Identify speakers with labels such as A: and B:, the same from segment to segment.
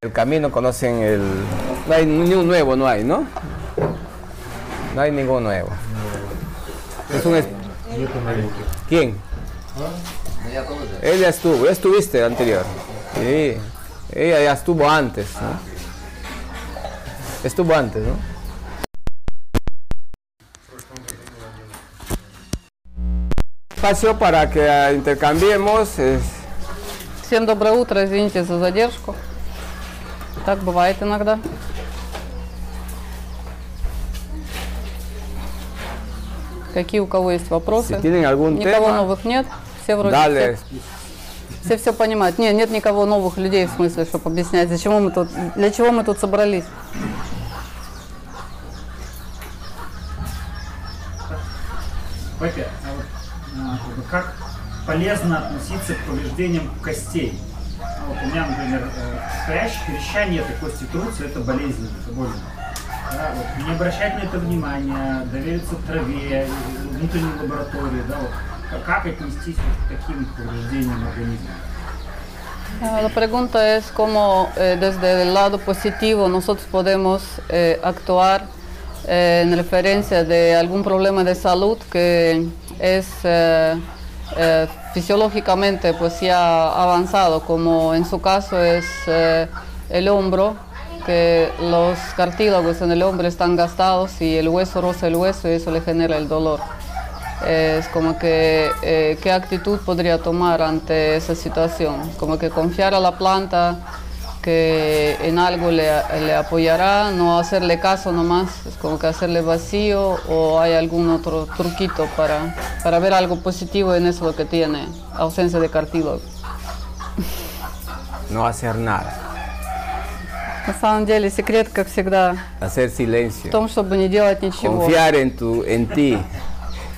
A: El camino conocen el... No hay ni un nuevo, no hay, ¿no? No hay ningún nuevo. Es un... es- ¿Quién? Él ya estuvo, ya estuviste anterior. Sí. Ella ya estuvo antes, ¿no? Estuvo antes, ¿no? Espacio para que ah, intercambiemos. es-
B: Всем доброе утро, извините за задержку. Так бывает иногда. Какие у кого есть
A: Si
B: вопросы?
A: tienen algún
B: Никого
A: tema,
B: новых нет, все вроде
A: dale.
B: все, все все понимают. Нет, нет никого новых людей в смысле, чтобы объяснять, для чего мы тут, для чего мы тут собрались.
C: Пепе, а вот, а, как бы, как полезно относиться к повреждениям костей? А Вот у меня, например, э, хрящ, хряща нет, и кости трутся, это болезненно, это больно. Да, вот, не обращать на это внимания, довериться траве, э, внутренней лаборатории, да, вот. Как- Как отнестись вот к таким повреждениям организма?
B: Eh, La pregunta es cómo eh, desde el lado positivo nosotros podemos eh, actuar eh, en referencia de algún problema de salud que es eh, eh, fisiológicamente pues ya avanzado, como en su caso es eh, el hombro, que los cartílagos en el hombro están gastados y el hueso roza el hueso y eso le genera el dolor. Es como que, eh, ¿qué actitud podría tomar ante esa situación? Como que confiar a la planta que en algo le, le apoyará, no hacerle caso nomás, es como que hacerle vacío o hay algún otro truquito para, para ver algo positivo en eso que tiene, ausencia de cartílago.
A: no hacer nada,
B: На самом деле секрет, как всегда,
A: hacer
B: в
A: silencio,
B: том, чтобы не делать ничего.
A: confiar en tu, en ti.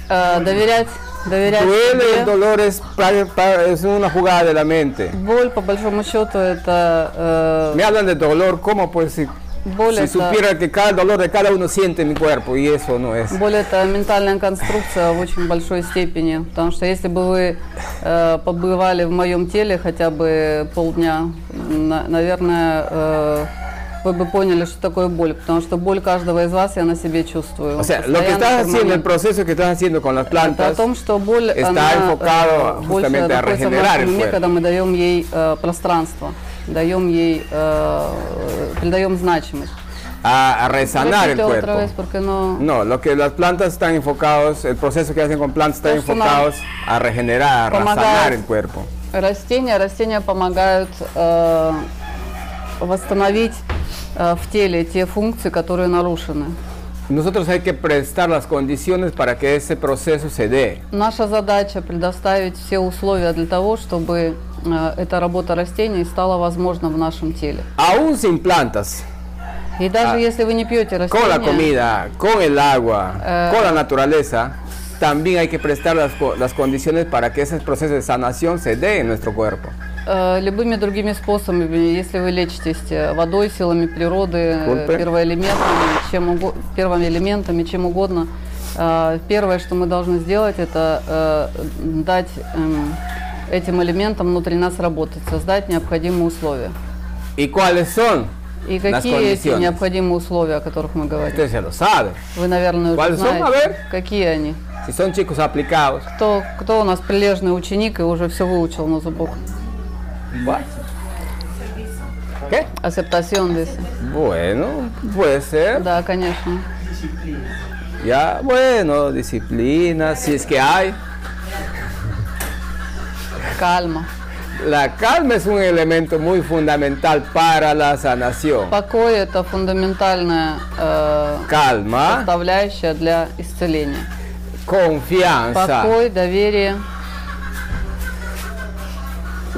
B: Э, доверять, доверять
A: Duele,
B: себе.
A: el dolor es, pra- pra- es una jugada de la mente.
B: Боль, по большому счету, это... э,
A: Me hablan de dolor, ¿cómo pues si,
B: Боль
A: si
B: это-
A: supiera que cada dolor de cada uno siente en mi cuerpo y eso no es?
B: Более это ментальная конструкция в очень большой степени, потому что если бы вы э, побывали в моем теле хотя бы полдня, на- наверное, э, вы бы поняли, что такое боль, потому что боль каждого из вас я на себе чувствую.
A: O sea, lo que
B: Постоянно,
A: estás haciendo,
B: перманентно.
A: el proceso que estás haciendo con las
B: Это о
A: plantas,
B: том, что боль
A: está
B: она, э,
A: enfocado
B: больше
A: justamente a
B: находится в
A: regenerar
B: нашем
A: el
B: уме,
A: cuerpo.
B: когда мы даем ей э, пространство, даем ей, э, придаем значимость.
A: a, a resanar el
B: Repite otra
A: cuerpo.
B: vez, porque no-
A: No, lo que las plantas están enfocados, el proceso que hacen con plantas están
B: Personal.
A: enfocados a regenerar, a
B: Pomagar.
A: resanar el cuerpo.
B: Растения, растения помогают э, восстановить э, в теле те функции, которые нарушены.
A: Nosotros hay que prestar las condiciones para que ese proceso se dé.
B: Наша задача предоставить все условия для того, чтобы э, эта работа растений стала возможна в нашем теле.
A: Aún sin plantas,
B: И даже
A: А.
B: если вы не пьете
A: con la
B: растения,
A: comida, con el agua, con la naturaleza, también hay que prestar las, co- las condiciones para que ese proceso de sanación se dé en nuestro cuerpo.
B: э, любыми другими способами, если вы лечитесь э, водой, силами природы, э,
A: Кульпы.
B: первоэлементами, чем уго- первыми элементами, чем угодно, э, первое, что мы должны сделать, это э, дать эм, этим элементам внутри нас работать, создать необходимые условия.
A: ¿Y cuáles son
B: И
A: las
B: какие эти
A: condiciones?
B: необходимые условия, о которых мы говорим?
A: Usted se lo sabe.
B: Вы, наверное, уже
A: Вальсон, а
B: знаете,
A: вы?
B: какие они.
A: Si son chicos aplicados,
B: Кто, кто у нас прилежный ученик и уже все выучил на зубок?
A: ¿cuál? ¿qué?
B: Ассептацион здесь.
A: Bueno, puede ser.
B: Да, конечно.
A: Ya, bueno, disciplina, si es que hay.
B: Кальма.
A: La calma es un elemento muy fundamental para la sanación.
B: Покой – это фундаментальная э,
A: Calma,
B: составляющая для исцеления.
A: confianza,
B: Покой, доверие,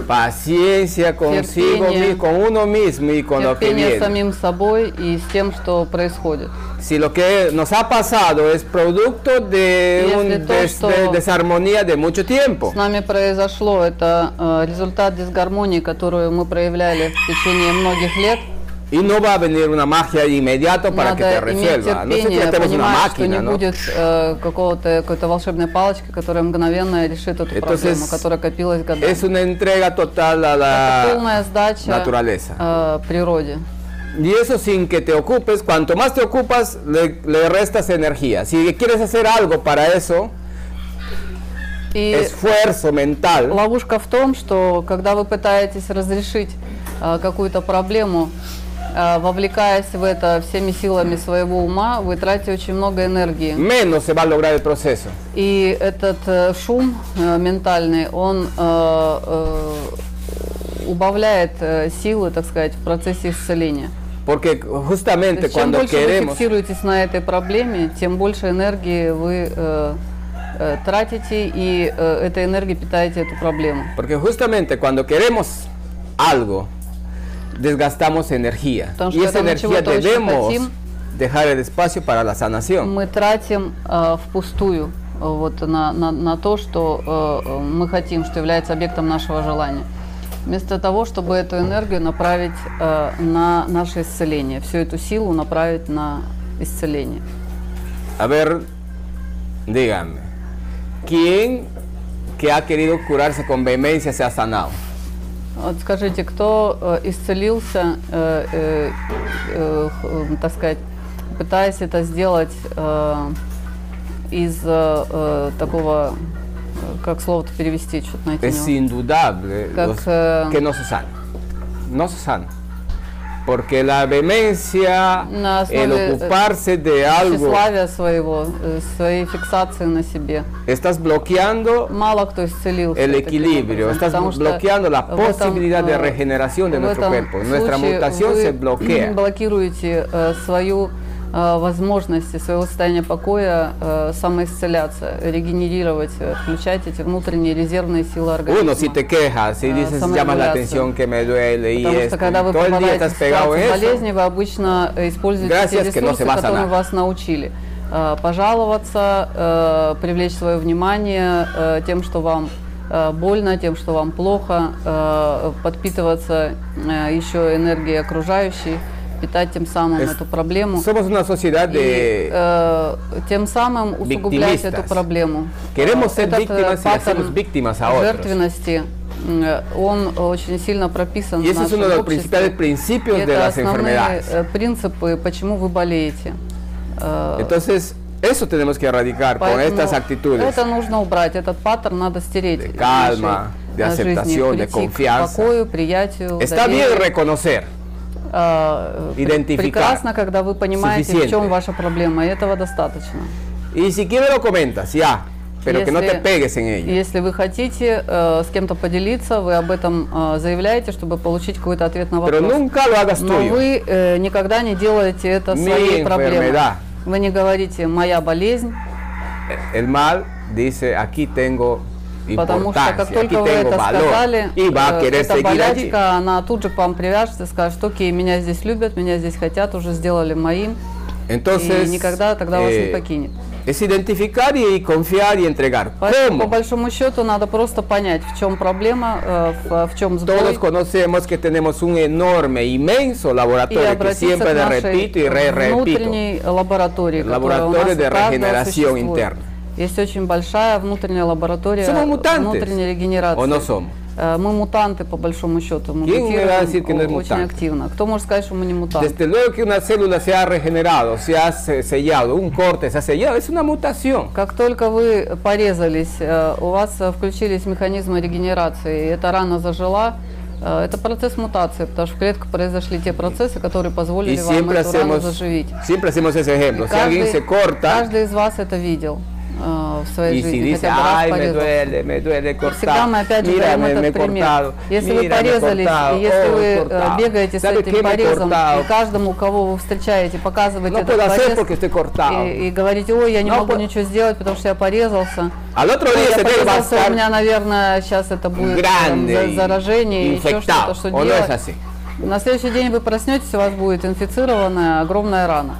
A: paciencia consigo
B: Терпение.
A: mismo, con uno mismo y con lo que
B: терпение с
A: viene.
B: самим собой и с тем, что происходит.
A: Si lo que nos ha pasado es producto de
B: Если
A: una
B: то, что-
A: desarmonía de mucho tiempo,
B: С нами произошло это э, результат дисгармонии, которую мы проявляли в течение многих лет.
A: И no va a venir una magia de inmediato para que te
B: Надо иметь
A: resuelva. Ну, Nosotros
B: терпение,
A: ya tenemos una
B: понимать, что не
A: máquina, ¿no?
B: будет э, какого-то какой-то волшебной палочки, которая мгновенно решит эту
A: Entonces,
B: проблему, которая копилась годами.
A: Es una entrega total
B: Это
A: a la...
B: полная сдача
A: натуралеса.
B: э, природе.
A: Y eso sin que te ocupes. Cuanto más te ocupas, le, le restas energía. Si quieres hacer algo para eso,
B: И
A: esfuerzo mental,
B: ловушка в том, что когда вы пытаетесь разрешить э, какую-то проблему, э, вовлекаясь в это всеми силами своего ума, вы тратите очень много энергии.
A: menos se va a lograr el proceso.
B: И этот э, шум э, ментальный, он э, э, убавляет э, силы, так сказать, в процессе исцеления.
A: Porque
B: То
A: justamente
B: есть чем
A: cuando
B: больше вы
A: queremos...
B: фиксируетесь на этой проблеме, тем больше энергии вы э, э, тратите, и э, этой энергией питаете эту проблему.
A: Porque justamente cuando queremos algo, desgastamos energía.
B: Потому что
A: Y esa
B: когда мы
A: energía
B: чего-то очень
A: debemos
B: хотим-
A: dejar el espacio para la sanación.
B: Мы тратим э, впустую э, вот, на, на, на то, что э, э, мы хотим, что является объектом нашего желания. Вместо того, чтобы эту энергию направить э, на наше исцеление, всю эту силу направить на исцеление.
A: A ver, díganme, ¿quién que ha querido curarse con vehemencia se ha sanado?
B: Вот скажите, кто э, исцелился, э, э, э, х- э, так сказать, пытаясь это сделать э, из э, э, такого, э, как слово-то перевести, что-то найти не
A: Es
B: могу.
A: indudable
B: Как,
A: los-
B: э,
A: que no se sana. No se sana. Porque la vehemencia,
B: На основе,
A: el
B: э,
A: ocuparse de algo,
B: тщеславия своего, э, своей фиксации на себе.
A: estás bloqueando
B: Мало кто исцелился.
A: el
B: таким
A: equilibrio,
B: образом,
A: estás
B: потому что
A: bloqueando la
B: в этом,
A: posibilidad de
B: э,
A: regeneración de
B: в
A: nuestro
B: этом
A: cuerpo. Nuestra
B: случае
A: mutación
B: вы
A: se bloquea.
B: блокируете э, свою э, возможность и своего состояния покоя э, самоисцеляться, регенерировать, э, включать эти внутренние резервные силы организма.
A: Uno, si te quejas, si
B: Ah,
A: dices,
B: somos
A: llamas la
B: relación.
A: atención que me duele y
B: Потому
A: esto,
B: что когда
A: y
B: вы
A: todo el día
B: попадаете
A: estás
B: в
A: pegado en
B: ситуацию
A: eso.
B: болезни, вы обычно э, используете те
A: Gracias, que no
B: ресурсы,
A: se va a
B: которым
A: sanar.
B: вас научили. Э, Пожаловаться, э, привлечь свое внимание э, тем, что вам э, больно, тем, что вам плохо, э, подпитываться э, еще энергией окружающей, питать тем самым
A: Es-
B: эту проблему.
A: Somos una sociedad
B: И,
A: de...
B: э, тем самым усугублять
A: victimistas.
B: эту проблему.
A: Queremos ser
B: Этот, э,
A: víctimas y
B: паттерн
A: hacemos víctimas a otros.
B: Жертвенности, м, э, он очень сильно прописан
A: Y
B: в
A: ese es
B: нашем
A: uno de los
B: обществе.
A: principales principios
B: И
A: de
B: это
A: eh, las
B: основные
A: enfermedades.
B: э, принципы, почему вы болеете. Э,
A: Entonces, eso tenemos que erradicar con
B: поэтому
A: estas actitudes.
B: Это нужно убрать, этот паттерн надо стереть.
A: De
B: из
A: calma, de
B: нашей, э, жизни,
A: aceptación, de
B: прийти к
A: confianza.
B: покою, приятию,
A: Está bien
B: доверию.
A: reconocer. Ah,
B: Э, э, пр-
A: identificar.
B: Прекрасно, когда вы понимаете, в
A: Suficiente.
B: чем ваша проблема, и этого достаточно.
A: Y si quieres lo comentas, ya. Pero que no te
B: Если-
A: pegues en ello.
B: Если вы хотите э, с кем-то поделиться, вы об этом э, заявляете, чтобы получить какой-то ответ на
A: Pero
B: вопрос.
A: nunca lo hagas
B: Но
A: tuyo.
B: вы э, никогда не делаете это
A: Mi
B: своей проблемой.
A: enfermedad.
B: Вы не говорите «моя болезнь»,
A: El mal dice, aquí tengo
B: потому что как
A: importancia, aquí
B: только вы
A: tengo
B: это
A: valor.
B: сказали,
A: Y va a
B: э,
A: querer
B: эта
A: seguir allí.
B: болячка, она тут же к вам привяжется и скажет «окей, меня здесь любят, меня здесь хотят, уже сделали моим».
A: Entonces,
B: y никогда тогда вас
A: eh,
B: не покинет.
A: Es identificar y confiar y entregar.
B: Поэтому, по
A: ¿Cómo?
B: большому счету, надо просто понять, в чем проблема, э, в, в чем сбой.
A: Todos conocemos que tenemos un enorme, inmenso
B: и
A: laboratorio que
B: обратиться
A: siempre
B: к
A: le
B: нашей
A: repito y re repito.
B: внутренней лаборатории, которая у
A: Лаборатория
B: нас
A: de
B: у каждого
A: regeneración
B: существует.
A: interna.
B: Есть очень большая внутренняя лаборатория
A: Somos mutantes.
B: внутренней регенерации.
A: ¿O no somos?
B: Э, Мы мутанты, по большому счету. Мы
A: ¿Quién me va
B: мутируем
A: a decir que no es
B: о- очень
A: mutante?
B: активно. Кто может сказать, что мы не мутанты?
A: Desde luego que una célula se ha regenerado, se ha se- sellado, un corte se ha sellado, es una mutación.
B: Как только вы порезались, э, у вас э, включились механизмы регенерации, и эта рана зажила, э, это процесс мутации, потому что в клетке произошли те процессы, которые
A: Y
B: позволили вам
A: siempre
B: эту рану
A: hacemos,
B: заживить.
A: siempre hacemos ese ejemplo. Si alguien se corta
B: каждый из вас это видел э, в своей
A: pues, y si
B: жизни,
A: dice,
B: хотя бы раз
A: ay, me
B: порезался.
A: duele, me duele
B: И Всегда
A: cortar.
B: мы опять же
A: Mira,
B: даем
A: me, me he
B: этот пример.
A: cortado.
B: Если вы
A: Mira, me he
B: порезались,
A: cortado.
B: и если
A: Oh,
B: вы
A: he
B: э,
A: cortado.
B: бегаете с
A: ¿Sabe qué? Me
B: этим
A: he
B: порезом,
A: cortado.
B: и каждому, кого вы встречаете, показываете
A: No
B: этот
A: puedo hacer
B: порез,
A: porque estoy cortado.
B: и, и говорите, ой, я не
A: No
B: могу
A: puedo-
B: ничего сделать, потому что я порезался.
A: Al otro
B: Ой,
A: día
B: я
A: se te va a
B: порезался, у меня,
A: estar
B: наверное, сейчас это
A: eh,
B: будет там,
A: grande,
B: за- заражение, еще
A: infectado.
B: что-то, что
A: ¿O no es
B: делать.
A: así?
B: На следующий день вы проснетесь, у вас будет инфицированная огромная рана.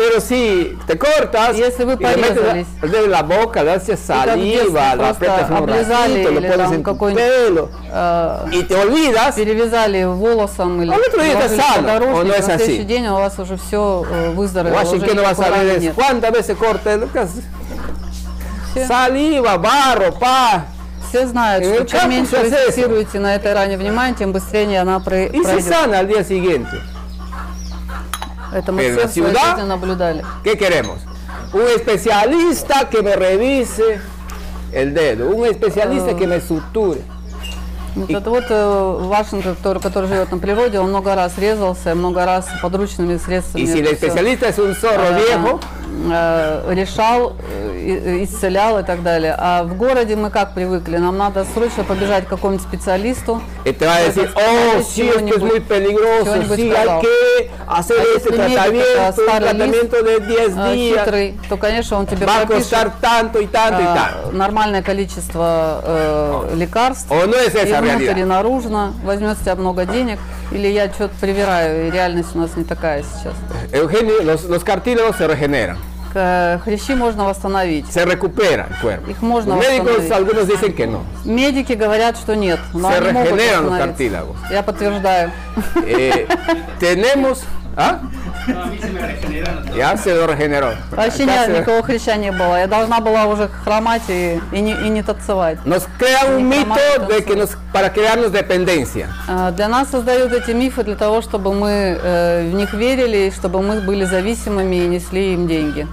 A: Pero si te cortas
B: Y ese
A: le
B: выпарил,
A: metes
B: Alice.
A: de la boca, le haces
B: так
A: saliva,
B: детство
A: la aprietas
B: просто
A: un
B: обрезали
A: ratito,
B: или
A: lo pones
B: там
A: en tu
B: какой-нибудь,
A: pelo
B: э,
A: y te olvidas.
B: перевязали волосом или
A: А вы трое это ну,
B: положили
A: сало,
B: подорожник,
A: оно
B: и
A: и
B: на
A: соси.
B: следующий день а у вас уже все выздоровело.
A: Washington
B: уже
A: no vas a
B: никакой раны
A: ver
B: нет.
A: cuántas veces cortes, Lucas.
B: Все,
A: Saliva, barro, pa.
B: все знают,
A: Ну,
B: что
A: как
B: чем меньше
A: сейчас
B: вы
A: это?
B: фиксируете на этой ране внимание, тем быстрее она про-
A: Y se
B: пройдет.
A: sana al día сiguiente.
B: Это мы
A: Pero
B: все
A: la
B: в своей
A: ciudad-
B: жизни наблюдали.
A: ¿Qué queremos? Un especialista que me revise el dedo, un especialista que me suture.
B: Вот это вот э, Вашингтон, который, который живет на природе, он много раз резался, много раз подручными средствами.
A: Y si el
B: это всё,
A: especialista es un zorro
B: э,
A: viejo,
B: э, решал, э, и- и- исцелял и так далее. А в городе мы как привыкли? Нам надо срочно побежать к какому-нибудь специалисту.
A: y te va a decir, oh, sí, esto es muy peligroso, sí, hay que hacer
B: А
A: este
B: если
A: tratamiento,
B: медик,
A: un
B: это старый
A: tratamiento de 10
B: э,
A: días,
B: хитрый, то, конечно, он тебе
A: va a
B: пропишет
A: costar tanto y tanto y
B: э,
A: tanto.
B: нормальное количество э, лекарств.
A: O no es
B: И
A: esa
B: внутрь, и
A: realidad.
B: наружно, возьмет с тебя много денег, или я что-то привираю, и реальность у нас не такая сейчас.
A: Eugenio, los, los cartílagos se regeneran,
B: К- Э, Хрящи можно восстановить.
A: se recupera el cuerpo.
B: Их
A: Los
B: можно
A: médicos,
B: восстановить.
A: algunos dicen que no.
B: Медики говорят, что нет, но
A: Se
B: они могут
A: regeneran los
B: восстановиться.
A: cartílagos.
B: Я подтверждаю.
A: Eh, tenemos. ¿Ah? Ya se lo regeneró.
B: Вообще
A: Ya
B: ни-
A: se-
B: никакого хряща не было. Я должна была уже хромать и, и не, и не танцевать.
A: Nos crea un mito de que nos, para crearnos dependencia.
B: А, Для нас создают эти мифы для того, чтобы мы э, в них верили, и чтобы мы были зависимыми и несли им деньги.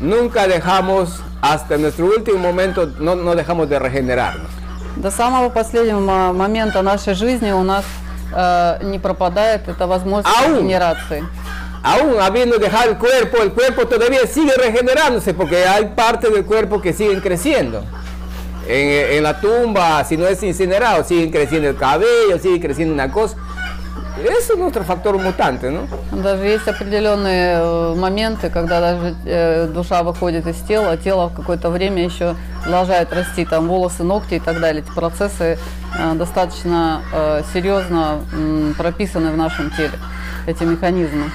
A: Nunca dejamos, hasta nuestro último momento, no, no dejamos de regenerarnos.
B: До самого последнего мо- момента нашей жизни у нас э, не пропадает эта возможность
A: Ау!
B: регенерации.
A: Aún habiendo dejado el cuerpo, el cuerpo todavía sigue regenerándose porque hay partes del cuerpo que siguen creciendo. En, en la tumba, si no es incinerado, siguen creciendo el cabello, sigue creciendo una cosa. Eso es nuestro factor mutante, ¿no?
B: Даже есть определенные э, моменты, когда даже э, душа выходит из тела, а тело в какое-то время еще продолжает расти, там волосы, ногти и так далее. Эти процессы э, достаточно э, серьезно м, прописаны в нашем теле, эти механизмы.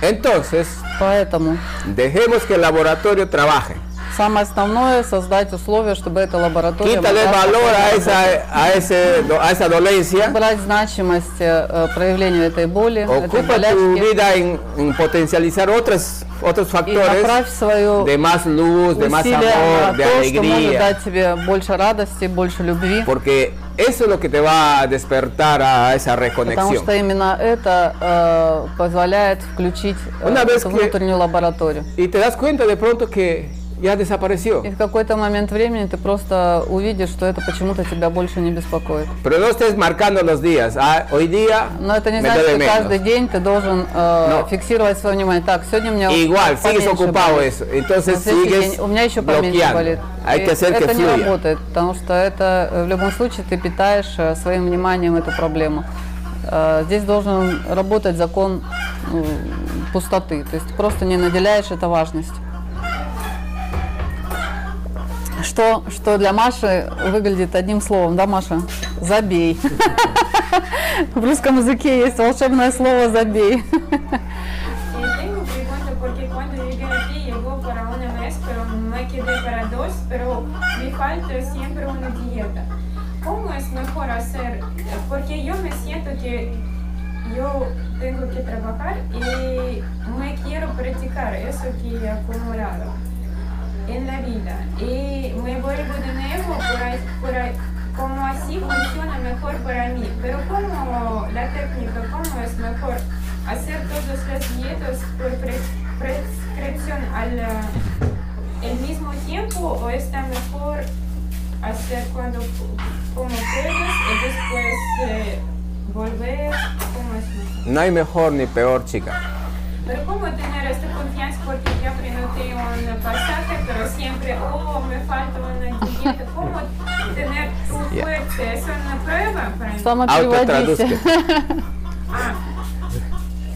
A: Entonces,
B: Поэтому
A: dejemos que el laboratorio trabaje.
B: самое основное создать условия, чтобы эта лаборатория
A: Quítale
B: могла
A: valor a
B: спокойно
A: esa, a ese, a esa dolencia.
B: брать значимость э, проявлению этой боли, этой
A: Ocupa tu
B: болячки
A: vida en, en potencializar otras, otros
B: и
A: factores
B: направь свою
A: de más luz, de más
B: усилие на
A: amor, de
B: то, что может
A: alegría.
B: дать тебе больше радости, больше любви,
A: Porque eso es lo que te va a despertar a esa
B: потому
A: reconexión.
B: что именно это э, позволяет включить э,
A: Una vez
B: эту
A: que-
B: внутреннюю лабораторию.
A: Y te das cuenta de pronto que ya desapareció.
B: И в какой-то момент времени ты просто увидишь, что это почему-то тебя больше не беспокоит.
A: Pero no estés marcando los días. Ah, hoy día
B: Но это не
A: me
B: значит,
A: duele
B: что каждый
A: menos.
B: день ты должен э,
A: No.
B: фиксировать свое внимание. Так, сегодня у меня
A: Igual, sigues
B: поменьше
A: ocupado
B: болит.
A: eso. Entonces
B: На следующий
A: sigues
B: день у меня еще поменьше болит.
A: bloqueando. Hay
B: И
A: que hacer que
B: это не
A: fluya.
B: работает, потому что это э, в любом случае ты питаешь э, своим вниманием эту проблему. Э, Здесь должен работать закон м, пустоты, то есть ты просто не наделяешь это важностью. Что, что для Маши выглядит одним словом, да, Маша? Забей. В русском языке есть волшебное слово «забей».
D: Tengo pregunta porque cuando llegué aquí llegó para una mes, pero me quedé para dos, pero me falta siempre una dieta. ¿Cómo es mejor hacer? Porque yo me siento que yo tengo que trabajar y me quiero practicar eso que he acumulado en la vida. Y me vuelvo de nuevo por ahí, por ahí. Como así funciona mejor para mí. Pero como la técnica, cómo es mejor hacer todas las dietas por pre- prescripción al eh, el mismo tiempo o está mejor hacer cuando co- como puedes y después eh, volver, cómo es mejor.
A: No hay mejor ni peor, chica.
D: Pero cómo tener esta confianza porque ya prenoté un pasaje, pero siempre, oh, me falta una dieta. ¿Cómo tener tu
A: Ya.
D: fuerza? Es una prueba para mí.
B: Сама
A: Autotraduzca.
B: переводись.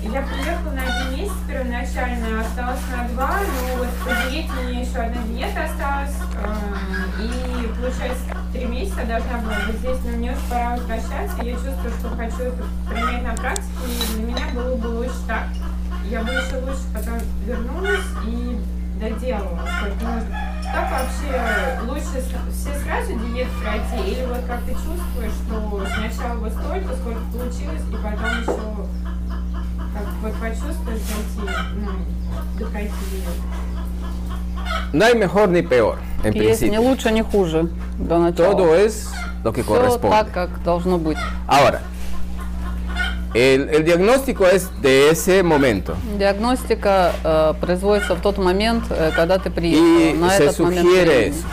D: А, я приехала на один месяц первоначально, осталось на два, но вот по диете мне еще одна диета осталась. эм, И получается, три месяца должна была быть здесь, но мне уже пора возвращаться. Я чувствую, что хочу это применять на практике, и для меня было бы лучше так. я бы еще лучше потом вернулась и доделала, сколько можно. Как вообще лучше с- все сразу диет пройти? Или вот как ты чувствуешь, что сначала вот столько, сколько получилось, и потом еще как вот почувствовать дойти, ну, до пройти диету?
A: No hay mejor ni peor, en
B: И есть не
A: principio.
B: лучше, не хуже до начала.
A: Todo es lo que
B: Все так,
A: corresponde.
B: как должно быть.
A: Ahora, el, el diagnóstico es de ese momento
B: Диагностика э, производится в тот момент, э, когда ты
A: И
B: приехал, на
A: se
B: этот момент
A: sugiere
B: времени.
A: eso.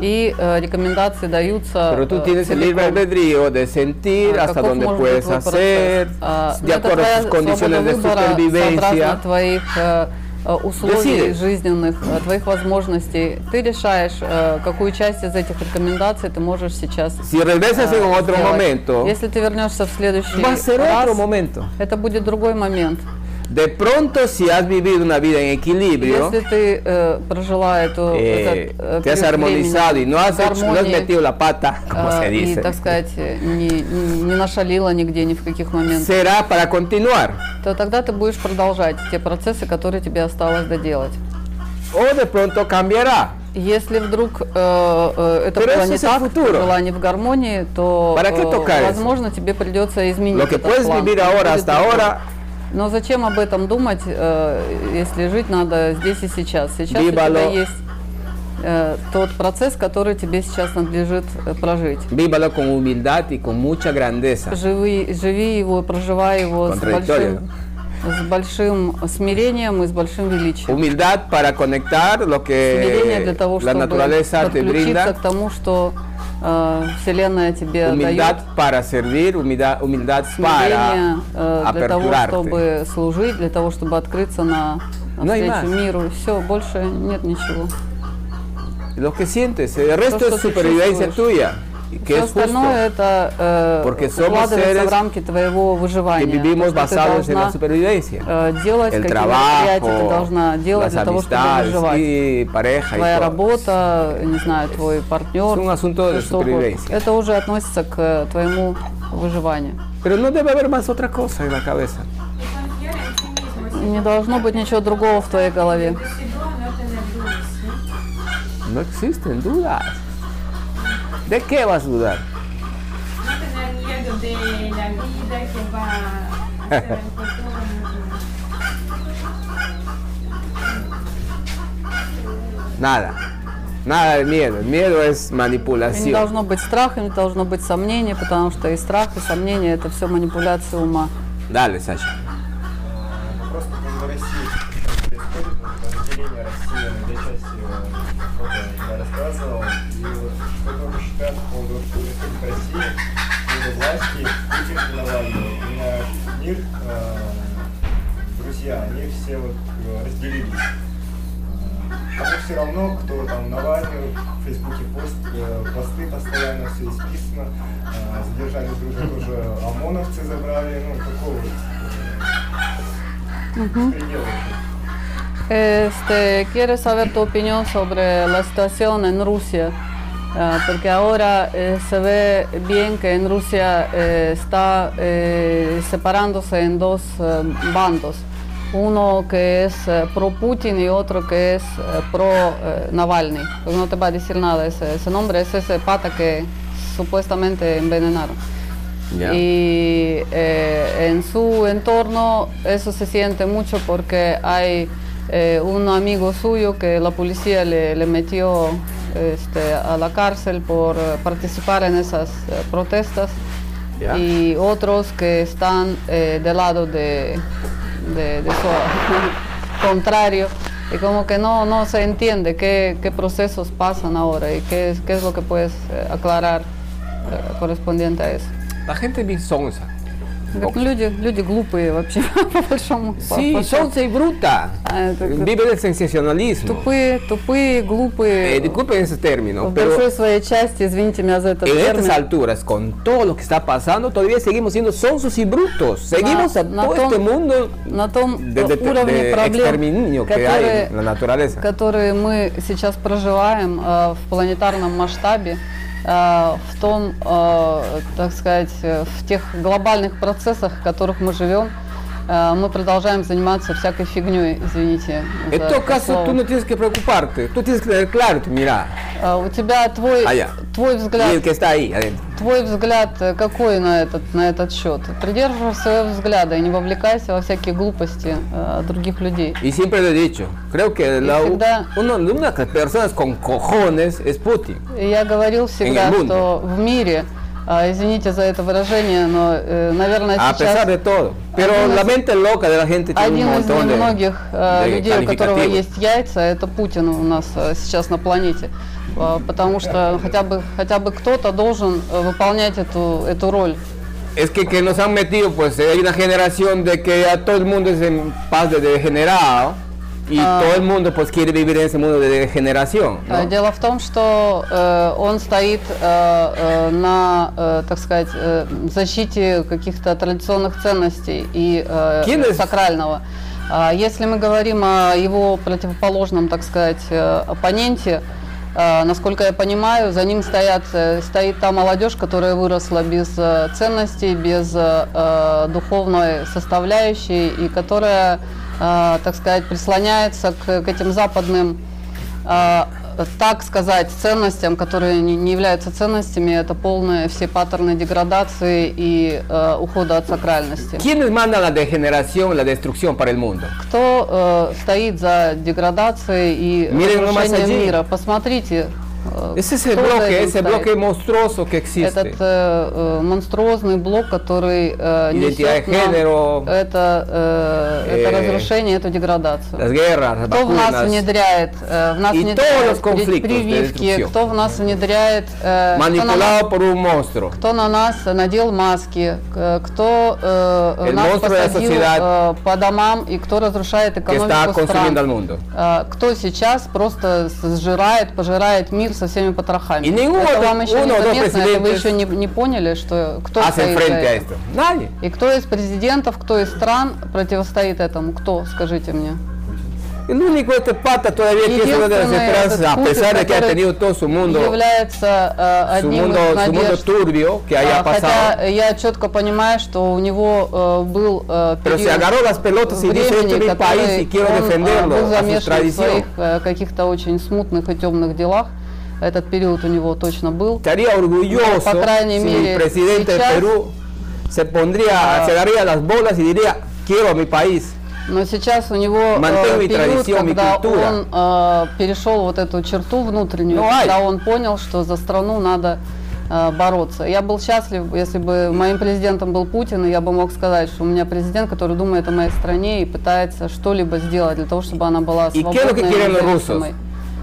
B: И э, рекомендации даются
A: pero tú
B: э,
A: tienes el libre
B: целиком.
A: albedrío de sentir
B: А,
A: hasta
B: каков
A: dónde
B: может
A: puedes
B: быть твой
A: hacer,
B: процесс? А, ну,
A: de
B: это
A: acuerdo
B: твоя
A: a tus condiciones
B: свобода
A: de
B: выбора
A: supervivencia.
B: сообразно твоих э, э, условий
A: Decides.
B: жизненных, э, твоих возможностей. Ты решаешь, э, какую часть из этих рекомендаций ты можешь сейчас
A: Si regresas en
B: э,
A: otro
B: сделать.
A: momento,
B: Если ты вернешься в следующий
A: va a ser otro
B: раз,
A: momento.
B: это будет другой момент.
A: De pronto, si has vivido una vida en equilibrio,
B: Если ты э, прожила эту
A: eh,
B: этот, э,
A: te has
B: период
A: armonizado y
B: времени
A: no has,
B: в
A: hecho- no has
B: гармонии,
A: metido la pata, como
B: э,
A: se
B: и,
A: dice,
B: так сказать, э, не, не нашалила нигде, ни в каких моментах,
A: será para continuar.
B: то тогда ты будешь продолжать те процессы, которые тебе осталось доделать.
A: O de pronto cambiará.
B: Если вдруг э,
A: uh,
B: э, это
A: Pero
B: было
A: ese
B: не
A: es el
B: так, ты
A: futuro.
B: была не в гармонии, то, э,
A: ¿Para qué tocar eso?
B: возможно, тебе придется изменить
A: Lo que
B: этот
A: puedes
B: план.
A: vivir
E: а
A: ahora
B: Будет
A: hasta
B: другой.
A: ahora,
B: Но зачем об этом думать, э, если жить надо здесь и сейчас? Сейчас у тебя
A: Бибало.
B: есть э, тот процесс, который тебе сейчас надлежит э, прожить.
A: vívalo con humildad y con mucha grandeza.
B: Живи, живи его, проживай
A: pues,
B: его с
A: Contradictorio,
B: большим, с большим смирением и с большим величием.
A: Humildad para conectar lo
B: Смирение
A: que
B: для того,
A: la
B: чтобы
A: naturaleza te
B: подключиться к
A: brinda,
B: тому, что э, Вселенная тебе дает.
A: humildad para servir, humildad, humildad para
B: Смирение э, для того,
A: aperturarte.
B: чтобы служить, для того, чтобы открыться на
A: No hay
B: навстречу
A: más.
B: миру. Все, больше нет ничего.
A: Lo que sientes, el resto
B: Todo
A: es
B: esto
A: supervivencia
B: sufrimos.
A: tuya, que
B: Все
A: es justo,
B: остальное это э,
A: Porque somos
B: укладывается
A: seres
B: в рамки твоего
A: que
B: выживания.
A: vivimos
B: То, что ты
A: basados en la
B: должна,
A: supervivencia.
B: э, делать,
A: El
B: какие мероприятия ты
A: trabajo,
B: должна делать
A: las
B: для того, чтобы
A: amistades
B: выживать.
A: y pareja y
B: Твоя
A: todo.
B: работа, не знаю, твой партнер.
A: Es un asunto de
B: всё, что угодно.
A: supervivencia.
B: Это уже относится к э, твоему выживанию.
A: Pero no debe haber más otra cosa en la cabeza.
D: И там вера и оптимизм, если
B: Не должно быть ничего другого в твоей голове.
D: до всего,
F: а
D: но это надулось.
A: No existen dudas. ¿De qué vas a dudar?
D: No tener miedo de la vida que va
F: типа,
D: a ser el futuro.
A: Nada. Nada de miedo. El miedo es
B: И Не
A: manipulación.
B: должно быть страха, не должно быть сомнения, потому что и страх, и сомнение это все манипуляция ума.
A: Dale, Sasha.
G: Вопрос по поводу России. Происходит вот разделение России на две части, э, сколько я рассказывал. И вот что ты можешь сказать по поводу что происходит в России, его власти, Путин и Навального. У меня мир, э, друзья, они все вот э, разделились. Э, Кому все равно, кто там Навальный, в Фейсбуке пост, э, посты постоянно, все исписано. Э, Задержали друг друга уже ОМОНовцы А забрали, ну такого вот предела.
B: Este, quiero saber tu opinión sobre la situación en Rusia, eh, porque ahora eh, se ve bien que en Rusia eh, está eh, separándose en dos eh, bandos, uno que es eh, pro Putin y otro que es eh, pro eh, Navalny. Porque No te va a decir nada ese, ese nombre, es ese pata que supuestamente envenenaron.
A: Ya.
B: Y eh, en su entorno eso se siente mucho porque hay eh, un amigo suyo que la policía le, le metió este, a la cárcel por eh, participar en esas eh, protestas
A: Ya.
B: y otros que están eh, del lado de, de- de su contrario. Y como que no, no se entiende qué, qué procesos pasan ahora y qué, es- qué es lo que puedes eh, aclarar eh, correspondiente a eso.
A: La gente es bien sonsa.
B: Так, ну, люди, люди глупые вообще, по большому по-
A: Sí,
B: по-
A: sonsa y bruta.
B: Ah, tú- tú-
A: Vive del sensacionalismo.
B: Тупые, тупые, глупые.
A: Eh, disculpen ese término,
B: в большой
A: pero
B: своей части, извините меня за этот
A: en estas
B: термин,
A: alturas, con todo lo que está pasando, todavía seguimos siendo sonsos y brutos. Seguimos a
B: na
A: todo
B: tom-
A: este mundo
B: на том
A: de, de-
B: уровне
A: de
B: проблем,
A: exterminio que hay en
B: которые,
A: la naturaleza.
B: которые мы сейчас проживаем э, в планетарном масштабе, э, в том, а, э, так сказать, э, в тех глобальных процессах, в которых мы живем, э, мы продолжаем заниматься всякой фигней, извините. за
A: En todo
B: это
A: caso,
B: слово.
A: tú no tienes que preocuparte, tú tienes que tener claro tu mirada
B: Э, У тебя твой,
A: А я.
B: твой
A: y el
B: взгляд,
A: Pues, que está ahí adentro.
B: твой взгляд э, какой на этот, на этот счет? Придерживайся своего взгляда и не вовлекайся во всякие глупости э, других людей.
A: Y siempre lo he dicho, creo que la, u-
B: verdad.
A: uno de unas personas con cojones es Putin.
B: И Я говорил всегда,
A: Энген Бунде.
B: что в мире, а, извините за это выражение, но, э, наверное,
A: A pesar
B: сейчас
A: de todo. Pero
B: Algunos-
A: la mente loca de la gente tiene un
B: один из
A: montón de,
B: немногих э,
A: de
B: людей, у которого
A: calificativos.
B: есть яйца, это Путин у нас э, сейчас на планете. Э, Потому что хотя бы, хотя бы кто-то должен э, выполнять эту, эту роль.
A: Es que, que nos han metido, pues eh, hay una generación de que ya todo el mundo es en paz de degenerado y
B: Ah.
A: todo el mundo pues quiere vivir en ese mundo de degeneración. ¿no?
B: Э, Дело в том, что э, он стоит э, э, на, э, так сказать, э, защите каких-то традиционных ценностей и э,
A: Кинес-
B: сакрального. А Если мы говорим о его противоположном, так сказать, э, оппоненте, э, насколько я понимаю, за ним стоят, э, стоит та молодежь, которая выросла без э, ценностей, без э, э, духовной составляющей и которая, э, так сказать, прислоняется к, к этим западным а, так сказать, ценностям, которые не, не являются ценностями, это полные все паттерны деградации и э, ухода от сакральности.
A: ¿Quiénes mandan la degeneración, la destrucción para el mundo?
B: Кто э, стоит за деградацией и
A: Мир и
B: разрушением
A: Мамасади.
B: мира? Посмотрите. э,
A: Es ese
B: кто за
A: bloque,
B: этим
A: ese
B: стоит.
A: bloque monstruoso que existe.
B: Этот э, э, монструозный блок, который э,
A: Identidad de
B: несет нам
A: género,
B: это, э, это
A: э,
B: разрушение, эту деградацию.
A: las guerras, las
B: Кто в нас
A: vacunas,
B: внедряет, э, в нас
A: И
B: внедряет
A: todos los
B: при-
A: conflictos de
B: прививки,
A: destrucción.
B: кто в нас внедряет, э, кто, на нас,
A: manipulado por un monstruo.
B: кто на нас надел маски, к- кто э,
A: El
B: нас
A: monstruo de la
B: посадил
A: sociedad
B: э, по домам и кто разрушает
A: que está
B: экономику
A: consumiendo al
B: стран.
A: mundo.
B: Э, Кто сейчас просто сжирает, пожирает мир со всеми потрохами.
A: И ни
B: это
A: вот
B: вам еще
A: он,
B: не
A: он, он,
B: заметно, это вы
A: президент.
B: еще не, не поняли, что кто
A: Hacen
B: стоит за
A: frente a
B: этим.
A: esto. Nadie.
B: И кто из президентов, кто из стран противостоит этому? Кто, скажите мне?
A: El único este pata todavía que es una de las
B: Единственное, этот
A: esperanzas, a
B: Путин,
A: pesar de que ha
B: который
A: tenido todo su mundo,
B: является э,
A: su
B: одним
A: mundo,
B: из
A: su mundo
B: надежд.
A: turbio que
B: А,
A: haya pasado.
B: Хотя я четко понимаю, что у него э, был э,
A: Pero se
B: период
A: agarró las pelotas y dice, este es
B: времени,
A: mi país
B: который
A: y quiero
B: он, э, был
A: defenderlo a su
B: замешан в
A: tradición.
B: своих э, каких-то очень смутных и темных делах. Этот период у него точно был.
A: Estaría orgulloso
B: По крайней
A: si
B: мере,
A: el presidente de
B: сейчас-
A: Perú se pondría,
B: Ah.
A: se agarraría las bolas y diría, quiero a mi país.
B: Но сейчас у него э,
A: Mantengo mi
B: период,
A: tradición, mi
B: когда
A: cultura.
B: он э, перешел вот эту черту внутреннюю,
A: Ну, ай.
B: когда он понял, что за страну надо э, бороться. Я был счастлив, если бы моим президентом был Путин, и я бы мог сказать, что у меня президент, который думает о моей стране и пытается что-либо сделать для того, чтобы она была
A: ¿Y
B: свободной
A: qué es lo que quieren los rusos?
B: независимой.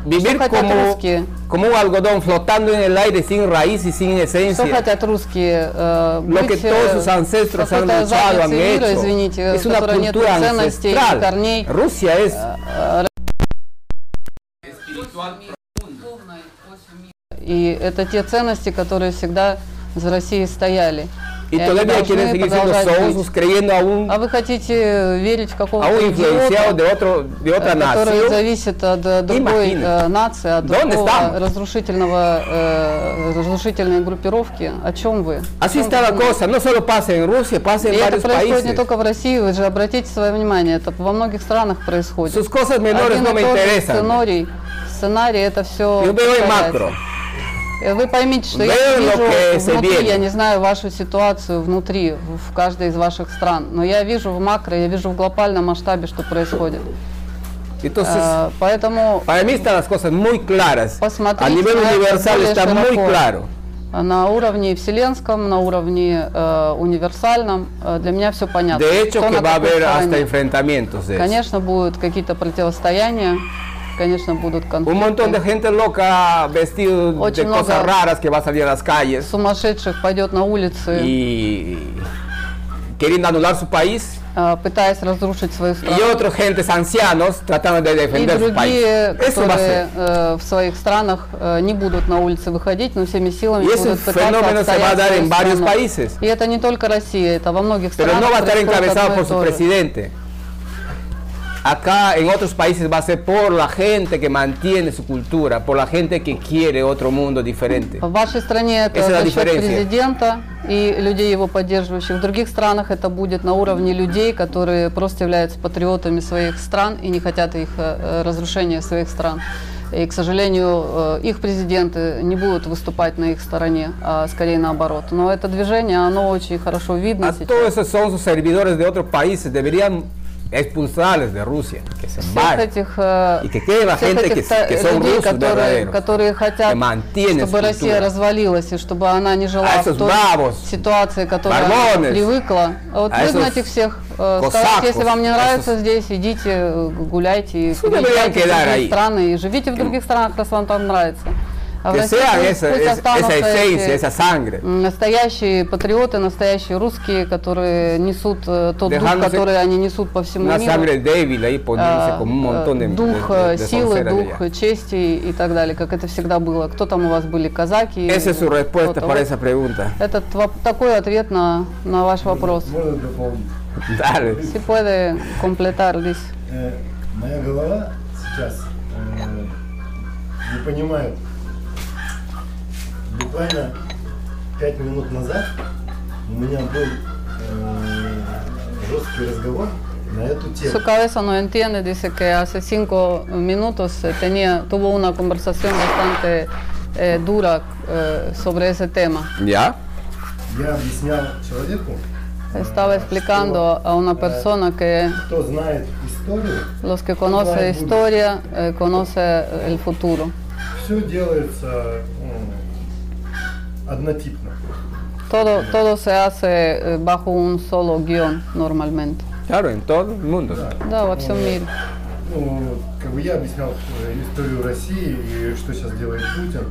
A: Vivir
B: хотят
A: como,
B: русские?
A: como un algodón flotando en el aire sin raíz y sin
B: Что
A: esencia.
B: хотят русские? э,
A: Lo que
B: быть,
A: todos sus
B: э,
A: ancestros han
B: какой-то
A: luchado, han
B: задницей мира,
A: hecho.
B: извините,
A: Es
B: у
A: una
B: которой нет
A: cultura
B: ценностей, и корней. Э,
A: ancestral. Rusia es
B: И это те ценности, которые всегда за Россией стояли.
A: Y
B: И они
A: todavía quieren
B: должны
A: seguir siendo
B: продолжать
A: sonsos,
B: быть.
A: creyendo a un,
B: А вы хотите верить в
A: a
B: какого-то
A: un
B: идиота,
A: influenciado de, otro, de
B: э,
A: otra
B: который
A: nación.
B: зависит от э, другой
A: Имахина.
B: э, нации, от
A: Да он и
B: другого
A: сам.
B: разрушительного, э, разрушительной группировки? О чем вы? О
A: Así
B: чём
A: está
B: вы
A: la
B: думаете?
A: cosa, no solo pasa en Rusia, pasa
B: И
A: en
B: это
A: varios
B: происходит не
A: países.
B: только в России, вы же обратите свое внимание, это во многих странах происходит.
A: Sus cosas menores
B: Один
A: no
B: и
A: me
B: тот же
A: interesan.
B: сценарий, сценарий это все...
A: Yo veo en macro.
B: Вы поймите, что я
A: Veo lo que se
B: вижу внутри,
A: viene.
B: я не знаю вашу ситуацию внутри, в в каждой из ваших стран, но я вижу в макро, я вижу в глобальном масштабе, что происходит.
A: Entonces,
B: Э, Поэтому
A: ah, para Pues, mí están las cosas muy claras.
B: Посмотрите
A: ah, A nivel
B: на это
A: universal
B: более
A: está muy
B: широко.
A: claro.
B: на уровне вселенском, на уровне э, универсальном э, для меня все понятно.
A: De hecho,
B: Кто
A: que
B: на
A: va a
B: какой
A: haber hasta
B: стороне.
A: enfrentamientos de eso.
B: Конечно, будут какие-то противостояния, конечно, будут
A: Un montón de
B: конфликты.
A: gente loca, vestido
B: Очень
A: de
B: много-
A: cosas raras que va a salir a las calles
B: Сумасшедших пойдет на улицы,
A: y queriendo anular su país.
B: э, пытаясь разрушить свою страну.
A: y otros gentes ancianos tratando de
B: И
A: defender su país.
B: другие,
A: Eso va a
B: которые
A: ser.
B: э, в своих странах э, не будут на улицы выходить, но всеми силами
A: Y ese
B: будут пытаться
A: fenómeno se va a
B: отстоять
A: dar
B: свою
A: en varios
B: страну.
A: países.
B: И это не только Россия, это во многих
A: Pero
B: странах.
A: no va a estar
B: происходит
A: encabezado
B: одно и
A: por su
B: то же.
A: presidente. Acá en otros países va a ser por la gente que mantiene su cultura, por la gente que quiere otro mundo diferente.
B: В вашей стране это
A: Если на
B: за счет
A: дифференции.
B: президента и людей его поддерживающих. В других странах это будет на уровне людей, которые просто являются патриотами своих стран и не хотят их э, э, разрушения своих стран. И, к сожалению, э, их президенты не будут выступать на их стороне, а скорее наоборот. Но это движение, оно очень хорошо видно
A: A
B: сейчас.
A: todos esos son sus servidores de otros países, deberían expulsarles de Rusia, que se
B: всех
A: vayan.
B: этих, э,
A: И какие вы
B: всех
A: агенты,
B: этих
A: кис-
B: та-
A: кис- он
B: людей,
A: рус
B: которые,
A: ударяет.
B: которые хотят,
A: Мантинец
B: чтобы Россия
A: культура.
B: развалилась и чтобы она не жила
A: А
B: в
A: esos
B: той
A: bravos,
B: ситуации, к которой она
A: barbones,
B: привыкла. А Вот
A: а
B: видно
A: esos
B: этих всех. э,
A: cosacos,
B: скажут, если вам не
A: esos-
B: нравится здесь, идите, э, гуляйте, и
A: Сюда deberían
B: переезжайте в
A: quedar
B: другие
A: ahí.
B: страны и живите в других странах, раз вам там нравится. А в
A: Que
B: России
A: sean
B: пусть-
A: esa,
B: пусть
A: esa-
B: останутся
A: esa esencia,
B: эти
A: esa sangre.
B: М, Настоящие патриоты, настоящие русские, которые несут э, тот дух,
A: Dejándose
B: который они несут по всему
A: Una
B: миру.
A: sangre débil ahí poniéndose
B: А,
A: con un montón de
B: э, дух
A: de- de-
B: э,
A: de
B: силы,
A: sonceras
B: дух
A: allá.
B: чести и так далее, как это всегда было. Кто там у вас были, казаки?
A: Esa es su respuesta
B: кто-то.
A: para
B: Вот
A: esa pregunta.
B: Этот воп- такой ответ на, на ваш вопрос.
H: Можно дополнить?
A: Dale.
B: Si puede completar, Liz.
H: Э, моя голова сейчас э, не понимает. Буквально пять минут назад у меня был э, жесткий разговор на эту тему.
B: Su cabeza no entiende, dice que hace cinco minutos eh, tenía, tuvo una conversación bastante eh, dura eh, sobre ese tema.
A: ¿Ya?
H: Я объяснял человеку, э,
B: Estaba explicando a una persona que
H: кто знает историю,
B: los que conocen historia eh, conoce el futuro.
H: все делается м, однотипно.
B: Todo, todo se hace eh, bajo un solo guión normalmente.
A: Claro, en todo el mundo.
B: Да, во всем мире.
H: Ну, как бы я объяснял э, историю России и что сейчас делает Путин.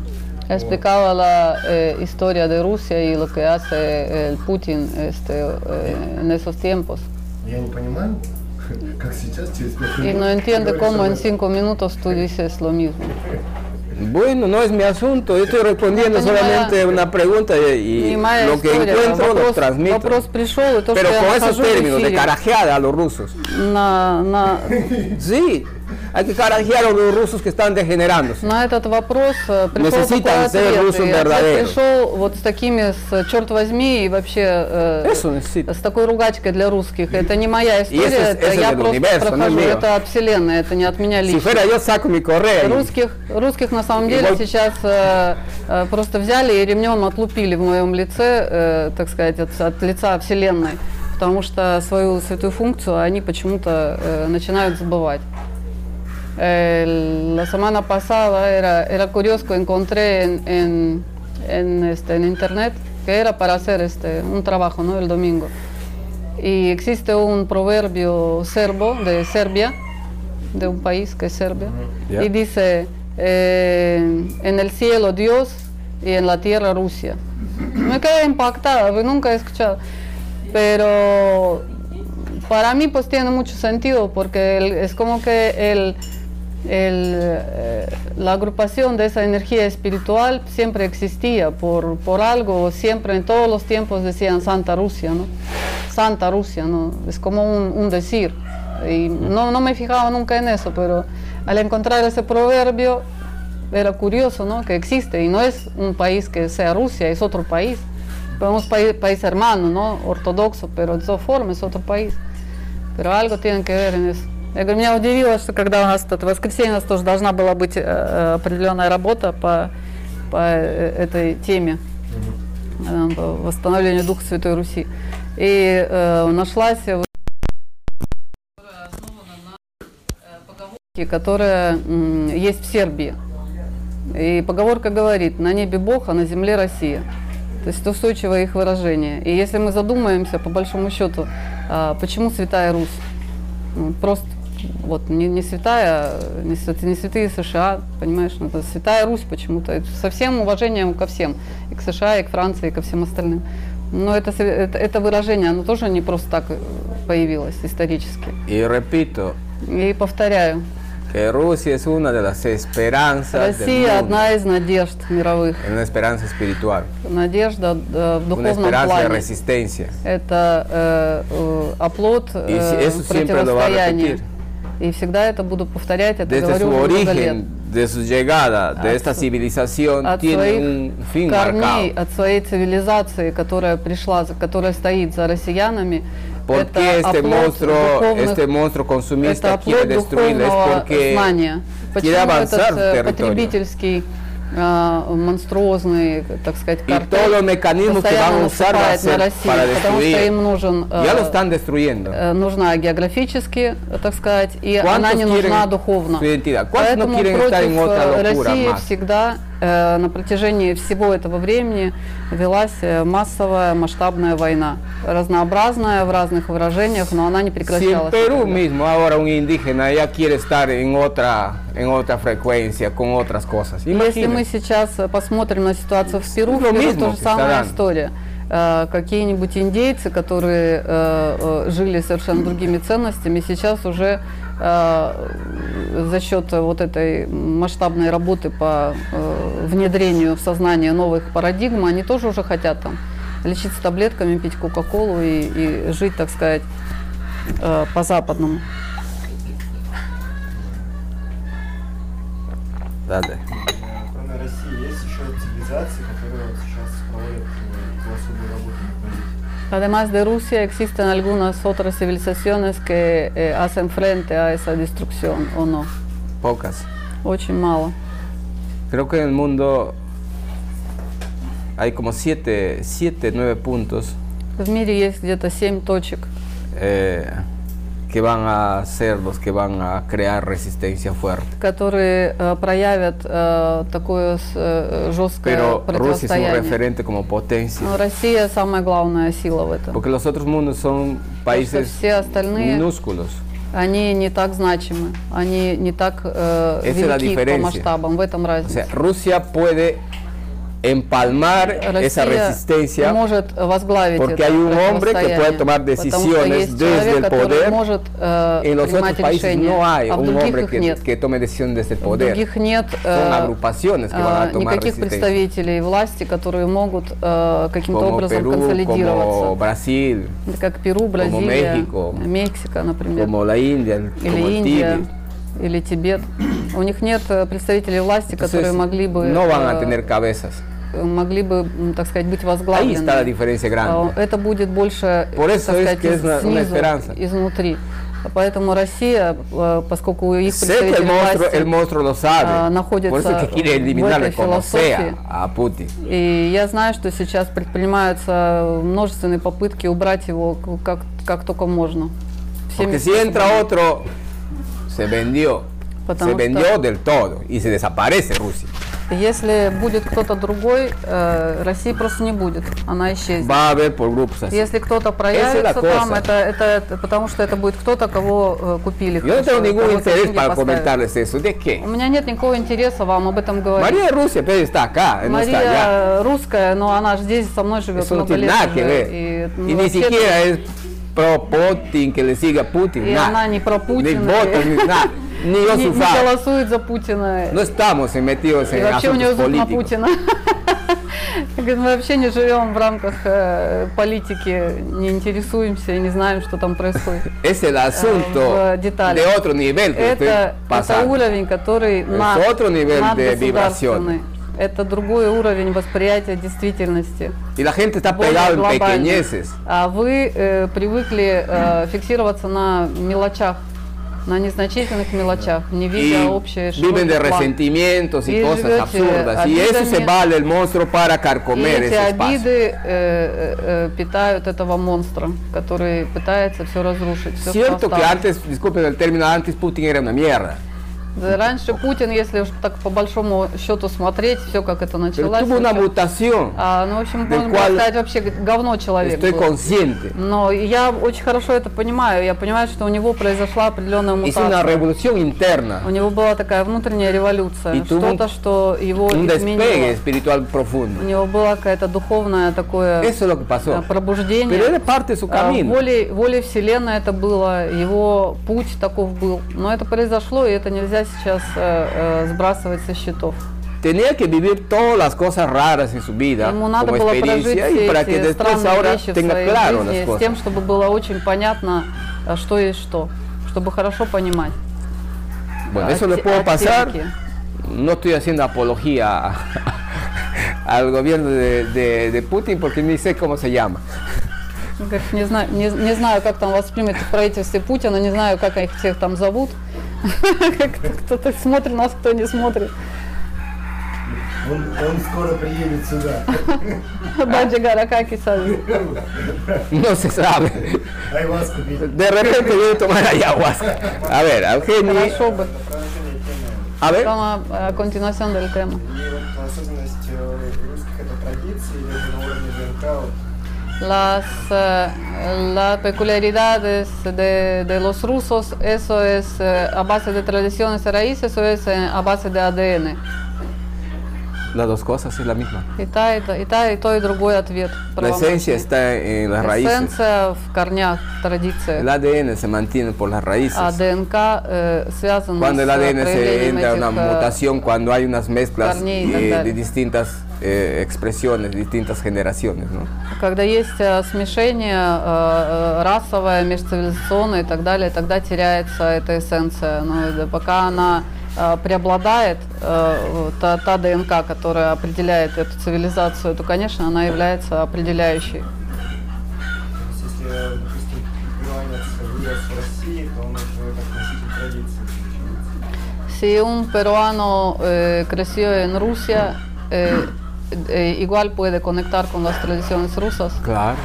B: Я explicaba la eh, historia de Rusia y lo que hace eh, el Putin este, eh, en esos tiempos.
H: Я не понимаю, как сейчас через пять
B: Y
H: минут.
B: no entiende
H: говоришь
B: cómo
H: об
B: en
H: этом.
B: cinco minutos tú dices lo mismo.
A: Bueno, no es mi asunto. Yo estoy respondiendo
B: No, понимаю.
A: solamente una pregunta y, y
B: Не моя
A: lo que
B: история.
A: encuentro lo
B: вопрос,
A: transmito.
B: вопрос пришел, и то,
A: Pero
B: что я
A: con esos
B: нахожу в
A: términos de
B: эфире,
A: carajeada a los rusos.
B: на, на,
A: Sí, hay que carajear a los rusos que están degenerándose.
B: на этот вопрос э, пришел такой
A: Necesitan ser
B: ответ.
A: rusos
B: И ответ
A: verdaderos.
B: пришел вот с такими, с, черт возьми, и вообще... э,
A: Eso necesitan.
B: с такой ругачкой для русских. Это не моя история,
A: это-
B: это,
A: это
B: я
A: del
B: просто
A: universo, no
B: прохожу,
A: mío.
B: это от вселенной, это не от меня
A: Si
B: лично.
A: fuera yo saco mi correa. y-
B: Русских, русских на самом деле
A: вот-
B: сейчас э, э, просто взяли и ремнем отлупили в моем лице, э, так сказать, от, от лица вселенной, потому что свою святую функцию они почему-то э, начинают забывать. El- la semana pasada era, era curioso que encontré en, en- en, este, en internet que era para hacer este, un trabajo ¿no? el domingo. Y existe un proverbio serbo de Serbia, de un país que es Serbia,
A: Ya.
B: y dice, eh, en el cielo Dios y en la tierra Rusia. Me quedé impactada, porque nunca he escuchado. Pero para mí pues tiene mucho sentido porque el- es como que el, el, eh, la agrupación de esa energía espiritual siempre existía por, por algo, siempre en todos los tiempos decían Santa Rusia, ¿no? Santa Rusia, ¿no? Es como un, un decir. Y no, no me fijaba nunca en eso, pero al encontrar ese proverbio era curioso, ¿no? Que existe y no es un país que sea Rusia, es otro país. Podemos país, país hermano, ¿no? Ortodoxo, pero de todas formas es otro país. Pero algo tienen que ver en eso. Я говорю, меня удивило, что когда у нас тут в воскресенье, у нас тоже должна была быть э, э, определенная работа по, по э, этой теме э, по восстановлению Духа Святой Руси. И э, нашлась вот поговорки, э, которая м, есть в Сербии. И поговорка говорит, на небе Бог, а на земле Россия. То есть это устойчивое их выражение. И если мы задумаемся, по большому счету, а, почему Святая Русь? Ну, Просто вот не, не святая, э, не, свят- не святые США, понимаешь, ну, это святая Русь почему-то. Это Со всем уважением ко всем, и к США, и к Франции, и ко всем остальным. Но это, свя- это, это выражение, оно тоже не просто так э, появилось исторически.
A: Y repito,
B: И повторяю,
A: que Rusia es una de las esperanzas
B: Россия
A: del
B: одна
A: mundo,
B: из надежд мировых.
A: es una esperanza espiritual,
B: Надежда э, в
A: una
B: духовном
A: esperanza de
B: плане.
A: resistencia.
B: Это э, э, оплот
A: И
B: э,
A: eso siempre lo va a
B: противостояния.
A: repetir.
B: И всегда это буду повторять, это
A: Desde
B: говорю
A: su
B: уже много лет.
A: origen, de su llegada, de esta
B: su-
A: civilización,
B: От
A: tiene
B: своих
A: un fin
B: корней,
A: marcado.
B: от своей цивилизации, которая пришла, за- которая стоит за россиянами,
A: ¿Por qué este
B: оплот
A: monstruo,
B: духовных-
A: este
B: это
A: monstruo consumista quiere
B: оплот
A: destruirles?
B: духовного
A: Porque
B: знания. Почему
A: quiere avanzar
B: этот
A: su
B: э,
A: territorio.
B: потребительский а, монструозный, э, так сказать,
A: Y todos
B: картель
A: los mecanismos que van a
B: постоянно
A: usar va a
B: наступает на
A: ser
B: Россию,
A: para
B: потому что им
A: destruir.
B: нужен э,
A: Ya lo están destruyendo.
B: э, нужна географически, э, так сказать, и она
A: ¿Cuántos
B: не
A: quieren
B: нужна духовно.
A: su identidad? ¿Cuántos no
B: Поэтому
A: quieren
B: против
A: estar en otra
B: э,
A: locura
B: России
A: más?
B: всегда э, на протяжении всего этого времени велась э, массовая масштабная война, разнообразная в разных выражениях, но она не
A: Si en
B: прекращалась.
A: Perú
B: никогда.
A: mismo ahora un indígena ya quiere estar en otra, en otra frecuencia, con otras cosas.
B: Если мы
A: Imagínense.
B: сейчас э, посмотрим на ситуацию в Перу, в
A: Ну,
B: Перу
A: мизмов,
B: тоже самая
A: ресторан.
B: история. Э, Какие-нибудь индейцы, которые э, э, жили совершенно другими ценностями, сейчас уже э, за счет вот этой масштабной работы по э, внедрению в сознание новых парадигм, они тоже уже хотят там лечиться таблетками, пить кока-колу и, и жить, так сказать, э, по-западному.
A: Dale.
G: Кроме России есть еще цивилизации, которые вот сейчас проводят э, классовую работу на планете.
B: Además de Rusia, existen algunas otras civilizaciones que eh, hacen frente a esa destrucción, ¿o no?
A: Pocas.
B: Очень мало.
A: Creo que en el mundo hay como siete, siete nueve puntos
B: В мире есть где-то семь точек,
A: eh, que van a ser los que van a crear resistencia fuerte.
B: которые э, proявят э, такое с- э, жесткое
A: Pero Rusia es un
B: противостояние.
A: referente como potencia.
B: Но Россия самая главная сила в этом.
A: Porque ну, los otros mundos son países
B: все остальные-
A: minúsculos.
B: Они не так значимы, они не так э,
A: Esa es la
B: велики по
A: diferencia.
B: масштабам, в этом
A: O
B: разница.
A: sea, Rusia puede empalmar
B: Россия
A: esa resistencia
B: может возглавить
A: porque
B: это
A: hay un hombre que
B: противостояние,
A: puede tomar
B: потому что
A: decisiones
B: есть
A: desde
B: человек,
A: el
B: который
A: poder,
B: может э,
A: En los otros
B: принимать
A: países
B: решения,
A: no hay
B: а в
A: un
B: других
A: hombre
B: их
A: que,
B: нет.
A: que tome decisiones desde el
B: В
A: poder.
B: других нет
A: Son
B: э,
A: agrupaciones que van
B: э,
A: a tomar
B: никаких
A: resistencia.
B: представителей власти, которые могут э, каким-то
A: Como
B: образом
A: Perú, como
B: консолидироваться.
A: Brasil,
B: Это Как Перу, Бразилия,
A: Мехико,
B: Мексика, например,
A: como la India, el-
B: или
A: como el
B: Индия,
A: Tíbet.
B: или Тибет. У них нет э, представителей власти, которые
A: Entonces,
B: могли бы,
A: no van a
B: э,
A: tener cabezas.
B: могли бы, м, так сказать, быть
A: Ahí está
B: возглавлены.
A: la diferencia
B: А,
A: grande.
B: Это будет больше,
A: Por eso
B: так
A: es
B: сказать,
A: que es una- una
B: снизу,
A: esperanza.
B: изнутри. Поэтому Россия, э, поскольку их
A: Sé que el
B: представители
A: monstruo, el
B: власти,
A: monstruo lo
B: ah,
A: sabe.
B: находится
A: Por eso es que quiere
B: в
A: eliminarle
B: этой
A: como sea
B: философии.
A: a Putin.
B: и я знаю, что сейчас предпринимаются множественные попытки убрать его к- как, как только можно. Всеми
A: Porque si
B: способами.
A: entra otro, se vendió.
B: Потому
A: Se
B: что-
A: vendió del todo y se desaparece Rusia.
B: Если будет кто-то другой, э, России просто не будет, она исчезнет.
A: Va a haber por grupos así.
B: Если кто-то проявится
A: cosa.
B: там, это, это, это- потому что это будет кто-то, кого э, купили.
A: Yo no
B: кто-то,
A: tengo ningún
B: кого-то
A: interés
B: деньги
A: para
B: поставили.
A: comentarles eso. ¿De
B: У
A: qué?
B: меня нет никакого интереса вам об этом говорить.
A: María de Rusia, pero está acá, no está allá.
B: Мария ну, русская, но она же здесь со мной живет
A: Eso no
B: много
A: tiene
B: лет
A: nada que
B: уже.
A: ver.
B: И, ну,
A: eh, Y ni
B: вообще-то-
A: siquiera es pro Putin, que le siga a Putin.
B: и она
A: Nada.
B: не про Путина,
A: Ni
B: и-
A: voto, ni nada. Ni yo
B: не, Ну, не
A: sufrago.
B: голосует за Путина.
A: No estamos metidos
B: и
A: en
B: вообще у нее
A: asuntos
B: зуб на
A: políticos.
B: Путина. Говорит, Мы вообще не живем в рамках э, политики, не интересуемся и не знаем, что там происходит.
A: Es el asunto
B: Э, в деталях.
A: de otro nivel que estoy
B: Это, это
A: pasando.
B: уровень, который
A: Э,
B: над,
A: otro nivel de
B: надгосударственный. Это другой уровень восприятия действительности.
A: Y la gente está
B: более
A: pegada en
B: глобальный.
A: pequeñeces.
B: А вы э, привыкли э, фиксироваться на мелочах, на незначительных мелочах, не видя
A: Y
B: общие
A: viven de resentimientos y
B: Y
A: cosas
B: живете
A: absurdas. Y eso se
B: обидами.
A: vale el monstruo para
B: И
A: carcomer
B: эти
A: ese espacio.
B: обиды э, э, э, питают этого монстра, который пытается все разрушить. всё, что
A: Cierto que
B: осталось.
A: antes, disculpen el término, antes Putin era una mierda.
B: Да, Раньше Путин, если уж так по большому счету смотреть, все как это
A: Pero
B: началось.
A: tuvo una
B: вообще.
A: mutación.
B: А, ну, в общем,
A: del
B: он был,
A: cual
B: кстати, вообще говно человек.
A: Estoy
B: был.
A: consciente.
B: Но я очень хорошо это понимаю. Я понимаю, что у него произошла определенная
A: Hizo una
B: мутация.
A: revolución
B: У
A: interna,
B: него была такая внутренняя
A: И
B: революция,
A: тут
B: что-то, что его
A: un despegue
B: изменило.
A: espiritual
B: У
A: profundo.
B: него было какое-то духовное такое
A: Eso es lo que
B: э,
A: pasó.
B: пробуждение.
A: Pero era parte de su
B: А,
A: camino.
B: Волей, волей Вселенной это было, его путь таков был. Но это произошло, и это нельзя сейчас э, э, сбрасывать со счетов.
A: Tenía que vivir todas las cosas raras en su vida
B: Ему надо
A: como
B: было прожить
A: experiencia y
B: все
A: para que
B: эти
A: después
B: странные
A: ahora
B: вещи в
A: tenga
B: своей
A: claro las
B: жизни с
A: cosas.
B: тем, чтобы было очень понятно, э, что есть что. чтобы хорошо понимать.
A: Bueno,
B: а,
A: eso le
B: те-
A: puedo
B: а
A: pasar.
B: техники.
A: No estoy haciendo apología a- al gobierno de, de- de Putin porque ni sé cómo se llama.
B: Он говорит, не знаю, не, не знаю, как там вас примет в правительстве Путина, не знаю, как их всех там зовут. Как-то Кто-то смотрит нас, кто не смотрит.
H: Он, он скоро приедет сюда.
B: Баджи Гаракаки сами.
A: No se sabe.
H: Айвас купить.
A: De repente voy a tomar ayahuasca. A ver, Eugenia.
B: Хорошо бы.
G: Продолжение темы.
A: A ver,
B: Там а, континуación del tema.
G: И вот особенность э, русских это традиции, или это на уровне ДНК, вот,
B: Las, eh, las peculiaridades de, de los rusos, eso es eh, a base de tradiciones y raíces, eso es eh, a base de ADN.
A: las dos cosas es la misma.
B: И та, и та, и, та, и то, и другой ответ.
A: La
B: правомочный.
A: esencia está en las raíces.
B: Эссенция в корнях, в
A: El
B: традициях.
A: ADN se mantiene por las raíces.
B: А ДНК э, связана
A: Cuando el
B: с э,
A: ADN se
B: проявлением
A: entra
B: этих,
A: una
B: э,
A: mutación, cuando hay unas mezclas
B: carne y tal,
A: eh, de
B: tal.
A: distintas eh, expresiones, distintas generaciones, ¿no?
B: Когда есть э, смешение э, э, расовое, межцивилизационное и так далее, тогда теряется эта эссенция. Но это пока она э, преобладает, э, та, та ДНК, которая определяет эту цивилизацию, то, конечно, она является определяющей.
G: То есть если, э, допустим, перуанец вырос в России, то он уже как носитель традиции. получается.
B: Si un peruano eh, creció en Rusia, eh, eh, igual puede conectar con las tradiciones rusas.
A: Claro.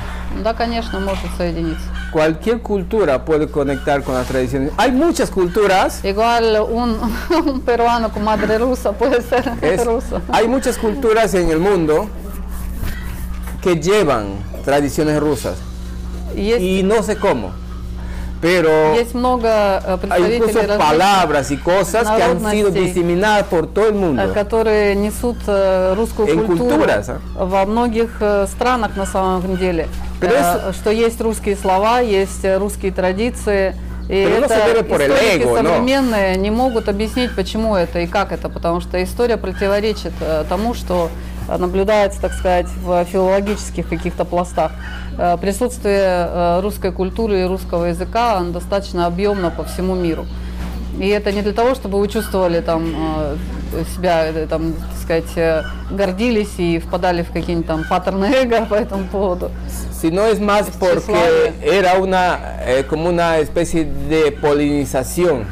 B: Да, конечно, может соединиться.
A: Cualquier cultura puede conectar con las tradiciones. Hay muchas culturas.
B: Igual un, un peruano con madre rusa puede ser
A: es-
B: ruso.
A: hay muchas culturas en el mundo que llevan tradiciones rusas
B: Есть,
A: y no sé cómo. Pero
B: есть много э,
A: hay
B: представителей
A: incluso
B: различных,
A: palabras y cosas que han sido
B: народностей.
A: diseminadas por todo el mundo.
B: э, которые несут э, русскую
A: En
B: культуру
A: culturas, а?
B: во многих э, странах на самом деле.
A: Pero
B: Э, Что есть русские слова, есть э, русские традиции. И
A: Pero no
B: это
A: se debe por el
B: историки
A: ego, no.
B: современные не могут объяснить, почему это и как это, потому что история противоречит э, тому, что э, наблюдается, так сказать, в филологических каких-то пластах. Э, Присутствие э, русской культуры и русского языка оно достаточно объемно по всему миру. И это не для того, чтобы вы чувствовали там э, себя, э, там, так сказать, э, гордились и впадали в какие-нибудь там паттерны эго по этому поводу.
A: Si no es más porque
B: Yugoslavia.
A: era una eh, como una especie de polinización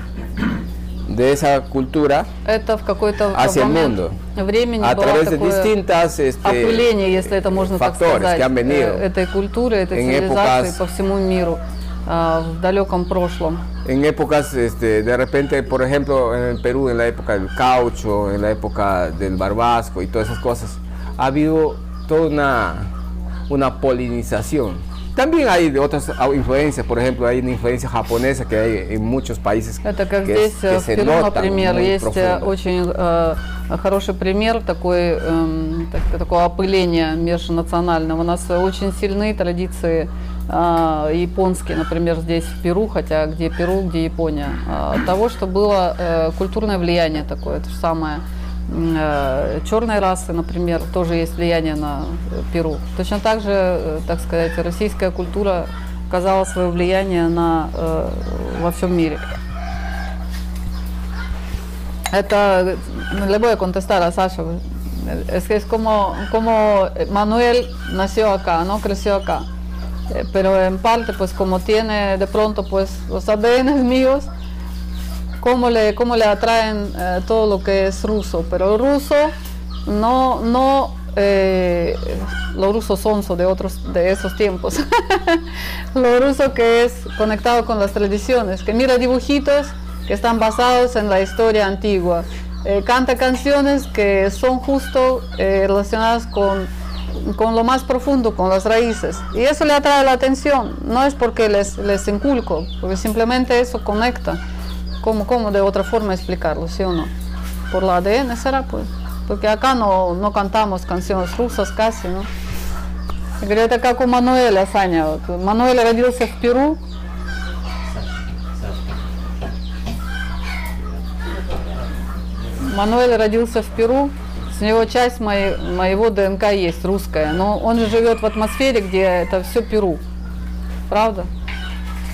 A: de esa cultura
B: Это в какой-то
A: Hacia el
B: момент
A: mundo.
B: времени
A: a
B: было
A: través de
B: такое
A: distintas este,
B: опыление, если это можно так
A: factores
B: сказать,
A: que han venido
B: э, этой культуры, этой
A: en
B: цивилизации
A: épocas-
B: по всему миру а, в далеком прошлом.
A: en épocas este, de repente, por ejemplo, en el Perú, en la época del caucho, en la época del barbasco y todas esas cosas, ha habido toda una, una polinización. También hay de otras ah, influencias, por ejemplo, hay una influencia japonesa que hay en muchos países
B: Это как
A: que,
B: здесь,
A: es- que
B: э, в
A: se
B: Перу,
A: nota
B: например,
A: muy
B: есть э,
A: profundo.
B: очень э, хороший пример такой, эм, так- такого опыления межнационального. У нас э, очень сильные традиции э, японские, например, здесь в Перу, хотя где Перу, где Япония. Э, От того, что было э, культурное влияние такое, то же самое. э, Черной расы, например, тоже есть влияние на э, Перу. Точно так же, э, так сказать, российская культура оказала свое влияние на, э, во всем мире. Это no le voy a contestar a Sasha. Es que es como, como Manuel nació acá, no creció acá. Eh, Pero en parte, pues como tiene de pronto pues los ADN míos, cómo le, cómo le atraen eh, todo lo que es ruso. Pero el ruso no, no eh, los rusos sonso de otros de esos tiempos. lo ruso que es conectado con las tradiciones, que mira dibujitos que están basados en la historia antigua, eh, canta canciones que son justo eh, relacionadas con con lo más profundo, con las raíces. Y eso le atrae la atención, no es porque les, les inculco, porque simplemente eso conecta. ¿Cómo, ¿Cómo de otra forma explicarlo, sí o no? Por la ADN será, pues. Porque acá no, no cantamos canciones rusas casi, ¿no? Я говорю, это как у Мануэля, Саня. Вот Мануэль родился в Перу. Мануэль родился в Перу. С него часть моей- моего ДНК есть, русская. Но он же живет в атмосфере, где это все Перу. Правда?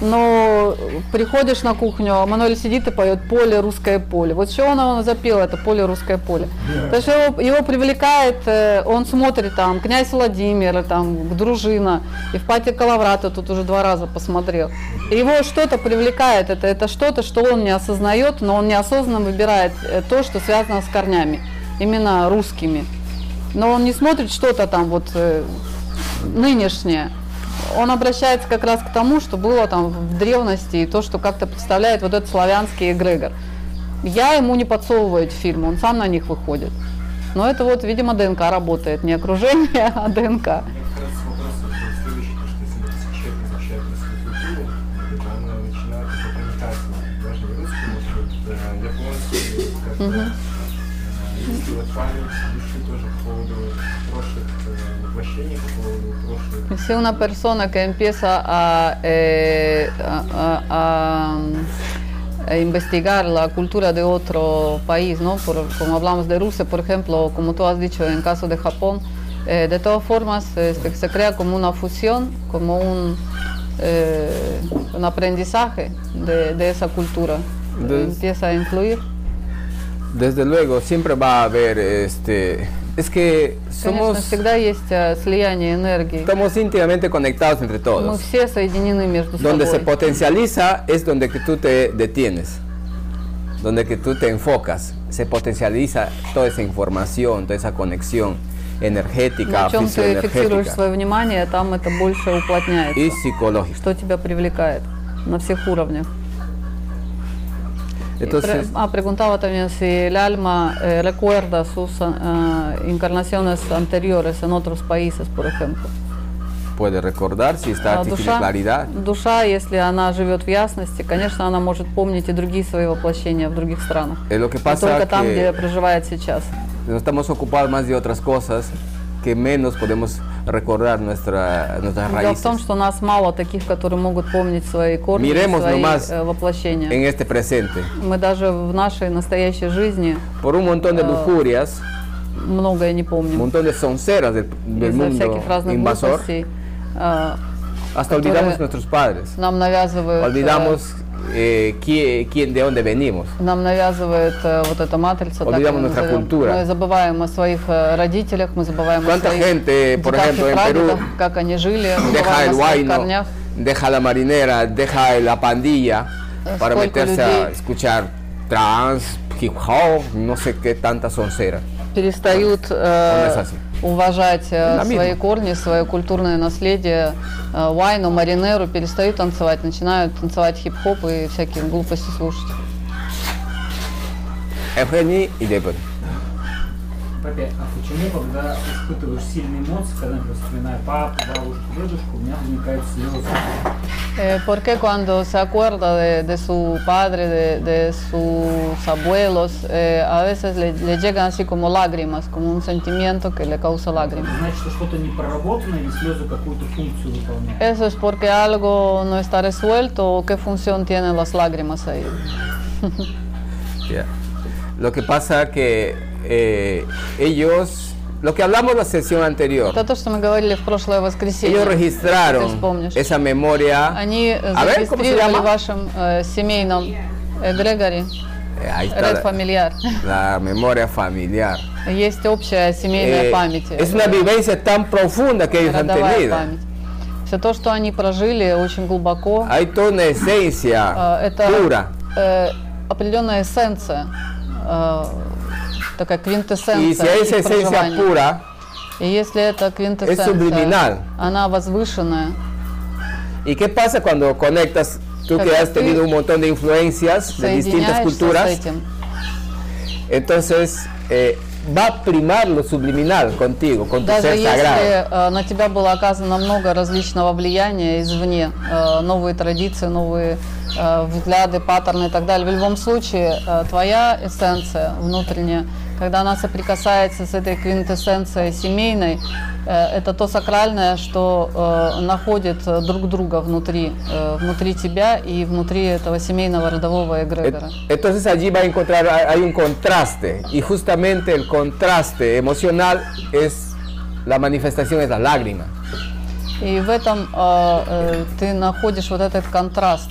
B: но приходишь на кухню, а Мануэль сидит и поет «Поле, русское поле». Вот что он, он запел, это «Поле, русское поле». Потому что его, его привлекает, э, он смотрит там «Князь Владимир», там «Дружина», Евпатия Калаврата тут уже два раза посмотрел. И его что-то привлекает, это, это что-то, что он не осознает, но он неосознанно выбирает э, то, что связано с корнями, именно русскими. Но он не смотрит что-то там вот э, нынешнее. Он обращается как раз к тому, что было там в древности, и то, что как-то представляет вот этот славянский эгрегор. Я ему не подсовываю эти фильмы, он сам на них выходит. Но это вот, видимо, ДНК работает, не окружение, а ДНК.
G: Мне как раз вопрос вот следующий, потому что если человек изучает русскую культуру, он э, начинает это проникаться, даже не русскую, может быть, э, японскую, как-то
B: Мгм.
G: э, есть вот память души тоже по поводу прошлых э, воплощений, по поводу прошлых
B: Si una persona que empieza a, eh, a- a- a, mm, a investigar la cultura de otro país, ¿no? Por- como hablamos de Rusia, por ejemplo, como tú has dicho en caso de Japón, eh, de todas formas este, se crea como una fusión, como un, eh, un aprendizaje de, de esa cultura.
A: De-
B: Empieza a influir.
A: Desde luego, siempre va a haber este. Es que
B: Конечно,
A: somos.
B: всегда есть э, слияние энергии.
A: Estamos íntimamente conectados entre
B: Мы
A: todos.
B: все соединены между
A: Donde se
B: собой.
A: potencializa es donde que tú te detienes, donde que tú te enfocas. Se potencializa toda esa información, toda esa conexión energética,
B: На чем ты фиксируешь
A: fisioenergética
B: свое внимание, там это больше уплотняется.
A: y psicológica.
B: Что тебя привлекает на всех уровнях. Y pre-
A: Entonces,
B: ah, preguntaba también si el alma eh, recuerda sus ah, encarnaciones anteriores en otros países, por ejemplo.
A: puede recordar si está
B: А
A: tiene claridad.
B: душа, если она живет в ясности, конечно, она может помнить и другие свои воплощения в других странах.
A: Es lo que
B: Не только
A: pasa
B: там, где
A: que
B: проживает сейчас.
A: nos estamos ocupados más de otras cosas que menos podemos recordar nuestra, nuestras
B: Дело в
A: raíces
B: том, что нас мало таких, которые могут помнить свои корни,
A: Miremos
B: свои
A: nomás
B: э, воплощения.
A: en este presente.
B: Мы даже в нашей настоящей жизни
A: Por un montón de lujurias,
B: многое не
A: un
B: помним
A: montón de sonceras del, del
B: из-за
A: mundo
B: всяких разных
A: invasor.
B: глупостей. Э,
A: Hasta
B: Которые-
A: olvidamos nuestros padres,
B: Нам навязывают, э,
A: olvidamos eh, qui- quién, de dónde venimos.
B: нам навязывает э, вот эта матрица. так
A: Olvidamos
B: ее
A: nuestra
B: назовем.
A: cultura.
B: Мы забываем о своих э, родителях, мы забываем о
A: Cuánta
B: своих
A: gente, por
B: дедах и
A: ejemplo, en
B: прадедах,
A: Perú,
B: как они жили,
A: Deja
B: забываем о
A: el
B: своих
A: guayno,
B: корнях.
A: deja la marinera, deja la pandilla
B: Eh,
A: para
B: сколько
A: meterse a
B: людей.
A: escuchar trans, hip hop, no sé qué tantas sonceras.
B: Перестают
A: Он
B: э,
A: из Азии.
B: уважать э,
A: Намиб.
B: свои корни, свое культурное наследие, э, вайну, маринеру, перестают танцевать, начинают танцевать хип-хоп и всякие глупости слушать.
A: Evgeny y Debra.
C: Папе, а почему, когда испытываешь сильные эмоции, когда, например, вспоминаю папу, бабушку, дедушку, у меня возникают слезы?
B: Eh, porque cuando se acuerda de, de su padre, de, de sus abuelos, eh, a veces le, le llegan así como lágrimas, como un sentimiento que le causa lágrimas.
C: Значит, что что-то не проработано или слезы а какую-то функцию выполняют?
B: Eso es porque algo no está resuelto o qué función tienen las lágrimas ahí.
A: Ya. Lo que pasa que eh, ellos, lo que hablamos en la sesión anterior,
B: Это то, что мы говорили в прошлое воскресенье.
A: ellos
B: если ты
A: registraron
B: вспомнишь.
A: esa memoria.
B: Они э,
A: A ver, ¿cómo se
B: зарегистрировали
A: llama?
B: в вашем э, семейном э, эгрегоре
A: Eh, ahí está
B: ред
A: la,
B: фамильяр.
A: la memoria familiar.
B: Есть общая семейная
A: Eh,
B: память. Э,
A: es una vivencia tan profunda que ellos han
B: родовая
A: tenido.
B: память. Все то, что они прожили очень глубоко,
A: Hay toda una
B: э,
A: esencia
B: это
A: pura
B: э, определенная эссенция, э, такая
A: y si
B: квинтэссенция
A: hay
B: их
A: esa esencia
B: проживания.
A: pura
B: И если это квинтэссенция,
A: subliminal.
B: она возвышенная,
A: y qué pasa cuando conectas tú que
B: Когда
A: has
B: ты
A: tenido un montón de influencias de distintas
B: соединяешься
A: culturas
B: с этим,
A: entonces eh, va a primar lo subliminal contigo con tu
B: даже
A: ser sagrado
B: если э, на тебя было оказано много различного влияния извне, э, новые традиции, новые э, взгляды, паттерны и так далее, в любом случае э, твоя эссенция внутренняя, когда она соприкасается с этой квинтэссенцией семейной, э, это то сакральное, что э, находит э, друг друга внутри, э, внутри тебя и внутри этого семейного родового
A: Et-
B: эгрегора.
A: Entonces allí va a encontrar, hay hay un contraste y justamente el contraste emocional es la manifestación de la lágrima.
B: И в этом а, э, ты находишь вот этот контраст,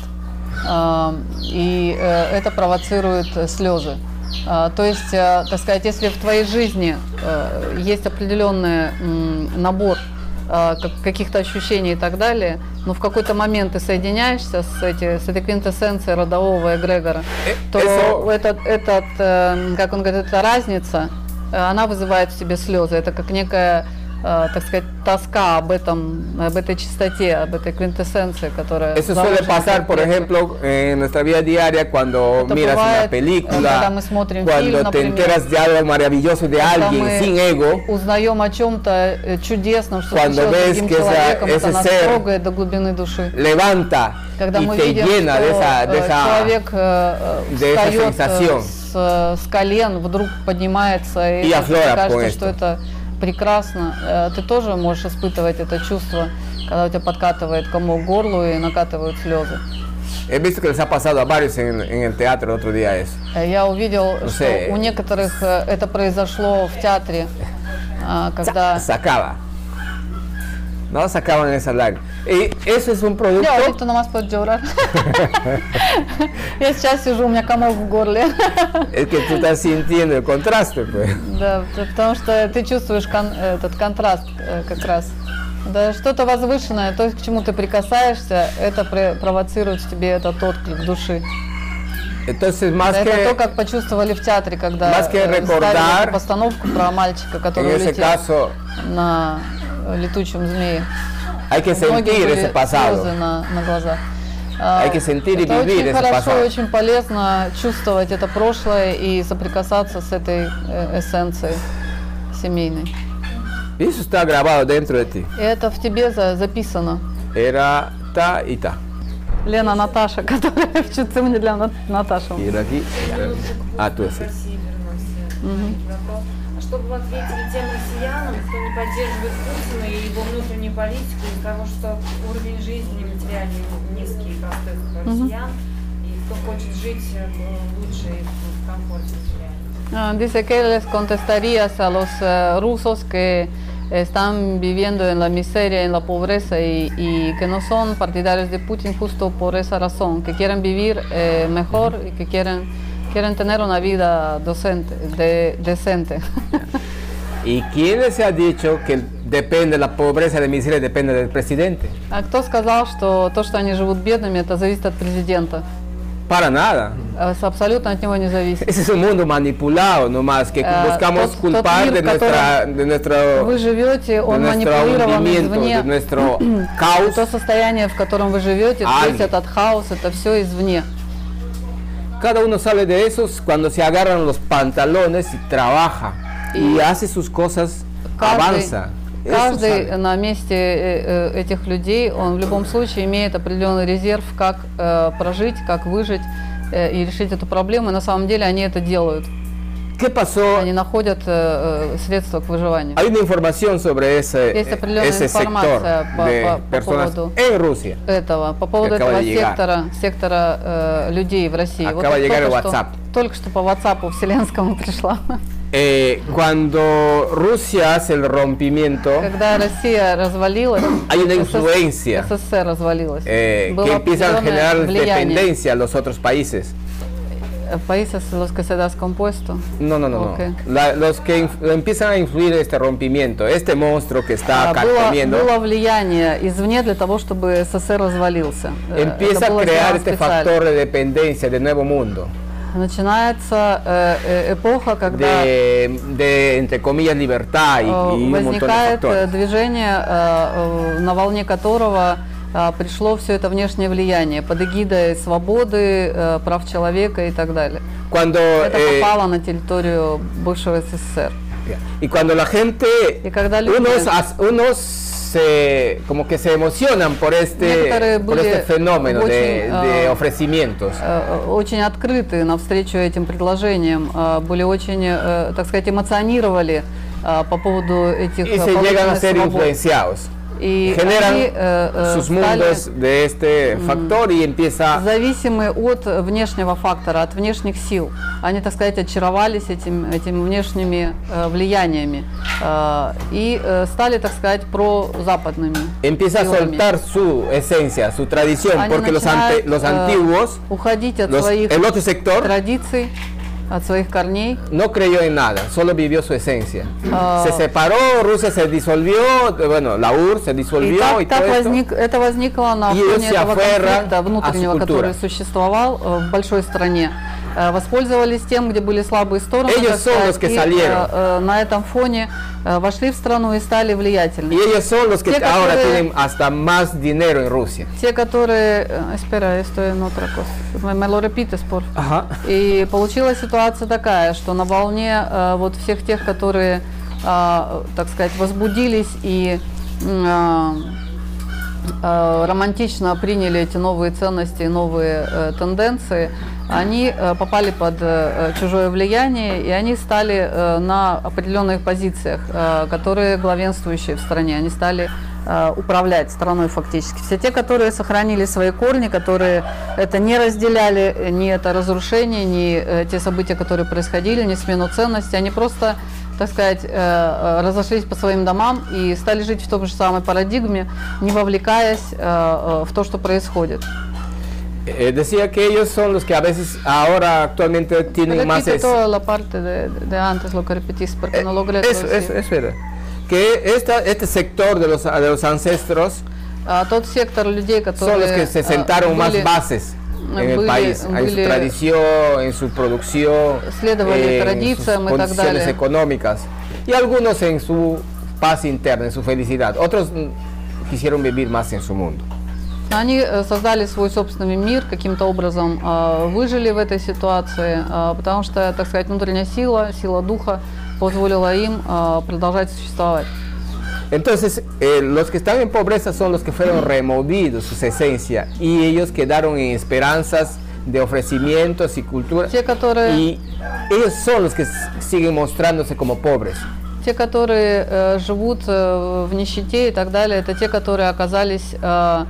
B: А, и э, это провоцирует э, слезы. А, То есть, э, так сказать, если в твоей жизни э, есть определенный м, набор э, как- каких-то ощущений и так далее, но в какой-то момент ты соединяешься с, эти, с этой квинтэссенцией родового эгрегора,
A: Э,
B: то
A: eso-
B: этот, этот, э, как он говорит, эта разница, э, она вызывает в себе слезы. Это как некая, э, так сказать, тоска об этом, об этой чистоте, об этой квинтэссенции, которая...
A: Eso
B: заложена
A: suele
B: в
A: pasar, por
B: клетке.
A: ejemplo, en nuestra vida diaria cuando
B: Это
A: miras una
B: бывает, э, когда
A: película,
B: мы смотрим фильм,
A: cuando te
B: например,
A: enteras de algo maravilloso de
B: когда
A: alguien
B: мы
A: sin ego,
B: узнаем о чем-то э, чудесном, что
A: Cuando
B: случилось
A: ves
B: с другим
A: que esa-
B: человеком,
A: ese
B: это нас
A: ser-
B: трогает до глубины души.
A: levanta
B: Когда
A: y
B: мы
A: te
B: видим,
A: llena
B: что
A: de esa, de
B: э,
A: esa
B: человек э, э,
A: de esa
B: встает э,
A: sensación.
B: с, э, с колен, вдруг поднимается,
A: Y
B: и тебе
A: aflora con
B: кажется,
A: esto.
B: что это прекрасно. Э, Ты тоже можешь испытывать это чувство, когда у тебя подкатывает кому к горлу и накатывают слезы.
A: He visto que les ha pasado a varios en, en el teatro el otro día eso.
B: Э, Я увидел,
A: Ну,
B: что
A: э,
B: у некоторых э, это произошло в теatре, а, когда...
A: Sacaba. No sacaban esa lágrima. Y eso es un producto.
B: Я вот это на вас поддёрла. Я сейчас сижу, у меня комок в горле.
A: Es que tú estás sintiendo el contraste, pues.
B: Да, т- потому что ты чувствуешь кон- этот контраст э, как раз. Да, что-то возвышенное, то, к чему ты прикасаешься, это пре- провоцирует в тебе этот отклик души.
A: Entonces, más
B: это то,
A: que
B: как почувствовали в театре, когда
A: más que
B: э, ставили
A: recordar-
B: эту постановку про мальчика,
A: en
B: который
A: ese
B: улетел
A: caso
B: на э, летучем змее.
A: hay que
B: Многие
A: sentir
B: были
A: ese
B: слезы
A: pasado.
B: на, на глазах. А,
A: Hay que sentir y
B: это
A: vivir
B: очень
A: ese
B: хорошо,
A: pasado.
B: очень полезно чувствовать это прошлое и соприкасаться с этой э, эссенцией семейной.
A: Y eso está grabado dentro de ti.
B: И это в тебе за- записано.
A: Era ta y ta.
B: Лена Наташа, которая в чуце мне для Нат- Наташи.
A: Y era aquí. ya. Ah, tú ese.
F: России вернемся на этот вопрос. А что бы вы ответили тем россиянам, кто не поддерживает Путина и его внутреннюю политику из-за того, что уровень жизни материально низкий простых россиян, и кто хочет жить э, лучше и в комфорте материально?
B: Ah, Dice que les contestarías a los eh, rusos que están viviendo en la miseria, en la pobreza y, y que no son partidarios de Putin justo por esa razón, que quieren vivir eh, mejor y que quieren, quieren tener una vida docente, de- decente.
A: ¿Y quién les ha dicho que depende la pobreza de miseria depende del presidente?
B: А кто сказал, что то, что они живут бедными, это зависит от президента?
A: Para nada.
B: Э, с- Абсолютно от него не зависит.
A: Ese es un mundo manipulado nomás, que
B: Ah,
A: buscamos
B: tot-
A: culpar
B: tot
A: de,
B: mil
A: nuestra,
B: catorce.
A: de nuestro,
B: Вы
A: de
B: живете, он
A: nuestro
B: манипулирован
A: hundimiento,
B: извне.
A: de nuestro
B: То
A: caos.
B: состояние, в котором вы живете,
A: А,
B: то есть
A: нет.
B: этот хаос, это все извне.
A: Cada uno sale de esos cuando se agarran los pantalones y trabaja y hace sus cosas,
B: Каждый,
A: avanza. Eso
B: каждый
A: sale.
B: на месте э, э, этих людей, он в любом случае имеет определенный резерв, как э, прожить, как выжить э, и решить эту проблему. И на самом деле они это делают.
A: ¿Qué pasó?
B: Они находят э, э, средства к выживанию.
A: Hay una información sobre ese,
B: Есть определенная
A: ese sector
B: информация по-
A: de
B: по- по
A: personas
B: поводу.
A: en Rusia.
B: этого, по поводу
A: Какова
B: этого
A: лига?
B: сектора, сектора э, людей в России.
A: Какова
B: я
A: лига
B: только,
A: или
B: что,
A: WhatsApp?
B: только что по WhatsApp вселенскому пришла.
A: Eh, cuando Rusia hace el rompimiento,
B: Когда Россия развалилась,
A: Hay una
B: СС-
A: influencia,
B: СССР развалилась.
A: eh,
B: было
A: que empiezan a
B: определенное
A: generar
B: влияние.
A: dependencia a los otros países.
B: Países los que se descompuesto.
A: No, no, no,
B: Ok.
A: no. La- los que inf- empiezan a influir este rompimiento, este monstruo que está
B: А, было,
A: carcomiendo,
B: было влияние извне для того, чтобы СССR развалился. Э,
A: empieza
B: это
A: a
B: было
A: crear
B: сделано
A: este
B: специально.
A: factor de dependencia de nuevo mundo,
B: Начинается э, э, эпоха, когда
A: de, de, entre comillas libertad y,
B: Э,
A: y un montón de
B: возникает э,
A: factores.
B: движение, э, э, на волне которого э, пришло все это внешнее влияние под эгидой свободы, э, прав человека и так далее.
A: Cuando
B: Это
A: eh,
B: попало на территорию бывшего СССР.
A: y cuando la gente,
B: Y когда люди-
A: unos, as- unos se, como que se emocionan por este,
B: Некоторые
A: por
B: были
A: este fenómeno de,
B: очень,
A: de
B: э,
A: ofrecimientos.
B: Э, Очень открыты навстречу этим предложениям, э, были очень, э, так сказать, эмоционировали э, по поводу этих э,
A: y se llegan a
B: полученных
A: ser
B: свобод.
A: influenciados.
B: И
A: Generan
B: они, э, э,
A: sus
B: стали
A: mundos de este factor y empieza
B: зависимы от э, внешнего фактора, от внешних сил. Они, так сказать, очаровались этим, этим внешними э, влияниями э, и э, стали, так сказать, прозападными.
A: empieza a
B: силами.
A: soltar su esencia, su tradición,
B: Они
A: porque los, ante-
B: начинают
A: los
B: э,
A: antiguos,
B: уходить от
A: los-
B: своих
A: el otro sector,
B: традиций, от своих корней.
A: no creyó en nada, solo vivió su esencia.
B: Ah.
A: Se separó, Rusia se disolvió, eh, bueno, la URSS se
B: И
A: disolvió y pues,
B: так, так
A: todo esto.
B: возник, это возникло на
A: И
B: фоне
A: вся
B: этого
A: афера,
B: конфликта внутреннего, который
A: аскультура.
B: существовал э, в большой стране. Э, Воспользовались тем, где были слабые стороны,
A: Ellos
B: так
A: son los que
B: и,
A: salieron.
B: э, э, на этом фоне э, вошли в страну и стали
A: Y
B: влиятельны.
A: ellos son los que
B: Те,
A: ahora
B: которые-
A: tienen hasta más dinero en Rusia.
B: Те, которые... э, Espera, estoy en otra cosa. Me- me lo repites, por favor.
A: Ajá.
B: И получилась ситуация такая, что на волне э, вот всех тех, которые, а, так сказать, возбудились и м, а, э, романтично приняли эти новые ценности, и новые э, тенденции, они э, попали под э, чужое влияние, и они стали э, на определенных позициях, э, которые главенствующие в стране, они стали э, управлять страной фактически. Все те, которые сохранили свои корни, которые это не разделяли, э, ни это разрушение, ни э, те события, которые происходили, ни смену ценностей, они просто так сказать, э, э, разошлись по своим домам и стали жить в том же самой парадигме, не вовлекаясь э, э, в то, что происходит.
A: Eh, decía que ellos son los que a veces ahora actualmente tienen más
B: Repite
A: es-
B: toda la parte de, de antes, lo que repetiste, porque
A: Eh,
B: no logré
A: eso,
B: traducir.
A: eso, eso era. Que esta, este sector de los, de los ancestros
B: А тот сектор людей,
A: son los
B: которые
A: que se
B: а,
A: sentaron
B: были-
A: más bases en el
B: были-
A: país, en su
B: были-
A: tradición, en su producción,
B: следовали
A: en sus
B: традициям и так
A: condiciones
B: далее.
A: económicas y algunos en su paz interna, en su felicidad. Otros mm, quisieron vivir más en su mundo.
B: Они э, создали свой собственный мир, каким-то образом э, выжили в этой ситуации, э, потому что, так сказать, внутренняя сила, сила духа позволила им э, продолжать существовать.
A: Entonces, eh, los que están en pobreza son los que fueron removidos sus esencia y ellos quedaron en esperanzas de ofrecimientos y cultura.
B: Те, которые...
A: Y ellos son los que s- siguen mostrándose como pobres.
B: Те, которые э, живут э, в нищете и так далее, это те, которые оказались, э,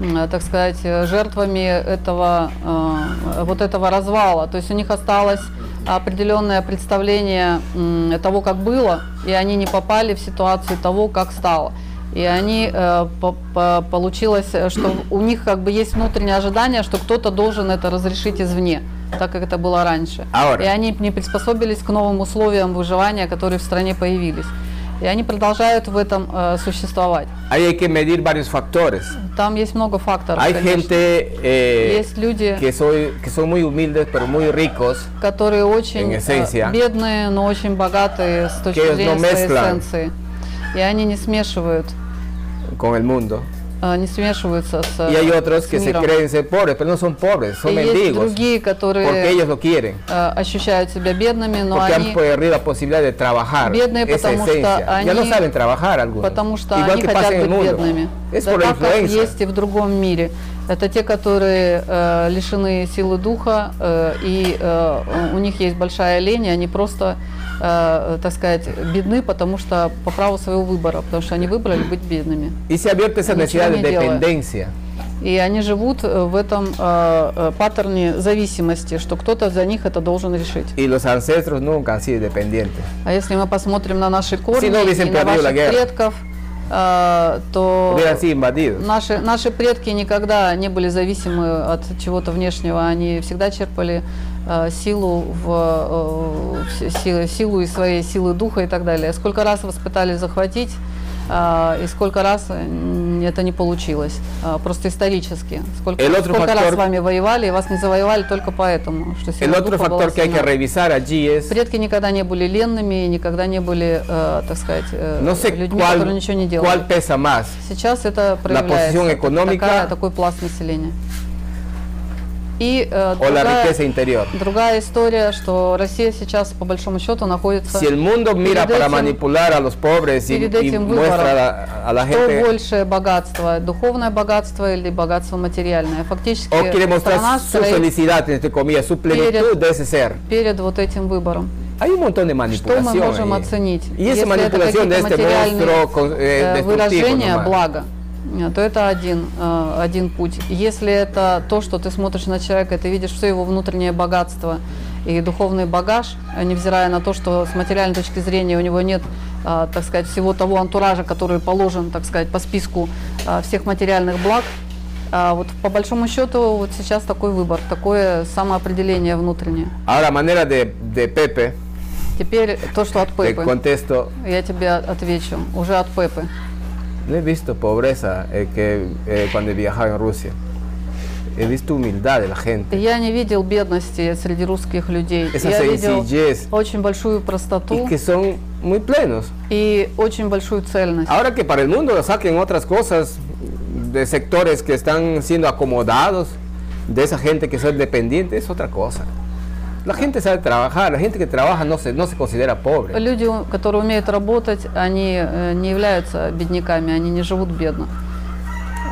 B: м, так сказать, э, жертвами этого, э, вот этого развала. То есть у них осталось определенное представление м, того, как было, и они не попали в ситуацию того, как стало. И они э, по- по- получилось, э, что у них как бы есть внутреннее ожидание, что кто-то должен это разрешить извне, так как это было раньше.
A: Ahora.
B: И они не приспособились к новым условиям выживания, которые в стране появились. И они продолжают в этом э, существовать.
A: Ahí hay que medir varios factores.
B: Там есть много факторов.
A: Hay
B: конечно.
A: gente eh,
B: Есть люди,
A: que, soy, que son muy humildes pero muy ricos,
B: которые очень
A: en esencia,
B: э, бедные, но очень богатые с точки
A: que ellos
B: зрения
A: no
B: своей
A: mezclan.
B: эссенции. И они не смешивают,
A: con el mundo.
B: э, не смешиваются с, э,
A: Y hay otros
B: с
A: que se
B: миром.
A: creen ser pobres, pero no son pobres,
B: И
A: son
B: есть
A: mendigos.
B: другие,
A: Porque
B: которые
A: ellos lo quieren.
B: э, ощущают себя бедными, но
A: Porque han
B: они
A: perdido la posibilidad de trabajar.
B: Бедные,
A: esa
B: потому что
A: esencia. Ya no
B: они-
A: saben trabajar algunos.
B: Потому что
A: Igual
B: они
A: que
B: хотят
A: pasa en
B: быть
A: el mundo.
B: бедными.
A: Es
B: Да
A: por la
B: так, как
A: influencia.
B: есть и в другом мире. Это те, которые э, лишены силы духа, э, и э, у них есть большая лень, и они просто, э, так сказать, бедны, потому что по праву своего выбора, потому что они выбрали быть бедными.
A: Y se ha abierto esa
B: Ничего
A: necesidad de
B: не делая.
A: dependencia.
B: И они живут э, в этом э, э, паттерне зависимости, что кто-то за них это должен решить.
A: Y los ancestros nunca han sido dependientes.
B: А если мы посмотрим на наши корни
A: Сыновья
B: и на
A: Симпадила
B: ваших
A: Гера.
B: предков, э, то
A: Hubieran sido invadidos.
B: Наши, наши предки никогда не были зависимы от чего-то внешнего, они всегда черпали э, силу, в, э, в си- силы, силу из своей силы духа и так далее. Сколько раз вас пытались захватить, э, и сколько раз м, это не получилось, Э, просто исторически. Сколько,
A: El otro
B: сколько раз
A: factor-
B: с вами воевали, и вас не завоевали только поэтому, что сила
A: El otro
B: духа была
A: factor que hay que
B: сильна.
A: revisar allí es
B: Предки никогда не были ленными, и никогда не были, э, так сказать, э,
A: no sé
B: людьми, которые
A: cuál,
B: ничего не делали.
A: cuál pesa más,
B: Сейчас это проявляется.
A: posición
B: так-
A: económica
B: такая- такой пласт населения. И э,
A: o la
B: другая,
A: riqueza interior.
B: другая история, что Россия сейчас по большому счету находится
A: Si el mundo mira
B: Перед
A: para
B: этим-
A: manipular a los а pobres y,
B: перед
A: y
B: этим
A: muestra a
B: выбором,
A: la, a la
B: то
A: gente
B: большее богатство, духовное богатство или богатство материальное. Фактически
A: o quiere
B: страна
A: mostrar su
B: стоит
A: felicidad, entre comillas, su plenitud de ese ser.
B: перед вот этим выбором.
A: Hay un montón de
B: Что мы
A: манипуляción.
B: можем
A: ahí.
B: оценить?
A: И если манипуляция
B: это
A: de
B: какие-то
A: este
B: материальные,
A: monstruo con-
B: э,
A: э, destructivo
B: выражения
A: nomás.
B: блага, э, то это один, э, один путь. Если это то, что ты смотришь на человека, и ты видишь все его внутреннее богатство и духовный багаж, э, невзирая на то, что с материальной точки зрения у него нет, э, так сказать, всего того антуража, который положен, так сказать, по списку э, всех материальных благ, а вот по большому счету вот сейчас такой выбор, такое самоопределение внутреннее.
A: Ahora, a manera de, de Pepe,
B: Теперь то, что от
A: te
B: Пепы.
A: contesto,
B: Ну, Я тебе отвечу, уже от Пепы.
A: no he visto pobreza eh, que, eh, cuando viajaba en Rusia. He visto humildad de la gente,
B: Я не видел бедности среди русских людей.
A: esa
B: Я видел
A: sencillez,
B: очень большую
A: y
B: простоту
A: que son muy plenos.
B: и очень большую цельность.
A: Ahora que para el mundo lo saquen otras cosas de sectores que están siendo acomodados, de esa gente que son dependiente, es otra cosa. La gente sabe trabajar, la gente que trabaja no se, no se considera pobre.
B: Люди, у- которые умеют работать, они э, не являются бедняками, они не живут бедно.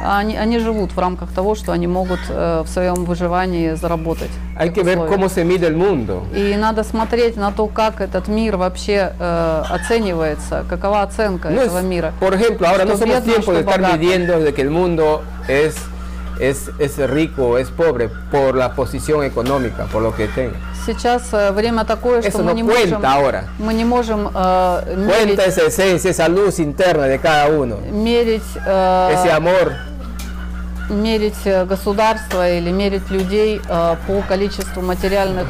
B: Они, они живут в рамках того, что они могут э, в своем выживании заработать. в
A: Hay
B: тех
A: que ver
B: условиях.
A: cómo se mide el mundo.
B: И надо смотреть на то, как этот мир вообще э, оценивается, какова оценка
A: No es-
B: этого мира.
A: por ejemplo, ahora no
B: Estos
A: somos
B: viernes
A: tiempo de
B: estoy
A: estar
B: pagando.
A: midiendo de que el mundo es, es, es rico o es pobre por la posición económica, por lo que tenga.
B: Сейчас э, время такое, что
A: Eso
B: мы
A: no
B: не
A: cuenta
B: можем,
A: ahora.
B: мы не можем э,
A: Cuenta
B: мерить,
A: esa esencia, esa luz interna de cada uno,
B: мерить, э,
A: ese amor.
B: мерить э, государство или мерить людей э, по количеству материальных,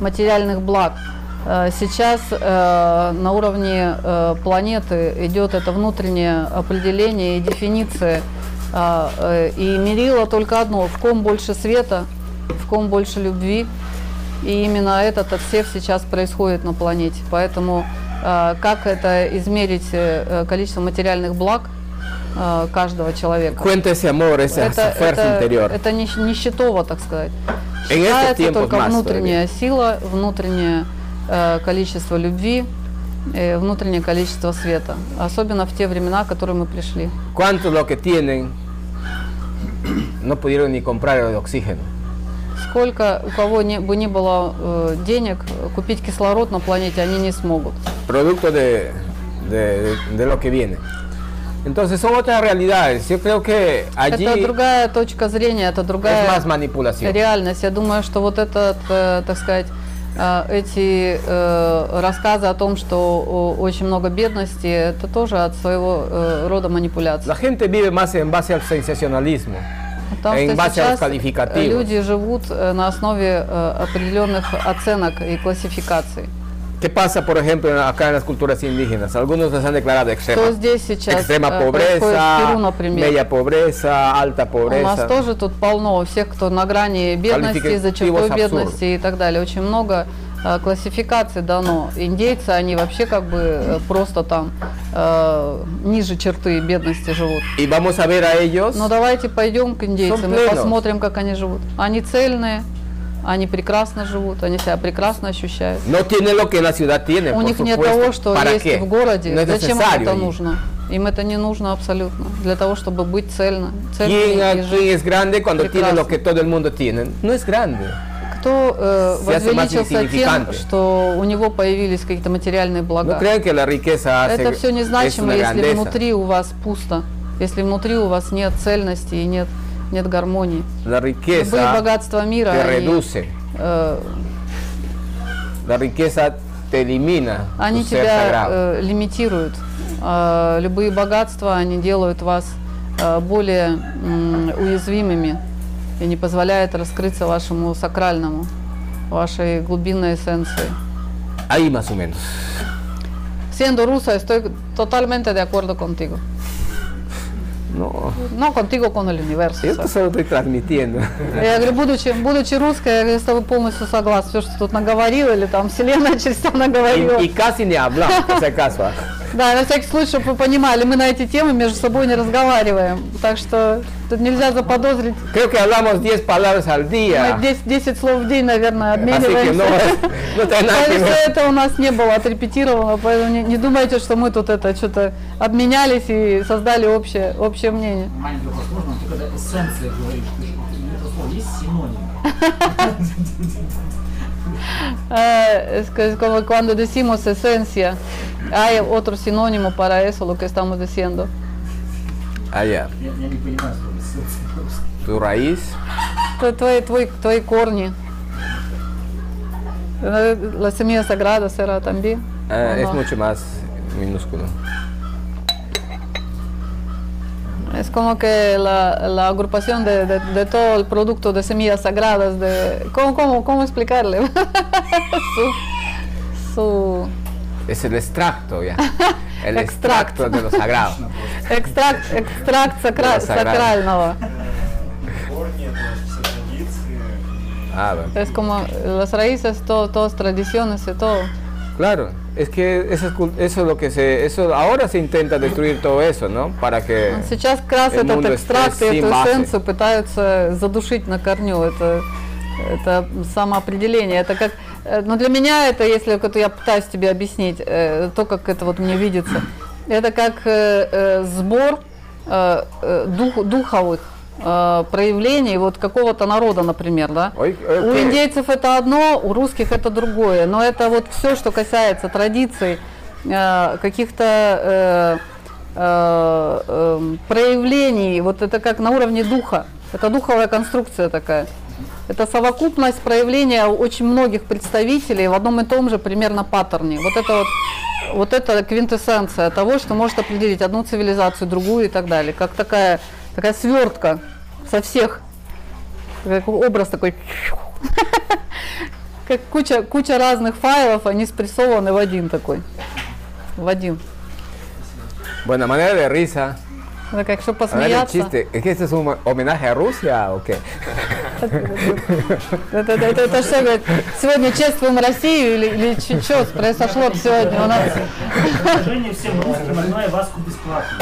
B: материальных благ. Э, Сейчас э, на уровне э, планеты идет это внутреннее определение и дефиниция. э, э, И мерило только одно, в ком больше света, в ком больше любви. И именно этот отсев сейчас происходит на планете. Поэтому э, как это измерить э, э, количество материальных благ э, каждого человека?
A: Cuenta ese amor, esa, esa fuerza interior.
B: это не, щ- не щитово, так сказать. ah,
A: En estos
B: Считается
A: tiempos
B: только
A: más
B: внутренняя сила, внутреннее э, количество любви, э, внутреннее количество света. Особенно в те времена, в которые мы пришли.
A: ¿Cuántos lo que tienen no pudieron ni comprar el oxígeno?
B: Сколько у кого ни- бы ни было э, денег, э, купить кислород на планете они не смогут.
A: Producto de, de- de lo que viene. Entonces son otras realidades. Yo creo que allí
B: Это другая точка зрения, это другая...
A: es más manipulación.
B: реальность. Я думаю, что вот этот, э, так сказать, э, эти э, рассказы о том, что о, очень много бедности, это тоже от своего э, рода манипуляции.
A: La gente vive más en base al sensacionalismo.
B: Потому
A: en
B: что
A: base a los
B: сейчас
A: calificativos.
B: люди живут э, на основе э, определенных оценок и классификаций.
A: ¿Qué pasa, por ejemplo, acá en las culturas indígenas? Algunos les han declarado
B: Что
A: extrema,
B: здесь сейчас
A: extrema
B: э, происходит в
A: pobreza,
B: Перу, например.
A: media pobreza, alta
B: У нас
A: pobreza.
B: тоже тут полно всех, кто на грани бедности, за чертой
A: Квалификативов
B: бедности и так далее. Очень много э, классификаций дано. Индейцы, они вообще как бы э, просто там э, ниже черты бедности живут.
A: Y vamos a ver a ellos
B: Но давайте пойдем к индейцам и
A: Сомплено.
B: посмотрим, как они живут. Они цельные, они прекрасно живут, они себя прекрасно ощущают.
A: No tiene lo que la ciudad tiene.
B: У
A: por
B: них нет
A: supuesto.
B: того, что
A: ¿Para
B: есть
A: qué?
B: в городе.
A: No es
B: Зачем им
A: necesario.
B: это
A: allí.
B: нужно? Им это не нужно абсолютно. Для того, чтобы быть цельно,
A: ¿Quién
B: цельными и жить.
A: aquí es grande cuando tiene
B: Прекрасно.
A: lo que todo el mundo tiene? No es grande.
B: Кто э,
A: Se hace más
B: возвеличился тем,
A: insignificante.
B: что у него появились какие-то материальные
A: No
B: блага?
A: crean que la riqueza hace
B: Это все
A: es
B: незначимо,
A: una
B: если
A: grandeza.
B: внутри у вас пусто, если внутри у вас нет цельности и нет, нет гармонии.
A: La
B: Любые
A: riqueza
B: богатства мира,
A: te
B: они,
A: reduce.
B: э,
A: La riqueza te elimina
B: они
A: tu ser
B: тебя
A: sagrado.
B: э, лимитируют. А любые богатства, они делают вас э, более м, уязвимыми и не позволяют раскрыться вашему сакральному, вашей глубинной эссенции.
A: Ahí más o menos.
B: Siendo rusa, estoy totalmente de acuerdo contigo.
A: No,
B: No contigo, con el universo.
A: yo te
B: Саша.
A: solo estoy transmitiendo.
B: Я говорю, будучи, будучи русской, я говорю, с тобой полностью согласна. Все, что тут наговорила, или там вселенная через тебя наговорила.
A: Y, y casi ni hablamos, por si acaso. ¿ah?
B: Да, на всякий случай, чтобы вы понимали, мы на эти темы между собой не разговариваем. Так что тут нельзя заподозрить.
A: Creo que hablamos 10 palabras al día.
B: Мы 10, 10 слов в день, наверное,
A: Así que no,
B: обмениваемся.
A: no te nada que
B: Все
A: ver.
B: это у нас не было отрепетировано, поэтому не, не думайте, что мы тут это что-то обменялись и создали общее, общее мнение.
C: Маленький вопрос можно, ты когда эссенция говоришь, ты же- это слово есть синоним?
B: Ah, es, que es como cuando decimos esencia. Hay otro sinónimo para eso, lo que estamos diciendo.
A: Allá.
C: Я, я не понимаю, что вы ссылаетесь на русский.
A: Ah, Tu raíz.
B: Tw- Твои, твои, твои корни. Э, La semilla sagrada será también. ¿o
A: ah, es
B: no?
A: mucho más minúsculo.
B: Es como que la, la agrupación de, de- de todo el producto de semillas sagradas, de ¿cómo, cómo, cómo explicarle? su, su
A: Es el extracto ya. El
B: Extracto.
A: extracto de lo sagrado.
B: extract, extract sacra-
A: Lo sagrado.
B: sacralного.
G: Корни, это все традиции.
A: Ah, bueno.
B: Es como las raíces, todo, todas tradiciones y todo.
A: Claro, es que eso es, cul- eso es lo que se, eso ahora se intenta destruir todo eso, ¿no? Para que
B: Сейчас как раз
A: el
B: этот
A: mundo
B: экстракт и
A: esté sin
B: эту
A: base.
B: эссенцию пытаются задушить на корню. Это, это самоопределение. Это как, э, ну для меня это, если вот я пытаюсь тебе объяснить, э, то, как это вот мне видится, это как э, э, сбор э, э, дух- духовых э, проявлений вот какого-то народа, например, да?
A: Ой, э,
B: У
A: э,
B: индейцев это одно, у русских это другое. Но это вот все, что касается традиций, э, каких-то э, э, эм, проявлений, вот это как на уровне духа. Это духовая конструкция такая. Это совокупность проявления очень многих представителей в одном и том же примерно паттерне. Вот это вот, вот это квинтэссенция того, что может определить одну цивилизацию, другую и так далее. Как такая, такая свертка со всех как образ такой, как куча, куча разных файлов, они спрессованы в один такой, в один.
A: Buena manera de risa.
B: Это как, чтобы
A: A ver, el
B: посмеяться.
A: chiste. ¿Es que este es un homenaje a Rusia o qué?
B: Это, это, это, это что, говорит, сегодня чествуем Россию или, или что произошло сегодня у нас?
C: Предложение всем русским, одно я вас бесплатно.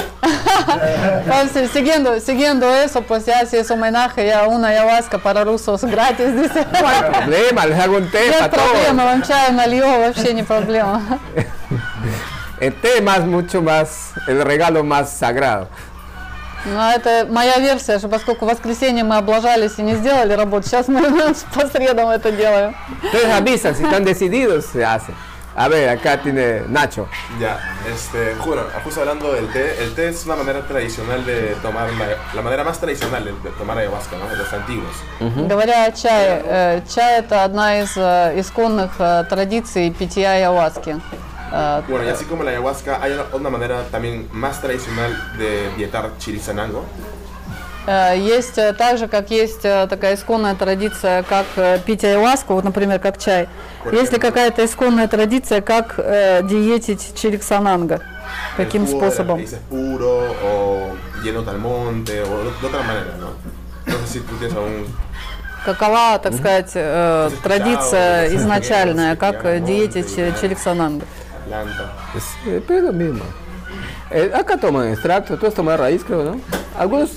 B: Pues, siguiendo, siguiendo eso, pues ya si es homenaje ya una ayahuasca para rusos gratis, dice.
A: Problema, les hago un té
B: Нет
A: para
B: проблемы,
A: todos.
B: вам чаю налью, вообще не проблема.
A: El té más, mucho más, el regalo más sagrado.
B: Ну, а это моя версия, что поскольку в воскресенье мы облажались и не сделали работу, сейчас мы по средам это делаем.
A: Ustedes avisan, si están decididos, se hace. A ver, acá tiene Nacho.
I: Ya, este, bueno, justo hablando del té, el té es una manera tradicional de tomar, la, la manera más tradicional de, de tomar ayahuasca, ¿no? De los antiguos.
B: Говоря о чае, э, чай это одна из э, исконных э, традиций питья ayahuasca. Э,
I: Bueno, y así como la ayahuasca, hay una, una manera también más tradicional de dietar chirizanango.
B: э, Есть э, так же, как есть э, такая исконная традиция, как э, пить ayahuasca, вот, например, как чай. Есть ли какая-то исконная традиция, как э, диетить чириксананга?
I: El
B: Каким
I: jugo de las
B: способом?
I: raíces puro o lleno al monte o de, de otra manera, ¿no? No sé si tú tienes aún...
B: Какова, так сказать, э, традиция
I: Чао,
B: изначальная,
I: чао,
B: как э,
I: чао,
B: диете
I: чао.
B: Челиксананга?
I: planta.
A: Es, eh, pero es lo mismo. Eh, acá toman extracto, todos toman raíz, creo, ¿no? Algunos.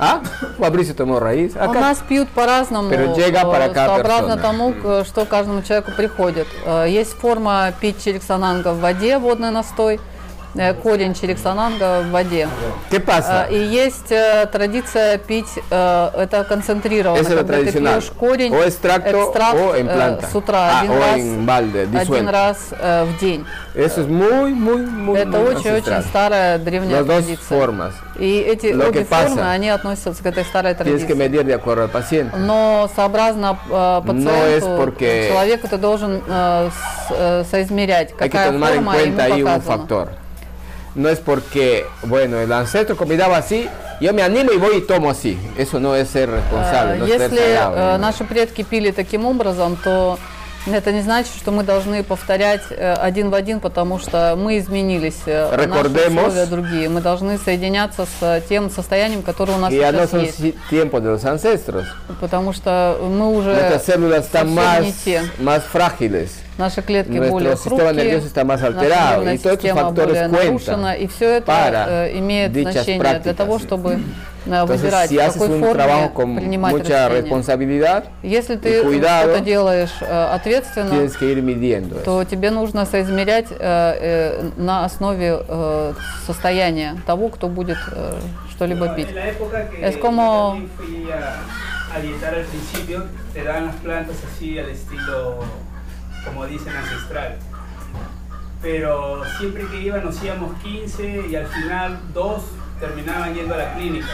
A: Ah, Fabricio tomó raíz.
B: У
A: Acá
B: нас пьют по-разному,
A: Pero llega
B: э,
A: para cada
B: сообразно
A: persona.
B: тому, к- что каждому человеку приходит. Э, Есть форма пить Челиксананга в воде, водный настой, э, корень Челиксананга в воде.
A: ¿Qué pasa?
B: Э, И есть э, традиция пить, э, это концентрированно,
A: Esa es la
B: когда ты
A: tradicional.
B: пьешь корень,
A: O extracto
B: экстракт,
A: o en
B: э,
A: planta.
B: с утра
A: Ah,
B: один
A: o
B: раз,
A: en balde,
B: один
A: disuelto.
B: раз э, в день.
A: Eso es muy, muy, muy.
B: Это
A: muy
B: очень-очень
A: ancestral.
B: старая древняя
A: Las dos
B: традиция.
A: formas.
B: И эти
A: Lo
B: обе
A: que pasa-
B: формы, они относятся к этой старой
A: Tienes
B: традиции.
A: que medir de acuerdo al paciente.
B: Но сообразно э,
A: es
B: пациенту,
A: porque-
B: человеку ты должен э, с- э, соизмерять,
A: Hay que
B: какая
A: tomar en
B: форма ему
A: cuenta ahí
B: показана.
A: un factor. No es porque, bueno, el ancestro combinaba así, yo me animo y voy y tomo así. Eso no es ser responsable.
B: Э,
A: no Ah, es ser
B: Если
A: sagrado,
B: э,
A: ¿no?
B: наши предки пили таким образом, то это не значит, что мы должны повторять э, один в один, потому что мы изменились, э, наши
A: Recordemos.
B: условия другие. Мы должны соединяться с э, тем состоянием, которое у нас
A: que ya no
B: сейчас
A: son
B: есть.
A: si- tiempos de los ancestros.
B: Потому что мы уже
A: Nuestras células están
B: совсем
A: más,
B: не те.
A: más frágiles.
B: Наши клетки
A: Nuestro
B: более
A: sistema
B: хрупкие,
A: nervioso está más
B: наша
A: alterado,
B: нервная
A: y todos estos
B: система
A: factores
B: более
A: cuentan
B: нарушена, и все это
A: para
B: э, имеет
A: dichas
B: значение для
A: prácticas.
B: того, чтобы э,
A: Entonces,
B: выбирать,
A: si
B: в
A: haces
B: какой
A: un
B: форме
A: trabajo con
B: принимать
A: mucha
B: решение.
A: responsabilidad,
B: Если ты
A: cuidado,
B: что-то делаешь э, ответственно,
A: tienes que ir midiendo. eso.
B: то тебе нужно соизмерять э, э, на основе э, состояния того, кто будет э, что-либо пить.
J: En la época que
B: Es como-
J: yo también fui a, a dietar al principio, te daban las plantas así al estilo como dicen ancestral. Pero siempre que iba nos íbamos 15 y al final dos terminaban yendo a la clínica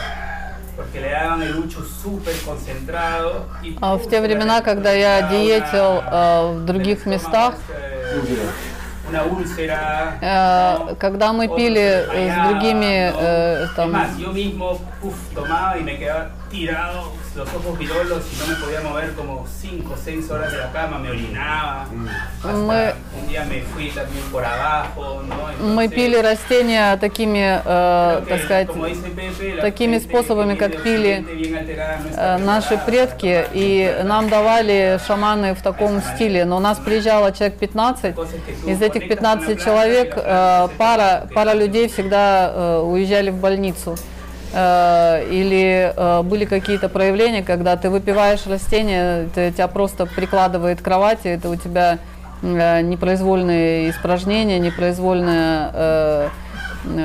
J: porque le daban el ucho súper concentrado. Y
B: А в те времена, когда я диетил э, в других местах,
J: una úlcera.
B: э, когда мы пили э, с другими э,
J: Es
B: там
J: más, yo mismo uf, tomaba y me quedaba tirado, los ojos virolos y no me podía mover como 5 o 6 horas de la cama, me orinaba. Hasta
B: Мы-
J: Un día me fui también por abajo, ¿no?
B: мы
J: Entonces,
B: пили растения такими, э,
J: creo que,
B: так сказать,
J: como dice Pepe, la
B: такими
J: gente que
B: способами,
J: viene
B: как
J: de
B: пили
J: Occidente bien alterada no está
B: э, наши
J: preparada,
B: предки, и нам давали шаманы в таком стиле. Но у нас приезжало человек 15, из этих 15 человек э, пара, пара людей всегда э, уезжали в больницу. Э, Или э, были какие-то проявления, когда ты выпиваешь растение, ты- тебя просто прикладывает к кровати, это у тебя э, непроизвольные испражнения, непроизвольное э,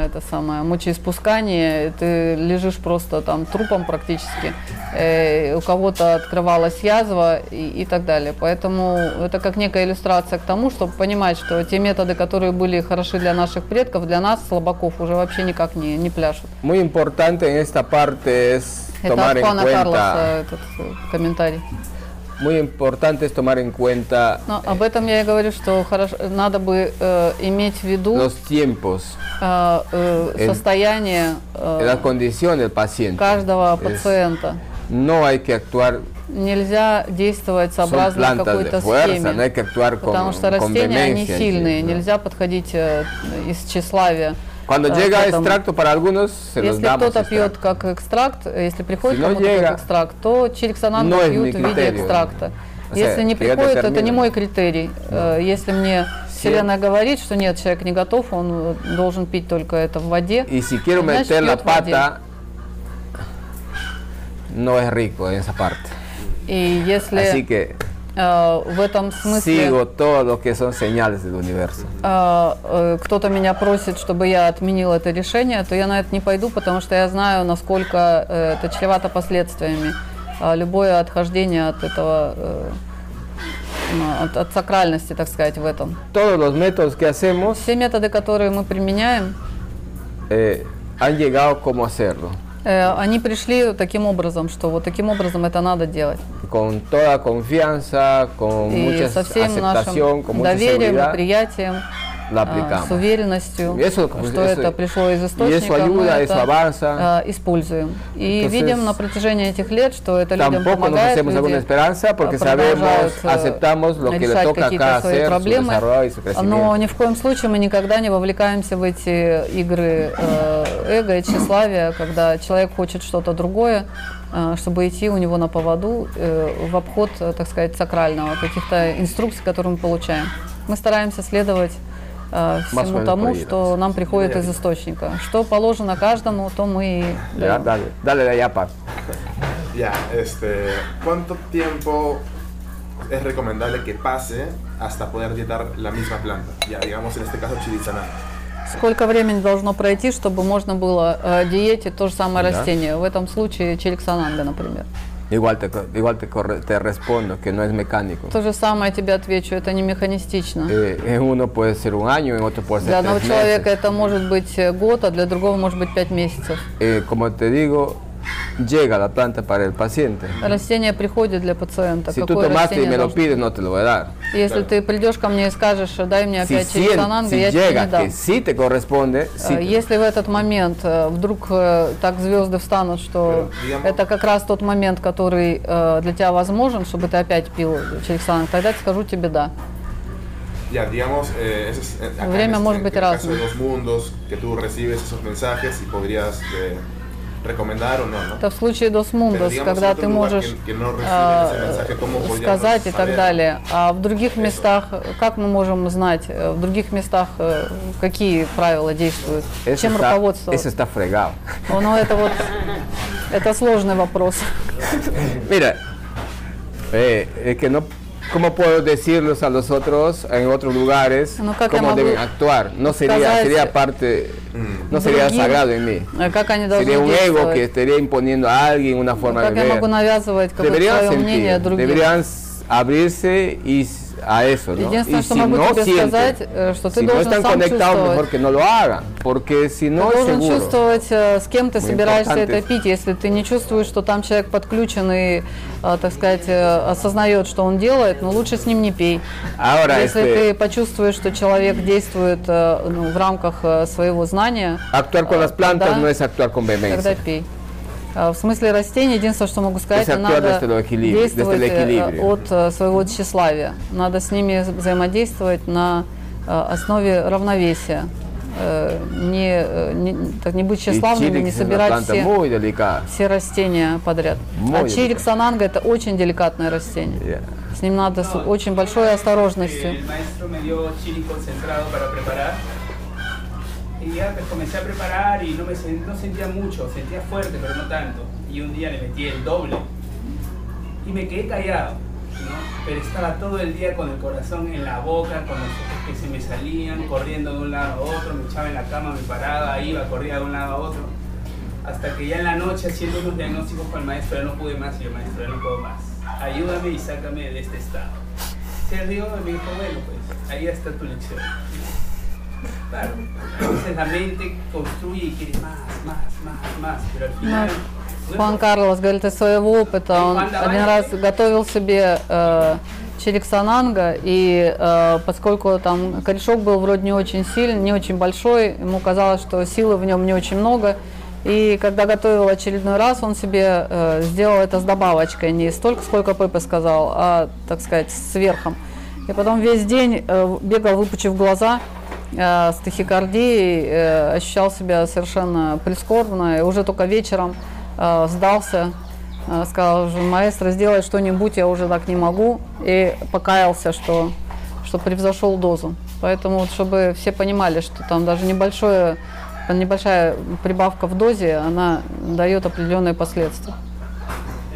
B: это самое мочеиспускание, ты лежишь просто там трупом практически, э, у кого-то открывалась язва и, и так далее. Поэтому это как некая иллюстрация к тому, чтобы понимать, что те методы, которые были хороши для наших предков, для нас, слабаков, уже вообще никак не, не пляшут.
A: Muy importante en esta parte es
B: Это
A: tomar
B: от
A: en
B: Хуана Карлоса
A: cuenta.
B: этот э, комментарий.
A: Muy importante es tomar en cuenta
B: Но об этом я и говорю, что хорошо, надо бы э, иметь в виду
A: los tiempos,
B: э, э,
A: Ну, Э,
B: состояние э,
A: la condición del paciente.
B: каждого
A: Es-
B: пациента.
A: no hay que actuar
B: Нельзя действовать
A: son
B: сообразно
A: plantas de
B: какой-то
A: fuerza, no
B: схеме,
A: hay que actuar con,
B: потому что
A: con
B: растения, они
A: vehemencia,
B: сильные,
A: ¿no?
B: нельзя подходить э, из тщеславия.
A: Cuando
B: э, к
A: llega
B: этому.
A: extracto para algunos, se los
B: Если
A: damos.
B: кто-то пьет
A: extracto.
B: как экстракт, э, если приходит
A: Si no
B: кому-то как
A: llega,
B: экстракт, то чириксонанду
A: no es mi
B: пьют в виде
A: criterio, ¿no?
B: экстракта.
A: O sea,
B: Если не
A: que ya
B: приходит, это не
A: determina.
B: мой критерий. Э, Если мне Вселенная говорит, что нет, человек не готов, он э, должен пить только это в воде.
A: Y si quiero
B: Значит,
A: meter la
B: пьет в воде.
A: pata, no es rico en esa parte.
B: И
A: Así
B: если
A: que
B: э, в этом смысле
A: sigo todo lo que son señales del universo.
B: а, э, кто-то меня просит, чтобы я отменила это решение, то я на это не пойду, потому что я знаю, насколько э, это чревато последствиями. А Любое отхождение от этого, э, ну, от, от сакральности, так сказать, в этом.
A: Todos los métodos que hacemos
B: Все методы, которые мы применяем,
A: eh, han llegado como hacerlo,
B: э, они пришли таким образом, что вот таким образом это надо делать.
A: con toda confianza, con
B: И
A: mucha
B: со всем
A: aceptación, con
B: нашим
A: mucha
B: доверием,
A: seguridad,
B: приятием,
A: la
B: а, с
A: aplicamos.
B: уверенностью,
A: Y eso,
B: что
A: eso-
B: это пришло из
A: y eso
B: источника, мы
A: ayuda,
B: это
A: eso avanza.
B: а, используем. И
A: Entonces,
B: видим на протяжении этих лет, что это людям
A: Tampoco nos
B: помогает,
A: hacemos
B: люди
A: alguna esperanza porque
B: а, продолжают,
A: sabemos,
B: э,
A: aceptamos lo que le
B: решать
A: toca a
B: какие-то
A: cada
B: свои
A: ser, su
B: проблемы.
A: desarrollo y su
B: Но
A: crecimiento.
B: ни в коем случае мы никогда не вовлекаемся в эти игры э, эго и тщеславия, когда человек хочет что-то другое, э, чтобы идти у него на поводу э, в обход, э, так сказать, сакрального, каких-то инструкций, которые мы получаем. Мы стараемся следовать э,
A: Массовое
B: всему тому,
A: направление.
B: что нам приходит из источника. Что положено каждому, то мы и
A: Ya,
B: даём.
A: dale, dale la yapa.
I: Ya, este, ¿cuánto tiempo es recomendable que pase hasta poder dietar la misma planta? Ya, digamos en este caso chirizaná.
B: Сколько времени должно пройти, чтобы можно было э, диете то же самое
A: Да.
B: растение? В этом случае черексананда, например.
A: Igual te, co- igual te, corre- te respondo que no es mecánico.
B: То же самое тебе отвечу, это не механистично.
A: Eh, en uno puede ser un año, en otro puede ser
B: Для одного
A: tres
B: человека
A: meses.
B: это может быть э, год, а для другого может быть пять месяцев.
A: Eh, como te digo, llega la planta para el paciente.
B: Растение приходит для пациента.
A: Si tú
B: Какое
A: tomaste y
B: растение
A: me lo
B: должно-
A: pides, no te lo voy a dar.
B: Если ты придешь ко мне и скажешь, дай мне
A: Si,
B: опять
A: sien-
B: черексананга,
A: si
B: я тебе не
A: llega
B: дам.
A: que sí te corresponde, sí
B: Э,
A: te-
B: Если в этот момент э, вдруг э, так звезды встанут, что
I: Э, я мо-
B: это как раз тот момент, который э, для тебя возможен, чтобы ты опять пил Челексанг, тогда скажу тебе да.
I: Ya, digamos, eh, ese es, eh, acá
B: Время
I: en este-
B: может
I: en
B: быть
I: el caso
B: разным.
I: de los mundos, que tú recibes esos mensajes y podrías eh, recomendar o no, ¿no?
B: Это в случае
I: Pero
B: Досмундос,
I: digamos,
B: когда
I: otro
B: ты
I: lugar
B: можешь
I: que- que no recibe
B: э,
I: ese mensaje, ¿cómo podríamos
B: сказать и так
I: saber?
B: далее. А в других местах, э, как мы можем знать, э, в других местах э, какие правила действуют,
A: Eso
B: чем
A: está- eso
B: руководствоваться?
A: está fregado.
B: О, ну, это вот это сложный вопрос.
A: Mira, eh, es que no, ¿cómo puedo decirles a los otros en otros lugares
B: No, как я
A: cómo
B: могу
A: deben actuar? No sería,
B: сказать
A: sería parte, Mm. no sería
B: другим,
A: sagrado en mí.
B: э, Как они должны
A: Sería un ego que
B: действовать?
A: estaría imponiendo a alguien una forma de
B: Как я могу
A: ver.
B: навязывать какое-то
A: Deberían
B: свое мнение
A: sentir,
B: другим?
A: deberían s- abrirse y s- a eso, ¿no?
B: Единственное,
A: Y
B: что
A: si
B: могу
A: no
B: тебе сказать,
A: sienten,
B: э, что ты
A: si ¿eh? no
B: должен
A: están
B: сам
A: conectados,
B: чувствовать.
A: mejor que no lo hagan, porque si no
B: Ты
A: es
B: должен
A: seguro.
B: чувствовать, э, с кем ты
A: Muy
B: собираешься это
A: importante.
B: пить. Если ты не чувствуешь, что там человек подключен и, э, так сказать, э, осознает, что он делает, ну лучше с ним не пей.
A: Ahora,
B: Если
A: este,
B: ты почувствуешь, что человек действует э, ну, в рамках э, своего знания,
A: actuar con las plantas
B: Да.
A: no es actuar con
B: тогда
A: vehemencia.
B: пей. А, В смысле растений, единственное, что могу сказать,
A: То есть актер
B: надо
A: desde lo equilibrio, desde el
B: действовать э,
A: equilibrio.
B: от э, своего тщеславия. Надо с ними взаимодействовать на э, основе равновесия. Э, Не, э, не, так, не быть
A: Y
B: тщеславными,
A: Chile
B: не
A: es una
B: собирать
A: planta
B: все,
A: muy delicada.
B: все растения подряд. А
A: Мой
B: чирик
A: это.
B: сананга – это очень деликатное растение.
A: Ya.
B: С ним надо с очень большой осторожностью.
J: Eh, El maestro me dio chili concentrado para preparar. Y ya pues comencé a preparar y no me sen- no sentía mucho, sentía fuerte, pero no tanto. Y un día le metí el doble. Y me quedé callado, ¿no? Pero estaba todo el día con el corazón en la boca, con los ojos que se me salían, corriendo de un lado a otro, me echaba en la cama, me paraba, iba, corría de un lado a otro. Hasta que ya en la noche, haciendo unos diagnósticos con el maestro, ya no pude más y yo, maestro, ya no puedo más. Ayúdame y sácame de este estado. Se rió y me dijo, bueno, pues ahí está tu lección. Claro, entonces la mente construye y quiere más, más, más, más, pero al final...
B: Хуан Карлос говорит из своего опыта. Он
J: Иван, давай.
B: один раз готовил себе э, чериксананга, и э, поскольку там корешок был вроде не очень сильный, не очень большой, ему казалось, что силы в нем не очень много. И когда готовил очередной раз, он себе э, сделал это с добавочкой, не столько, сколько Пеппа сказал, а, так сказать, с верхом. И потом весь день э, бегал, выпучив глаза, э, с тахикардией, э, ощущал себя совершенно прискорбно, и уже только вечером э, сдался, э, сказал уже, маэстро, сделай что-нибудь, я уже так не могу, и покаялся, что, что превзошел дозу. Поэтому, вот, чтобы все понимали, что там даже небольшое, небольшая прибавка в дозе, она дает определенные последствия.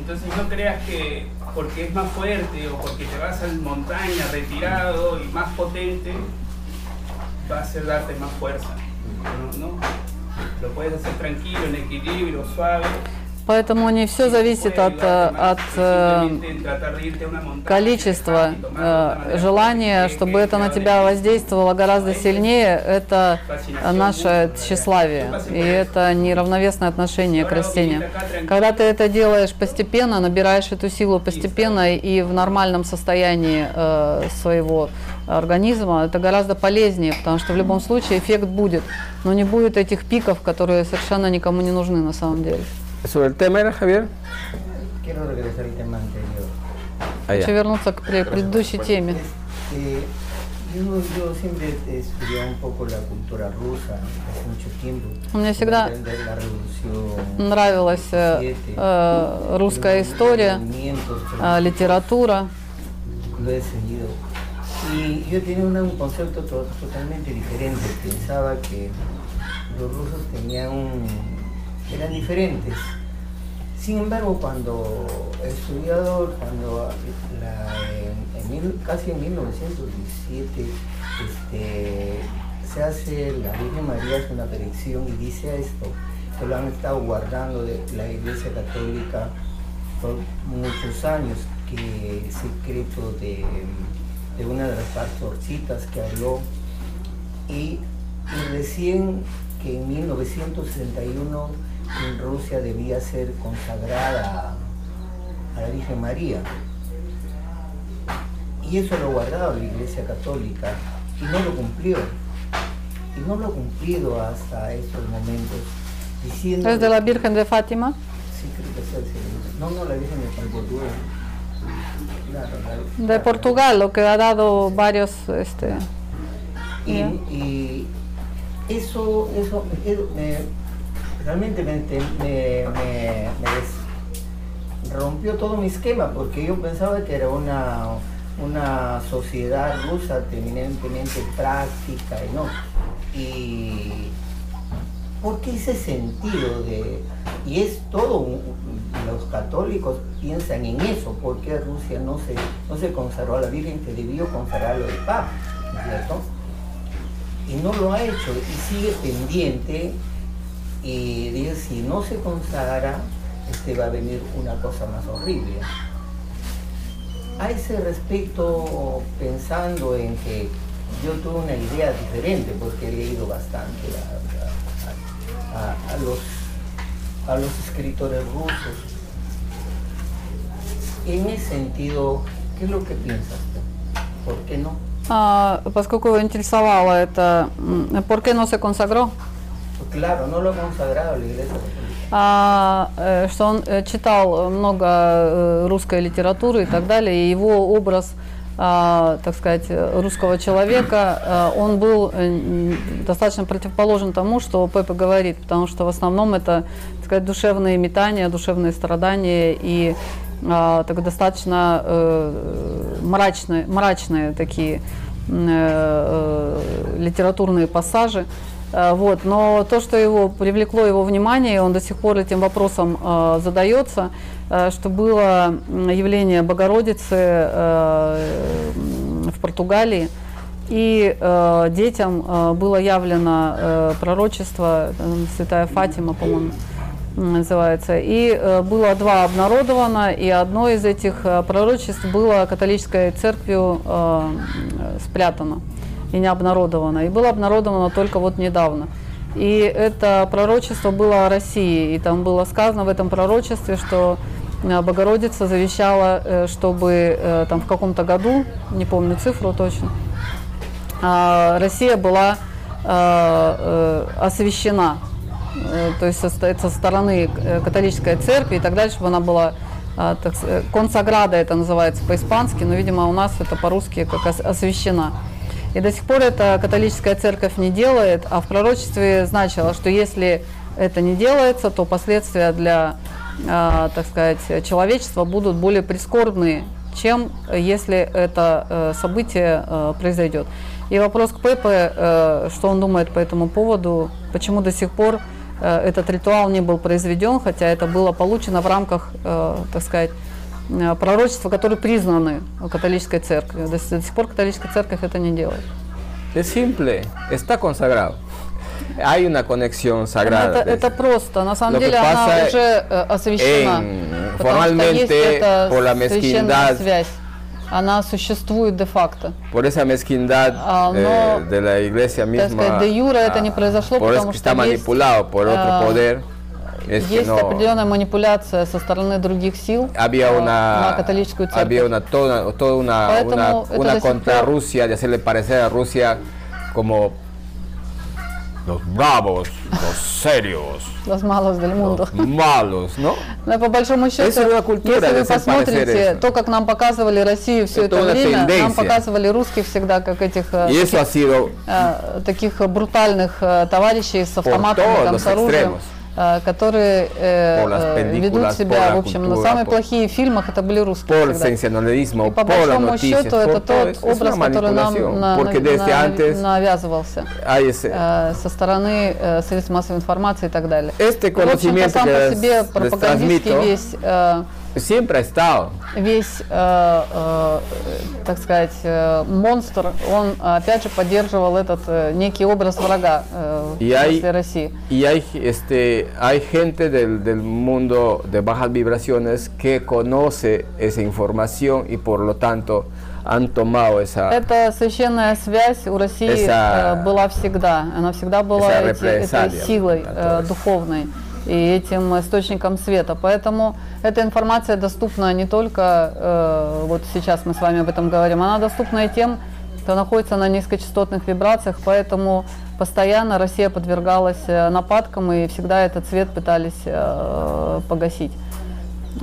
J: Entonces no creas que porque es más fuerte o porque te vas a la montaña retirado y más potente, va a hacer darte más fuerza. No, no. Lo puedes hacer tranquilo, en equilibrio, suave.
B: Поэтому не все зависит от, э, от
A: um,
B: э, количество,
J: количество,
B: э, желание, чтобы это на тебя воздействовало гораздо сильнее, это э, наше тщеславие. И это неравновесное отношение к растениям. Когда ты это делаешь постепенно, набираешь эту силу постепенно и в нормальном состоянии э, своего организма, это гораздо полезнее, потому что в любом случае эффект будет, но не будет этих пиков, которые совершенно никому не нужны на самом деле.
A: Sobre el tema era Javier.
E: Quiero regresar al tema anterior. А
A: Allá.
B: Хочу вернуться к пре- предыдущей теме.
E: Este, yo, yo siempre he estudiado un poco la cultura rusa hace mucho tiempo.
B: У меня всегда
E: Entender La revolución,
B: нравилась э, э, русская история,
E: los movimientos,
B: э, литература.
E: lo he seguido. Y yo tenía una- un concepto to- totalmente diferente. Pensaba que los rusos tenían un- eran diferentes. Sin embargo, cuando he estudiado, cuando la- en, en mil- casi en 1917 este, se hace la Virgen María es una predicción y dice esto, que lo han estado guardando de la Iglesia Católica por muchos años, que el secreto de, de una de las pastorcitas que habló y, y recién que en 1961 en Rusia debía ser consagrada a la Virgen María. Y eso lo guardaba la Iglesia Católica y no lo cumplió. Y no lo ha cumplido hasta estos momentos. Diciendo
B: Es de la Virgen de Fátima.
E: Sí, creo que sea el segundo. No, no, la Virgen de Portugal. Claro, claro.
B: De Portugal, lo que ha dado varios... Este,
E: Y,
B: Ya.
E: y eso, eso eh, me- realmente me, te- me- me- me des- rompió todo mi esquema porque yo pensaba que era una, una sociedad rusa eminentemente práctica y no. Y porque ese sentido de, y es todo, un- los católicos piensan en eso, porque Rusia no se, no se consagró a la Virgen que debió consagrarlo el Papa, ¿cierto? y no lo ha hecho y sigue pendiente y dice si no se consagra este va a venir una cosa más horrible A ese respecto, pensando en que yo tuve una idea diferente, porque he leído bastante a, a- a- a los, a los escritores rusos, en ese sentido, ¿qué es lo que piensas tú? ¿Por qué no?
B: А, поскольку интересовало это, м, por qué no se consagró?
E: Pues claro, no lo ha consagrado la Iglesia Católica.
B: А, э, что он э, читал много э, русской литературы и так далее, и его образ, а, так сказать, э, русского человека, э, он был э, н- достаточно противоположен тому, что Пеппа говорит, потому что в основном это, так сказать, душевные метания, душевные страдания и а, так достаточно э, мрачные, мрачные такие м, э, э, литературные пассажи. Э, Вот. Но то, что его привлекло его внимание, и он до сих пор этим вопросом э, задается, э, что было м, явление Богородицы э, м, в Португалии, и э, детям э, было явлено э, пророчество, э, святая Фатима, по-моему, м, называется. И э, было два обнародовано, и одно из этих э, пророчеств было католической церковью э, э, спрятано и не обнародовано. И было обнародовано только вот недавно. И это пророчество было о России, и там было сказано в этом пророчестве, что э, Богородица завещала, э, чтобы э, там в каком-то году, не помню цифру точно, а, Россия была э, э, освящена, э, то есть со, ст- со стороны э, католической церкви и так далее, чтобы она была а, так с- э, консаграда, это называется по-испански, но, видимо, у нас это по-русски как ос- освящена. И до сих пор это католическая церковь не делает, а в пророчестве значило, что если это не делается, то последствия для, а, так сказать, человечества будут более прискорбные, чем если это э, событие э, произойдет. И вопрос к Пепе, э, что он думает по этому поводу, почему до сих пор э, этот ритуал не был произведен, хотя это было получено в рамках, э, так сказать, э, пророчества, которые признаны католической церковью. До с- до сих пор католическая церковь это не делает.
A: Es simple, está consagrado. Hay una conexión
B: Это,
A: sagrada.
B: это просто. На самом
A: Lo que
B: деле она
A: pasa
B: уже э, освящена.
A: en-
B: потому что есть
A: formalmente,
B: эта
A: por la
B: священная
A: mezquindad.
B: связь. Она существует де-факто.
A: Por esa mezquindad
B: Ah,
A: eh,
B: no.
A: de la iglesia
B: Так
A: misma. Ah,
B: сказать, де юра это не произошло,
A: Por eso
B: потому
A: que
B: что
A: está
B: есть,
A: manipulado por
B: ah,
A: otro poder. Es que
B: есть
A: no-
B: определенная манипуляция со стороны других сил
A: había
B: э,
A: una
B: на католическую церковь.
A: había una toda, toda una,
B: Поэтому
A: una,
B: это
A: una
B: до сих
A: contra
B: пор-
A: Rusia de hacerle parecer a Rusia como los bravos, los serios,
B: Los malos del mundo.
A: los malos, ¿no?
B: Но по большому счету,
A: Это была культура,
B: если вы
A: Ну, если
B: посмотрите,
A: парень
B: то, как нам показывали Россию все
A: Это
B: это
A: была
B: время, нам
A: тенденция.
B: показывали русских всегда как этих э,
A: Y eso ha sido
B: э, таких брутальных э, товарищей с автоматами,
A: todos
B: там,
A: los
B: с оружием,
A: extremos.
B: э, которые э,
A: Por las
B: э, ведут
A: películas, por
B: себя,
A: la
B: в общем, на
A: cultura,
B: самые
A: por-
B: плохие фильмах это были русские
A: por el
B: всегда.
A: sensacionalismo,
B: И по
A: por las
B: большому
A: noticias,
B: счету
A: por
B: это
A: todo
B: тот
A: eso. Es una
B: образ, который нам
A: manipulación,
B: на-
A: porque
B: на-
A: desde
B: на-
A: antes
B: навязывался
A: hay ese,
B: э, со стороны э, средств массовой информации и так далее.
A: este
B: В общем-то,
A: conocimiento
B: сам
A: que
B: по
A: les,
B: себе
A: les transmito
B: пропагандистский весь э,
A: siempre ha estado.
B: весь, э, э, так сказать, э, монстр, он опять же поддерживал этот э, некий образ врага э,
A: И ай-
B: после России.
A: Y hay, este, hay gente del, del mundo de bajas vibraciones que conoce esa información y por lo tanto han tomado esa...
B: Эта священная связь у России
A: Esa-
B: э, была всегда. Она всегда была
A: esa
B: эти- этой
A: represalia,
B: силой
A: tanto
B: э,
A: es.
B: духовной и этим источником света. Поэтому эта информация доступна не только, э, вот сейчас мы с вами об этом говорим, она доступна и тем, кто находится на низкочастотных вибрациях, поэтому постоянно Россия подвергалась э, нападкам и всегда этот свет пытались э, погасить.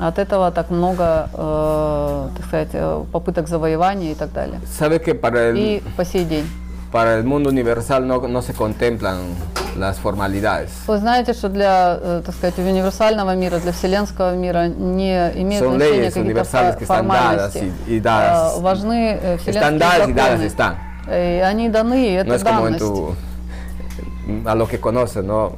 B: От этого так много, э, так сказать, э, попыток завоевания и так далее.
A: Sabe que para
B: И
A: el,
B: по сей день.
A: para el mundo universal no, no se contemplan las formalidades.
B: Вы знаете, что для, э, так сказать, универсального мира, для вселенского мира не имеет
A: Son
B: значения
A: leyes
B: какие-то
A: universales
B: фо-
A: que están dadas
B: формальности.
A: y- y dadas.
B: А, Важны э,
A: Están
B: вселенские
A: dadas y dadas
B: законы.
A: están.
B: Э, и Они даны, и
A: No
B: это
A: es como en
B: данность.
A: tu... A lo que conoces, ¿no?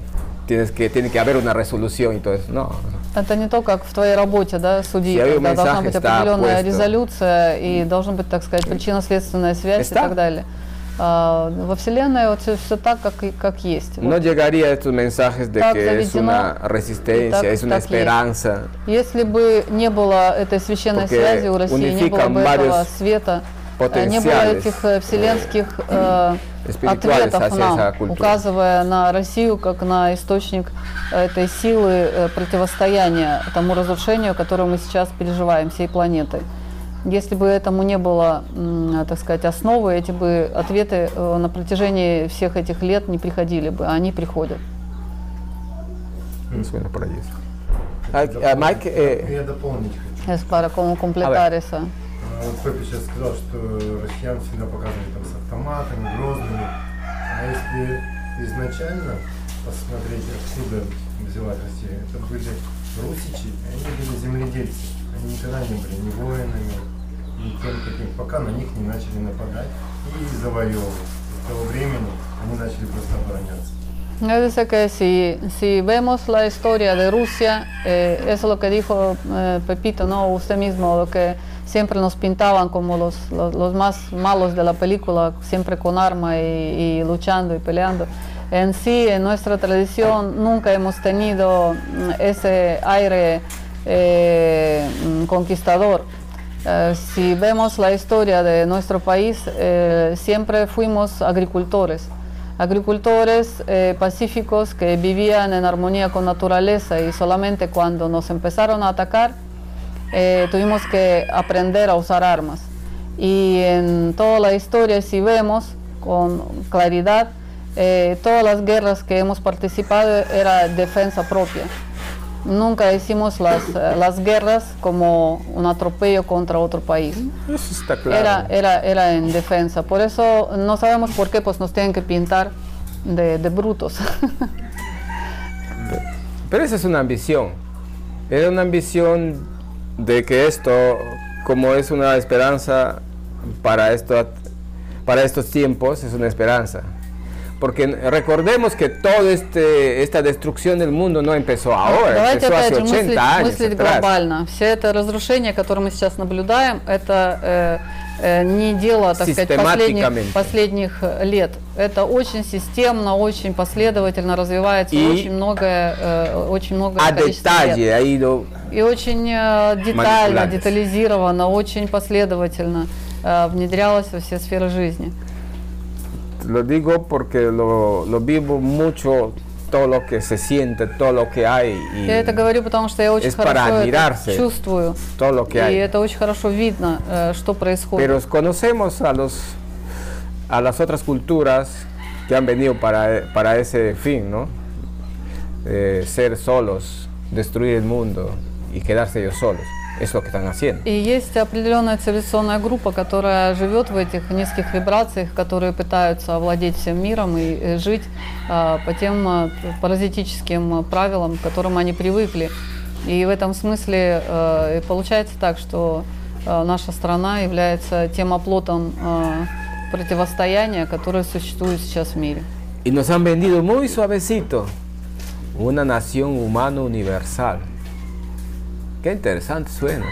A: Tienes que, tiene que haber una resolución y todo eso. No.
B: Это не то, как в твоей работе, да, судьи,
A: Я
B: когда
A: говорю,
B: должна
A: mensaje
B: быть
A: está
B: определенная
A: puesto.
B: резолюция и должна быть, так сказать, причинно-следственная связь и
A: Está.
B: так далее. а, во Вселенной вот все, так, как, и- как есть.
A: No llegaría a estos mensajes de
B: Так
A: que es
B: заведено,
A: una resistencia,
B: так-
A: es una
B: так есть.
A: esperanza.
B: Если бы не было этой священной
A: Porque
B: связи у России, не было
A: unifican
B: бы этого
A: varios
B: света, э, не было
A: potenciales,
B: этих э, вселенских э,
A: espirituales
B: ответов
A: hacia esa
B: нам,
A: cultura.
B: указывая на Россию как на источник этой силы э, противостояния тому разрушению, которое мы сейчас переживаем всей планетой. Если бы этому не было, м, э, так сказать, основы, эти бы ответы э, на протяжении всех этих лет не приходили бы, а они приходят.
A: Me suena por ahí eso. Ah, ah, Mike, eh,
H: Я дополнить хочу.
B: Es para como completar esa.
H: А, Вот Пеппи сейчас сказал, что россиян всегда показывали там с автоматами, грозными. А если изначально посмотреть, откуда взялась Россия, это были русичи, они были земледельцы. Они никогда не были ни воинами, ни тем каким, пока на них не начали нападать и завоевывать. С того времени они начали просто обороняться.
B: Yo dice que si, si vemos la historia de Rusia, eh, eso es lo que dijo eh, Pepito, ¿no? Usted mismo, lo que siempre nos pintaban como los, los, los más malos de la película, siempre con arma y, y luchando y peleando. En sí, en nuestra tradición nunca hemos tenido mm, ese aire eh, mm, conquistador. Eh, si vemos la historia de nuestro país, eh, siempre fuimos agricultores, agricultores eh, pacíficos que vivían en armonía con naturaleza y solamente cuando nos empezaron a atacar eh, tuvimos que aprender a usar armas. Y en toda la historia, si vemos con claridad, eh, todas las guerras que hemos participado era defensa propia. Nunca hicimos las, eh, las guerras como un atropello contra otro país.
A: eso está
B: Era,
A: claro.
B: era, era en defensa. Por eso no sabemos por qué pues, nos tienen que pintar de, de brutos.
A: Pero esa es una ambición. Era una ambición de que esto, como es una esperanza para, esto, para estos tiempos, es una esperanza. Porque recordemos que toda este, esta destrucción del mundo no empezó
B: Ah,
A: ahora,
B: Давайте
A: empezó hace
B: опять же мыслить,
A: 80 años.
B: мыслить
A: atrás.
B: глобально. Все это разрушение, которое мы сейчас наблюдаем, это э, э, не дело, так сказать,
A: Систематиками.
B: последних, последних э, лет. Это очень системно, очень последовательно развивается,
A: И
B: очень многое, э, очень много
A: A detalle ha ido
B: И очень э, детально,
A: Манипуляции.
B: детализировано, очень последовательно э, внедрялось во все сферы жизни.
A: Lo digo porque lo, lo vivo mucho, todo lo que se siente, todo lo que hay y
B: Я это говорю, потому что я очень
A: Es para
B: хорошо это
A: admirarse.
B: чувствую.
A: todo lo
B: И
A: que hay.
B: это очень хорошо видно, э, что происходит.
A: Pero conocemos a, los, a las otras culturas que han venido para, para ese fin, ¿no? Eh, ser solos, destruir el mundo y quedarse ellos solos. Es lo que están haciendo.
B: И есть определенная цивилизационная группа, которая живет в этих низких вибрациях, которые пытаются овладеть всем миром и э, жить э, по тем э, паразитическим э, правилам, к которым они привыкли. И в этом смысле э, и получается так, что э, наша страна является тем оплотом э, противостояния, которое существует сейчас в мире.
A: Y nos han vendido muy suavecito una nación humana universal. Qué interesante suena.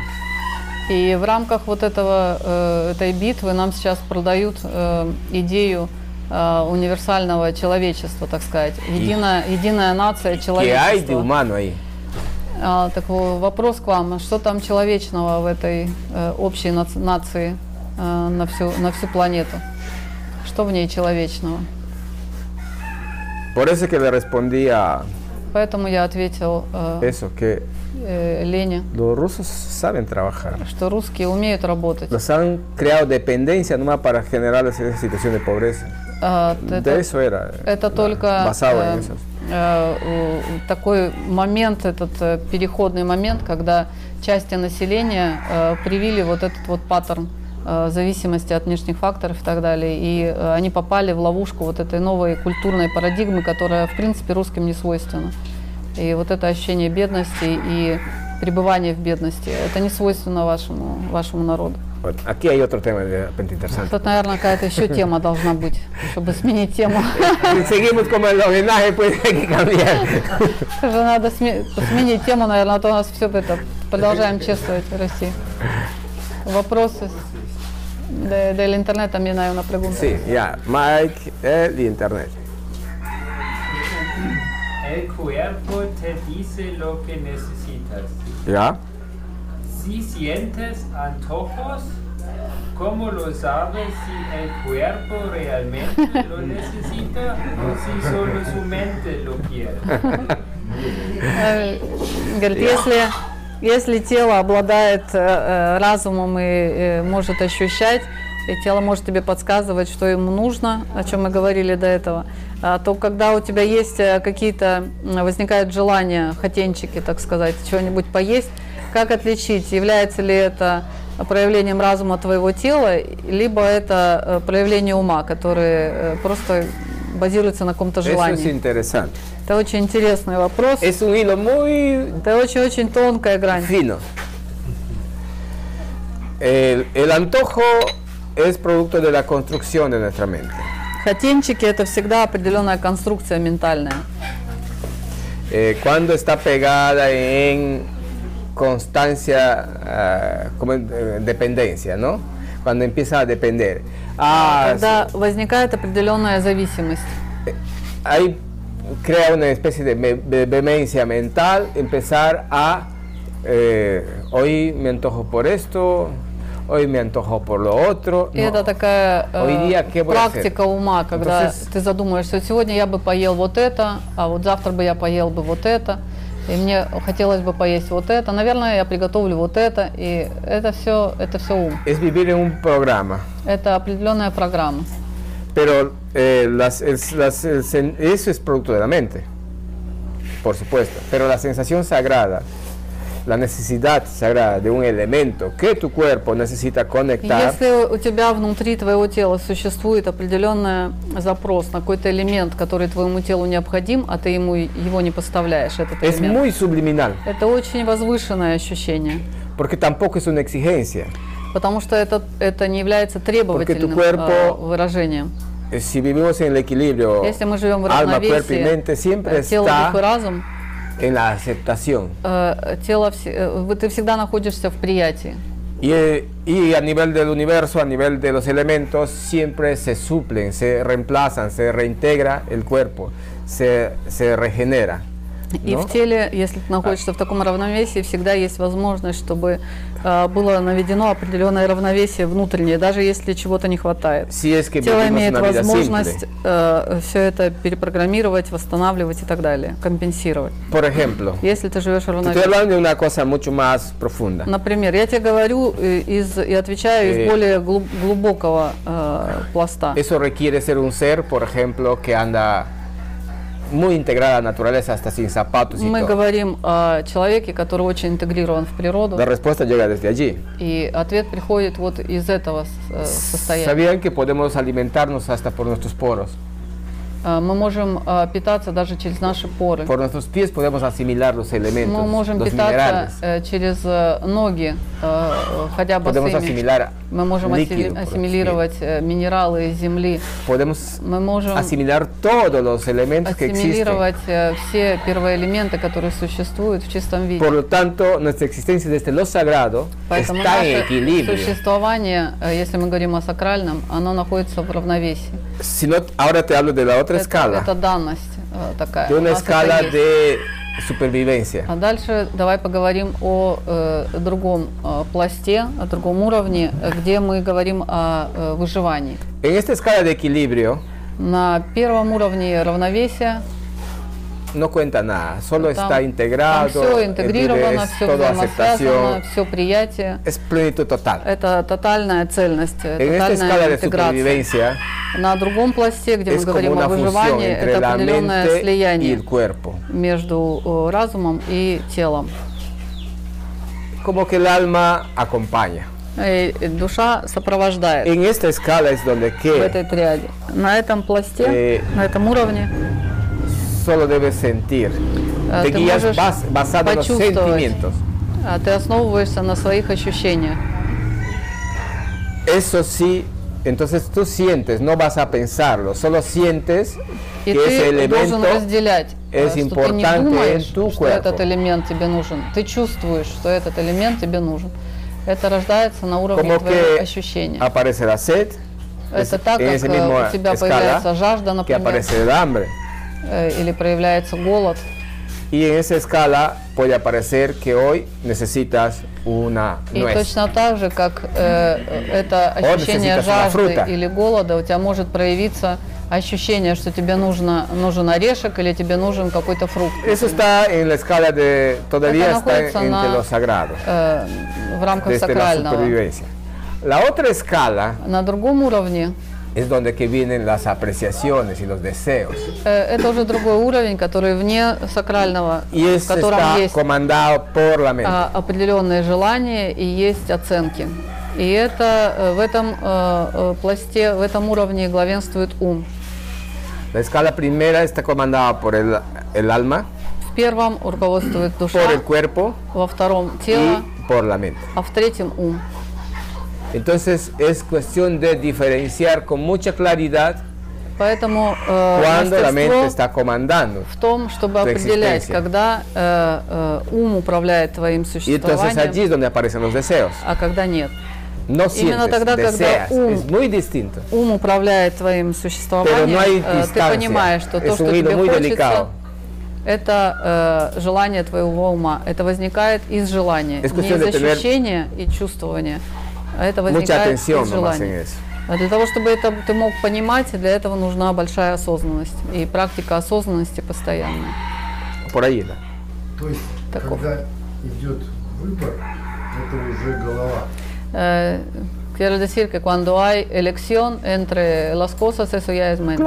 B: И в рамках вот этого, э, этой битвы нам сейчас продают э, идею э, универсального человечества, так сказать. Единая, единая нация
A: ¿Qué hay de
B: человечества.
A: humano ahí?
B: А, так вот, вопрос к вам. Что там человечного в этой э, общей нац- нации э, на, всю, на всю планету? Что в ней человечного?
A: Por eso es que le respondía
B: Поэтому я ответил э,
A: eso, que
B: э, Лене,
A: los rusos saben trabajar.
B: что rусские умеют работать.
A: Los han creado dependencia nomás para generar esa situación de pobreza.
B: А, т- это-
A: de eso era.
B: Это
A: la-
B: только
A: Basado
B: э,
A: en eso.
B: э, у- такой момент, этот э, переходный момент, когда части населения э, привили вот этот вот паттерн э, зависимости от внешних факторов и так далее. И э, они попали в ловушку вот этой новой культурной парадигмы, которая, в принципе, русским не свойственна. И вот это ощущение бедности и пребывание в бедности, это не свойственно вашему, вашему народu.
A: Bueno, aquí hay otro tema de repente interesante.
B: Тут, наверное, какая-то еще тема должна быть, чтобы сменить тему.
A: Si seguimos con el homenaje, pues hay que cambiar.
B: Уже надо сме- сменить тему, наверное, а то у нас все это продолжаем чествовать в России. Вопросы? De- del internet también hay una pregunta.
A: Sí, ya, Mike, el internet.
J: El cuerpo te dice lo que necesitas.
A: ¿Ya?
J: Si sientes antojos, ¿cómo lo sabes si el cuerpo realmente lo necesita o si solo su mente lo quiere?
B: Э, Говорит, если, если тело обладает э, э, разумом и э, может ощущать, и тело может тебе подсказывать, что ему нужно, о чем мы говорили до этого, а, то когда у тебя есть э, какие-то, м, возникают желания, хотенчики, так сказать, чего-нибудь поесть, как отличить, является ли это проявлением разума твоего тела, либо это э, проявление ума, которое э, просто базируется на каком-то
A: Eso es
B: желании.
A: interesante.
B: Это очень интересный вопрос.
A: Es un hilo muy
B: Это очень-очень тонкая грань.
A: fino. El, el antojo es producto de la construcción de nuestra mente.
B: Хотенчики это всегда определенная конструкция ментальная.
A: Eh, cuando está pegada en constancia, ah, como en, eh, dependencia, ¿no? Cuando empieza a depender. Ah,
B: Когда возникает определенная зависимость.
A: ahí crea una especie de me- de vehemencia mental, empezar a, eh, hoy me antojo por esto, hoy me antojo por lo otro.
B: И
A: No.
B: это такая э,
A: Ой, я кем
B: практика ума, когда
A: Entonces-
B: ты задумаешься, сегодня я бы поел вот это, а вот завтра бы я поел бы вот это, и мне хотелось бы поесть вот это, наверное, я приготовлю вот это, и это все, это все ум.
A: Es vivir en un programa.
B: Это определенная программа.
A: Pero eh, las- es- las- es- en- eso es producto de la mente, por supuesto. Pero la sensación sagrada, la necesidad sagrada de un elemento que tu cuerpo necesita conectar,
B: Если у тебя внутри твоего тела существует определенный запрос на какой-то элемент, который твоему телу необходим, а ты ему его не поставляешь, этот
A: es
B: элемент,
A: muy subliminal,
B: это очень возвышенное ощущение,
A: porque tampoco es una exigencia.
B: потому что это, это не является требовательным
A: cuerpo-
B: э, выражением.
A: Eh, Si vivimos en el equilibrio,
B: Если мы живем в
A: alma, cuerpo y mente,
B: равновесии,
A: siempre
B: э, тело, дух и
A: está
B: разум,
A: en la aceptación.
B: э, тело, вс- э, вы- ты всегда находишься в приятии.
A: Y, eh, y a nivel del universo, a nivel de los elementos, siempre se suplen, se reemplazan, se reintegra el cuerpo, se, se regenera.
B: И
A: ¿no?
B: в теле, если ты находишься в таком равновесии, всегда есть возможность, чтобы э, было наведено определенное равновесие внутреннее, даже если чего-то не хватает.
A: Si es que
B: Тело
A: vivimos
B: имеет
A: una vida
B: возможность
A: simple.
B: все это перепрограммировать, восстанавливать и так далее, компенсировать.
A: Por ejemplo,
B: Если ты живешь в
A: te estoy
B: равновесии.
A: hablando de una cosa mucho más profunda.
B: Например, я тебе говорю э, из, и отвечаю
A: Э.
B: из более глу- глубокого э, пласта.
A: Eso requiere ser un ser, por ejemplo, que anda muy integrada a la naturaleza, hasta sin zapatos y
B: Мы
A: todo.
B: говорим о человеке, который очень интегрирован в природу,
A: La respuesta llega desde allí.
B: и ответ приходит вот из этого с- э, состояния.
A: ¿Sabían que podemos alimentarnos hasta por nuestros poros?
B: А, Мы можем а, питаться даже через наши поры.
A: Por nuestros pies podemos asimilar los elementos,
B: Мы можем
A: los
B: питаться
A: minerales.
B: э, через э, ноги, э, хотя бы
A: Podemos asimilar
B: Мы можем асси-
A: líquido por
B: ассимилировать э, минералы из земли.
A: nuestros pies. Podemos
B: Мы можем
A: asimilar todos los elementos que existen.
B: ассимилировать э, все первоэлементы, которые существуют в чистом
A: Por
B: виде.
A: lo tanto, nuestra existencia desde lo sagrado
B: Поэтому
A: está en
B: наше
A: equilibrio.
B: существование, э, если мы говорим о сакральном, оно находится в равновесии.
A: Si no, ahora te hablo de la otra
B: Это,
A: escala,
B: это данность э, такая.
A: de
B: У
A: una
B: нас это
A: escala
B: есть.
A: de supervivencia.
B: А дальше давай поговорим о э, другом э, пласте, о другом уровне, э, где мы говорим о э, выживании.
A: En esta escala de equilibrio
B: На первом уровне равновесия
A: no cuenta nada, solo
B: там-
A: está integrado,
B: там все
A: es libre,
B: интегрировано,
A: es
B: все
A: todo
B: взаимосвязано,
A: aceptación,
B: все приятие.
A: es plenitud total.
B: Это тотальная цельность, э,
A: En esta escala
B: тотальная
A: de
B: интеграция.
A: supervivencia
B: На другом пласте, где мы
A: es como
B: говорим о
A: una fusión
B: выживании,
A: entre
B: это
A: la
B: определенное
A: mente y el
B: слияние
A: cuerpo.
B: между э, разумом и телом.
A: Como que el alma acompaña.
B: И э, душа сопровождает.
A: En esta escala es donde
B: в
A: que
B: этой триаде. На этом пласте,
A: Э,
B: на этом уровне
A: solo debes sentir.
B: э,
A: Te
B: ты
A: guías
B: можешь
A: bas- basado en los
B: почувствовать.
A: sentimientos.
B: А Ты основываешься на своих ощущениях.
A: Eso sí, entonces tú sientes, no vas a pensarlo, solo sientes
B: И
A: que ese
B: ты должен
A: elemento
B: разделять, э,
A: es
B: что ты не
A: importante en
B: думаешь,
A: tu
B: что
A: cuerpo.
B: этот элемент тебе нужен. Ты чувствуешь, что этот элемент тебе нужен. Это рождается на уровне
A: Como
B: твоего
A: que
B: ощущения.
A: aparecerá sed, es-
B: Это так,
A: en
B: как
A: ese mismo
B: э, у тебя
A: escala
B: появляется жажда,
A: que
B: например,
A: aparece el hambre.
B: э, или проявляется голод.
A: Y en esa escala puede aparecer que hoy necesitas una
B: И
A: nuez.
B: точно так же, как э, это
A: Он
B: ощущение
A: necesitas una
B: жажды
A: fruta.
B: или голода, у тебя может проявиться ощущение, что тебе нужно, нужен орешек или тебе нужен какой-то фрукт.
A: Eso está en la escala de, todavía
B: Acá no
A: está
B: juegas
A: entre
B: una-
A: lo sagrado,
B: э, в рамках
A: desde este la
B: сакрального.
A: supervivencia. La otra escala
B: На другом уровне
A: es donde que vienen las apreciaciones y los deseos.
B: э, это уже другой уровень, который вне сакрального, э,
A: Y
B: в
A: eso
B: котором
A: está
B: есть
A: comandado por la mente.
B: а, определенные желания и есть оценки. И это э, в этом э, э, пласте, в этом уровне главенствует ум.
A: La escala primera está comandada por el, el alma,
B: В первом руководствует душа,
A: por el cuerpo
B: во втором тело,
A: y por la mente.
B: а в третьем ум.
A: Entonces es cuestión de diferenciar con mucha claridad
B: Поэтому э,
A: cuando la mente
B: мастерство
A: está comandando.
B: в том, чтобы
A: Это
B: определять,
A: экзистенция.
B: когда э, э, ум управляет твоим
A: Y entonces allí
B: существованием,
A: es donde aparecen los deseos.
B: а когда нет.
A: No sientes,
B: тогда, когда
A: deseas.
B: un-
A: Es muy distinto.
B: Ум управляет твоим
A: Pero no hay
B: существованием. э, ты
A: distancia.
B: понимаешь, что то,
A: Es
B: что
A: un hilo
B: тебе
A: muy
B: хочется,
A: delicado.
B: это э, желание твоего ума. Это возникает из желания,
A: Es
B: не
A: cuestión
B: из
A: de tener
B: ощущения и чувствования. а Это
A: Mucha
B: возникает из
A: atención nomás en
B: желания.
A: eso.
B: А Для того, чтобы это ты мог понимать, для этого нужна большая осознанность и практика осознанности постоянная.
A: Por ahí. ¿no?
H: То есть,
B: Таков.
H: когда идет выбор, это уже голова.
B: Eh, quiero decir que cuando hay elección entre las cosas, eso ya es mente.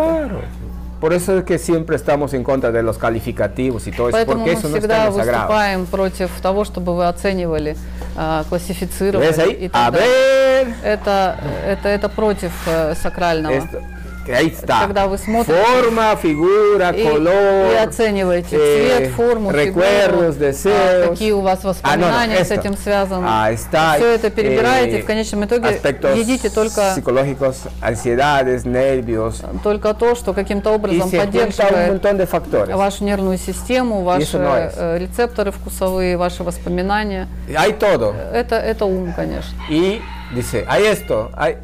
A: Por eso es que siempre estamos en contra de los calificativos y todo eso,
B: Поэтому
A: porque
B: мы
A: eso no está
B: всегда
A: en lo sagrado.
B: выступаем против того, чтобы вы оценивали, а, классифицировали
A: ¿Ves
B: и
A: ahí?
B: так
A: A
B: далее.
A: ver.
B: Это, это, это против э, сакрального.
A: Esto, que ahí está.
B: Когда вы смотрите
A: Forma, figura,
B: И,
A: color.
B: и оцениваете
A: eh,
B: цвет, форму, фигуру,
A: recuerdos,
B: а,
A: deseos.
B: какие у вас
A: Ah, no, no,
B: воспоминания с
A: esto.
B: этим связаны.
A: Ah, está.
B: Все это перебираете,
A: eh,
B: в конечном итоге
A: aspectos
B: едите только,
A: psicológicos, ansiedades, nervios.
B: только то, что каким-то
A: Y
B: образом
A: se junta un
B: поддерживает
A: montón de factores.
B: вашу нервную систему, ваши
A: no es.
B: э, рецепторы вкусовые, ваши воспоминания.
A: Eh, Hay todo.
B: Это, это ум, конечно.
A: Y dice, hay esto, hay,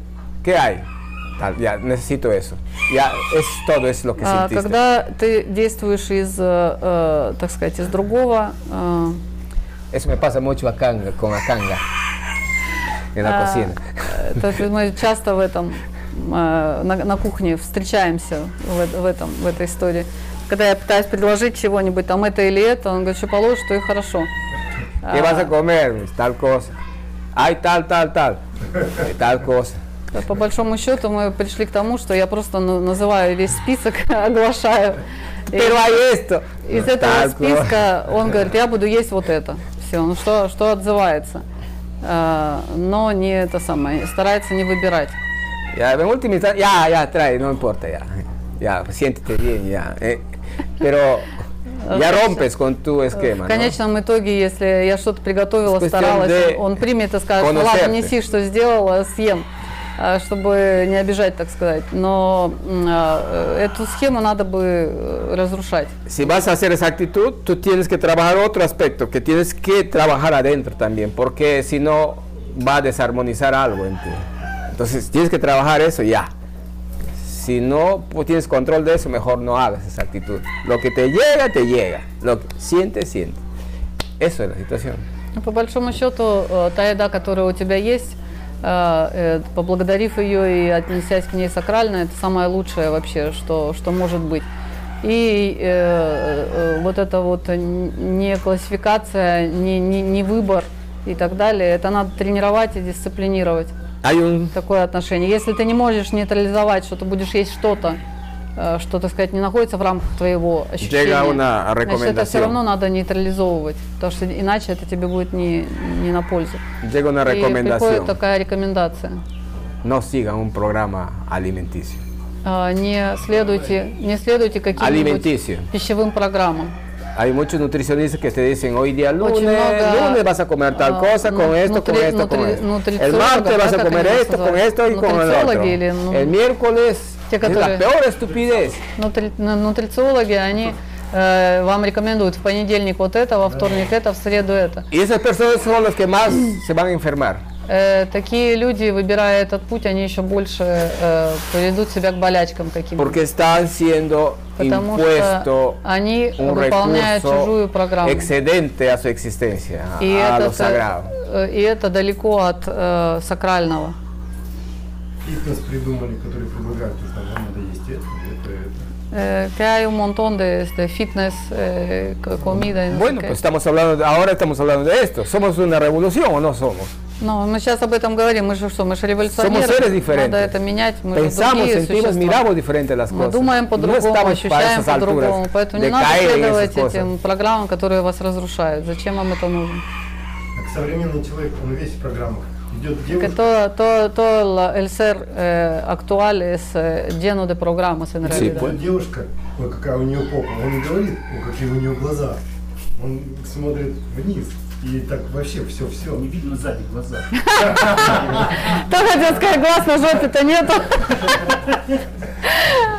A: ¿qué hay? Tal, ya, necesito eso. Ya, es todo, es lo que
B: А,
A: sentiste.
B: когда ты действуешь из, э, э, так сказать, из другого, э,
A: Eso me pasa mucho a Kanga, con Akanga en la
B: А,
A: cocina.
B: э, то есть мы часто в этом э, на, на кухне встречаемся в, э- в этом в этой истории. Когда я пытаюсь предложить чего-нибудь там это или это, он говорит, что положишь, что и хорошо. А,
A: ¿Qué vas a comer? Pues, Tal cosa. Hay tal, tal, tal. Eh, Tal cosa.
B: Э, По большому счету мы пришли к тому, что я просто на- называю весь список, оглашаю. И
A: Pero hay esto.
B: Из
A: No,
B: этого
A: tal cosa.
B: списка он говорит, я буду есть вот это. Все, ну что, что отзывается. Э, Но не это самое, старается не выбирать.
A: Ya, en última instancia, ya, ya, trae, Eh, no importa, ya. Ya, pues, siéntete bien, ya. eh. Pero ya rompes con tu esquema.
B: В
A: ¿no?
B: конечном итоге, если я что-то приготовила,
A: Спустя
B: старалась,
A: де-
B: он примет и скажет, «Ну ладно,
A: конусерты».
B: неси, что сделала, съем, а, чтобы не обижать, так сказать. Но м, а, э, эту схему надо бы э, разрушать.
A: Si vas a hacer esa actitud, tú tienes que trabajar otro aspecto, que tienes que trabajar adentro también, porque si no va a desarmonizar algo en ti. Entonces tienes que trabajar eso ya. Si no pues, tienes control de eso, mejor no hagas esa actitud. Lo que te llega, te llega. Lo que sientes, sientes. Eso es la situación.
B: Ну, По большому счету, э, та еда, которая у тебя есть, э, э, поблагодарив ее и отнесясь к ней сакрально, это самое лучшее вообще, что, что может быть. И э, э, вот эта вот н- не классификация, не, не, не выбор и так далее, это надо тренировать и дисциплинировать
A: Hay un
B: такое отношение. Если ты не можешь нейтрализовать, что ты будешь есть что-то, э, что, так сказать, не находится в рамках твоего ощущения,
A: una
B: значит, это все
A: recomendación.
B: равно надо нейтрализовывать, потому что иначе это тебе будет не, не на пользу.
A: llega una
B: И приходит
A: recomendación.
B: такая рекомендация.
A: No sigan un programa alimenticio.
B: А, Не следуйте, не следуйте
A: Alimenticio.
B: каким-нибудь пищевым программам.
A: Hay muchos nutricionistas que te dicen hoy día lunes,
B: Очень много,
A: lunes vas a comer tal
B: а,
A: cosa,
B: ну,
A: con esto, con
B: нутри-
A: esto, con
B: нутри-
A: esto. El
B: нутрициологов,
A: martes
B: да,
A: vas a
B: как
A: comer
B: они
A: esto,
B: называют?
A: con esto y con el otro.
B: Нутрициологи или, ну,
A: El miércoles
B: те,
A: es la
B: которые-
A: peor estupidez.
B: Нутри- ну, Нутрициологи, они э, вам рекомендуют в понедельник вот это, во вторник это, в среду это.
A: Y esas personas son las que más se van a enfermar.
B: э, такие люди, выбирая этот путь, они еще больше э, поведут себя к болячкам каким-то.
A: Porque están siendo
B: Потому
A: impuesto
B: что они
A: un
B: выполняют чужую
A: recurso
B: программу.
A: excedente a su existencia,
B: И
A: a lo
B: это,
A: sagrado.
B: э, и это далеко от э, сакрального.
H: Фитнес придумали, который предлагают, то, что нам надо есть это, это, это.
B: Э, que hay un montón de este, fitness, э, co- comida. y no sé
A: Bueno,
B: qué.
A: pues estamos hablando, ahora estamos hablando de esto. ¿Somos una revolución o no somos?
B: Но мы сейчас об этом говорим. Мы же что, мы же революционеры.
A: Somos seres diferentes.
B: Надо это менять. Мы же
A: Pensamos,
B: другие
A: sentimos,
B: существа.
A: miramos diferente las
B: Мы
A: cosas.
B: думаем
A: No
B: по-другому,
A: estamos para
B: ощущаем
A: esas alturas
B: по-другому. Поэтому не
A: de
B: надо
A: caer en esas
B: следовать
A: cosas.
B: этим программам, которые вас разрушают. Зачем вам это нужно?
H: Так современный человек, он весь в программах. Идет
B: Que
H: девушка,
B: todo, todo, todo la- el ser eh, actual es eh, lleno de programas en realidad.
H: идет девушка, ой, какая у нее попа, он не говорит, о, какие у нее глаза. Он смотрит вниз. И так вообще все-все.
C: Не видно сзади глаза.
B: Кто хотел сказать, глаз на жопе-то нету.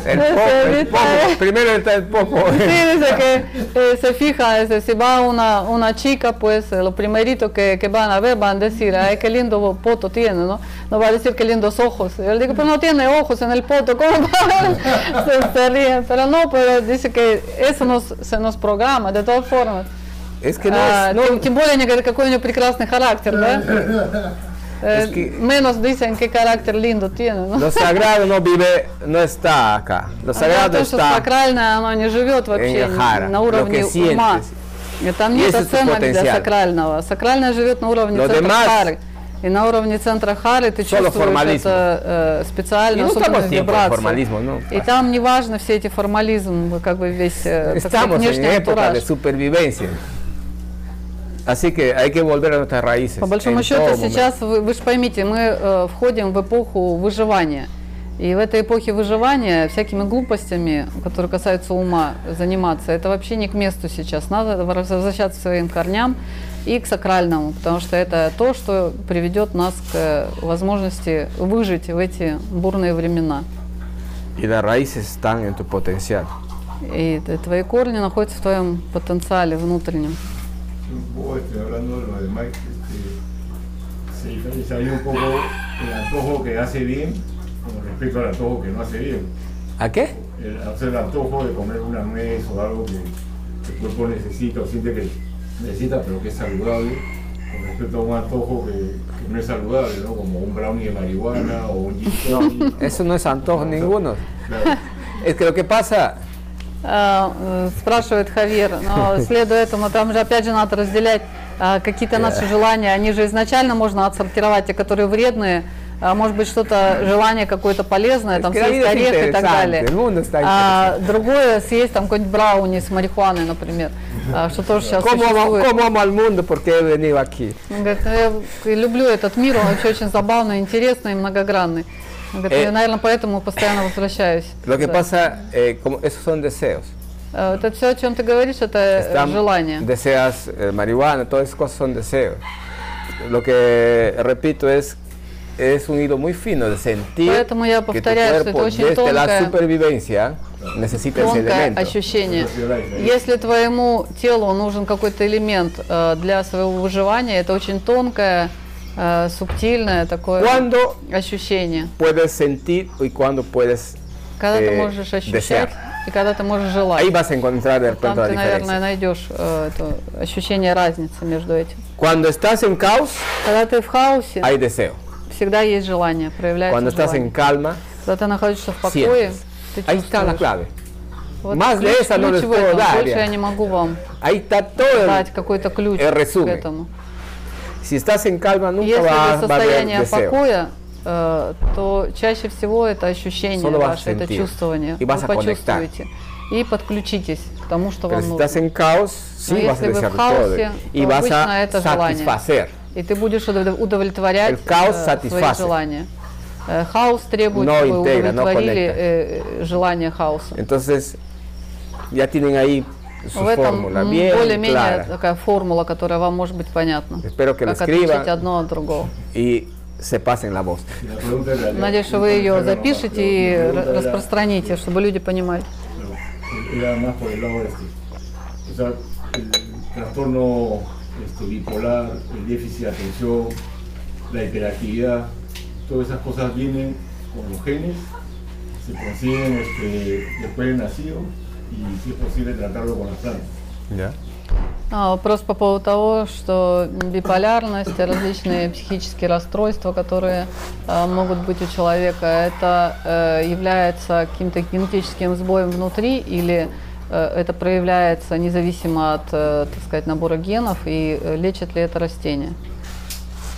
A: El
B: Se
A: poco, el
B: evita, eh.
A: poco. Primero está el poco.
B: Sí, dice que eh, se fija, dice, si va una, una chica, pues eh, lo primerito que, que van a ver van a decir, ay, qué lindo poto tiene, ¿no? No va a decir qué lindos ojos. Yo le digo, pero no tiene ojos en el poto, ¿cómo va a ver? se, se ríen, pero no, pero dice que eso nos, se nos programa, de todas formas. Ah,
A: Es que no
B: А,
A: es, no-
B: тем, тем более они говорят, какой у него прекрасный характер, да? Э,
A: Es que-
B: Menos dicen qué carácter lindo tiene, ¿no?
A: lo sagrado no vive, no está acá. Lo
B: Она
A: sagrado
B: то, что
A: está
B: сакральное, оно не живет вообще
A: Энгахара,
B: на уровне
A: lo que
B: ума.
A: sientes.
B: И Там
A: Есть
B: нет
A: этот
B: оценок для
A: потенциал.
B: сакрального. Сакральное живет на уровне
A: Lo
B: центра
A: demás-
B: хары. И на уровне центра хары ты
A: Solo
B: чувствуешь
A: formalismo.
B: это э,
A: Y
B: специально,
A: no
B: особенно
A: estamos siempre en
B: вибрацию.
A: formalismo, ¿no?
B: И там не важно все эти формализм, как бы весь э, так сказать,
A: Estamos en
B: внешний
A: época de
B: антураж.
A: supervivencia. Así que hay que volver a nuestras raíces.
B: По большому
A: en
B: счету
A: todo momento.
B: сейчас, вы, вы же поймите, мы э, входим в эпоху выживания. И в этой эпохе выживания всякими глупостями, которые касаются ума, заниматься, это вообще не к месту сейчас. Надо возвращаться к своим корням и к сакральному, потому что это то, что приведет нас к э, возможности выжить в эти бурные времена.
A: Y las raíces están en tu potencial.
B: И т- твои корни находятся в твоем потенциале внутреннем.
H: Vos estoy hablando de lo de Mike, este, se diferenciaría un poco el antojo que hace bien con respecto al antojo que no hace bien.
A: ¿A qué?
H: El, o sea, el antojo de comer una nuez o algo que el cuerpo necesita o siente que necesita pero que es saludable, con respecto a un antojo que, que no es saludable, ¿no? como un brownie de marihuana o un gin tonic.
A: Eso no es antojo ninguno.
H: Claro.
A: Es que lo que pasa
B: А, э, спрашивает Хавьер, но следуя этому, там же опять же надо разделять а, какие-то наши желания, они же изначально можно отсортировать, те, которые вредные, а, может быть, что-то, желание какое-то полезное, там
A: Es que la
B: съесть
A: vida es
B: орех и так далее.
A: interesante, el mundo está
B: А, другое, съесть там какой-нибудь брауни с марихуаной, например, а, что тоже сейчас
A: ¿Cómo amo,
B: существует.
A: cómo amo al mundo? Porque he venido aquí.
B: Он говорит, «Ну, я люблю этот мир, он вообще очень забавный, интересный и многогранный. Он говорит, «Ну,
A: Э.
B: я, наверное, поэтому постоянно возвращаюсь.
A: Lo que
B: Да.
A: pasa, eh, como esos son deseos.
B: Э, Вот это все, о чем ты говоришь, это э,
A: Están-
B: желание.
A: Deseas eh, marihuana, todas esas cosas son deseos. Lo que repito es es un hilo muy fino de sentir
B: Поэтому я
A: que tu
B: повторяю, что
A: cuerpo
B: это очень
A: desde la
B: тонкое-
A: supervivencia necesita ese
B: тонкое
A: elemento.
B: ощущение.
H: Развивайся.
B: Если твоему телу нужен какой-то элемент э, для своего выживания, это очень тонкое, э, субтильное такое
A: ¿Cuándo
B: ощущение.
A: puedes sentir y cuándo puedes
B: Когда ты
A: э,
B: можешь ощущать
A: desear?
B: и когда ты можешь желать.
A: Ahí vas a encontrar de
B: Там
A: repente la
B: ты, наверное,
A: diferencia.
B: найдешь э, это ощущение разницы между этим.
A: Cuando estás en caos,
B: Когда ты в хаосе,
A: hay deseo.
B: всегда есть желание, проявляется
A: Cuando estás en
B: желание.
A: calma,
B: Когда ты находишься в покое,
A: sientes.
B: ты
A: ahí está la
B: чувствуешь.
A: clave.
B: Вот
A: Más de
B: ключ-
A: esa no
B: ключ
A: les
B: в
A: puedo
B: этом.
A: dar,
B: Больше
A: я.
B: я не могу вам
A: Ahí está todo. el-
B: дать какой-то ключ
A: el
B: к
A: resumen.
B: этому.
A: Si estás en calma, nunca
B: Если
A: va,
B: это
A: va a haber
B: состояние
A: deseo.
B: покоя, э, то чаще всего это ощущение
A: Solo vas a
B: ваше, это
A: sentir.
B: чувствование.
A: Y vas
B: Вы
A: a conectar.
B: почувствуете и подключитесь к тому, что
A: Pero
B: вам
A: si
B: нужно.
A: estás en caos, sí
B: No,
A: vas
B: если
A: a
B: вы в
A: desear todo.
B: хаосе,
A: Y
B: то
A: vas
B: обычно
A: a
B: это желание.
A: satisfacer.
B: И ты будешь удов- удовлетворять э,
A: El caos
B: свои
A: satisface.
B: желания. Э, Хаос требует,
A: No
B: чтобы вы
A: integra, no
B: удовлетворили
A: conecta.
B: э, желание хаоса.
A: Entonces, ya tienen ahí su
B: В этом
A: fórmula
B: м,
A: bien
B: более-менее
A: clara.
B: такая формула, которая вам может быть понятна.
A: Espero que la
B: как отличить
A: escriban.
B: одно от другого.
A: Y se pasen la voz.
H: La pregunta era-
B: Надеюсь, что вы ее запишете и
H: La
B: ра-
H: pregunta era-
B: распространите, чтобы люди понимали.
H: era más por el lado este. O sea, el trastorno este, bipolar, el déficit de atención,
K: la hiperactividad, todas esas cosas vienen con los genes, se consiguen este, después de nacido y si es posible tratarlo con las plantas.
I: Да.
B: А, вопрос по поводу того, что биполярность, различные психические расстройства, которые а, могут быть у человека, это э, является каким-то генетическим сбоем внутри или э, это проявляется независимо от, э, так сказать, набора генов и э, лечит ли это растение?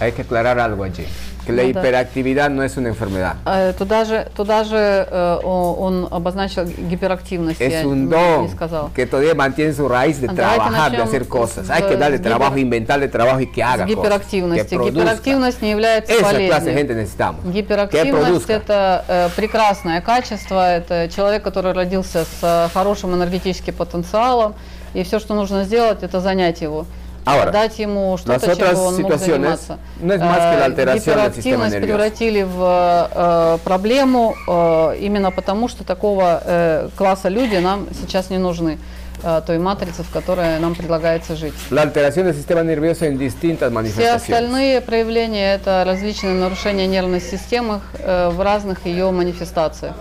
A: Hay que aclarar algo allí, que la
B: Ну да.
A: hiperactividad no es una enfermedad,
B: Э, Туда же, туда же э, о- он обозначил гиперактивность, я
A: es un
B: не, не
A: don
B: сказала.
A: que todavía mantiene su raíz de
B: Давайте
A: trabajar, de
B: начнем
A: hacer cosas. Hay
B: с-
A: que darle
B: с
A: trabajo,
B: гипер-
A: inventarle trabajo y que haga
B: С
A: cosas, que
B: гиперактивности.
A: produzca.
B: Гиперактивность не является
A: Esa clase de
B: болезнью.
A: gente necesitamos. Que
B: Гиперактивность –
A: produzca.
B: это э, прекрасное качество, это человек, который родился с э, хорошим энергетическим потенциалом, и все, что нужно сделать, это занять его.
A: Ahora,
B: дать ему
A: las
B: что-то,
A: otras
B: чем он мог
A: situaciones
B: заниматься.
A: no es más que la
B: Э,
A: alteración del sistema
B: гиперактивность
A: nervioso.
B: превратили в э, проблему э, именно потому, что такого э, класса люди нам сейчас не нужны, э, той матрицы, в которой нам предлагается жить.
A: La alteración del sistema nervioso en distintas
B: Все
A: manifestaciones.
B: остальные проявления – это различные нарушения нервной системы э, в разных ее манифестациях.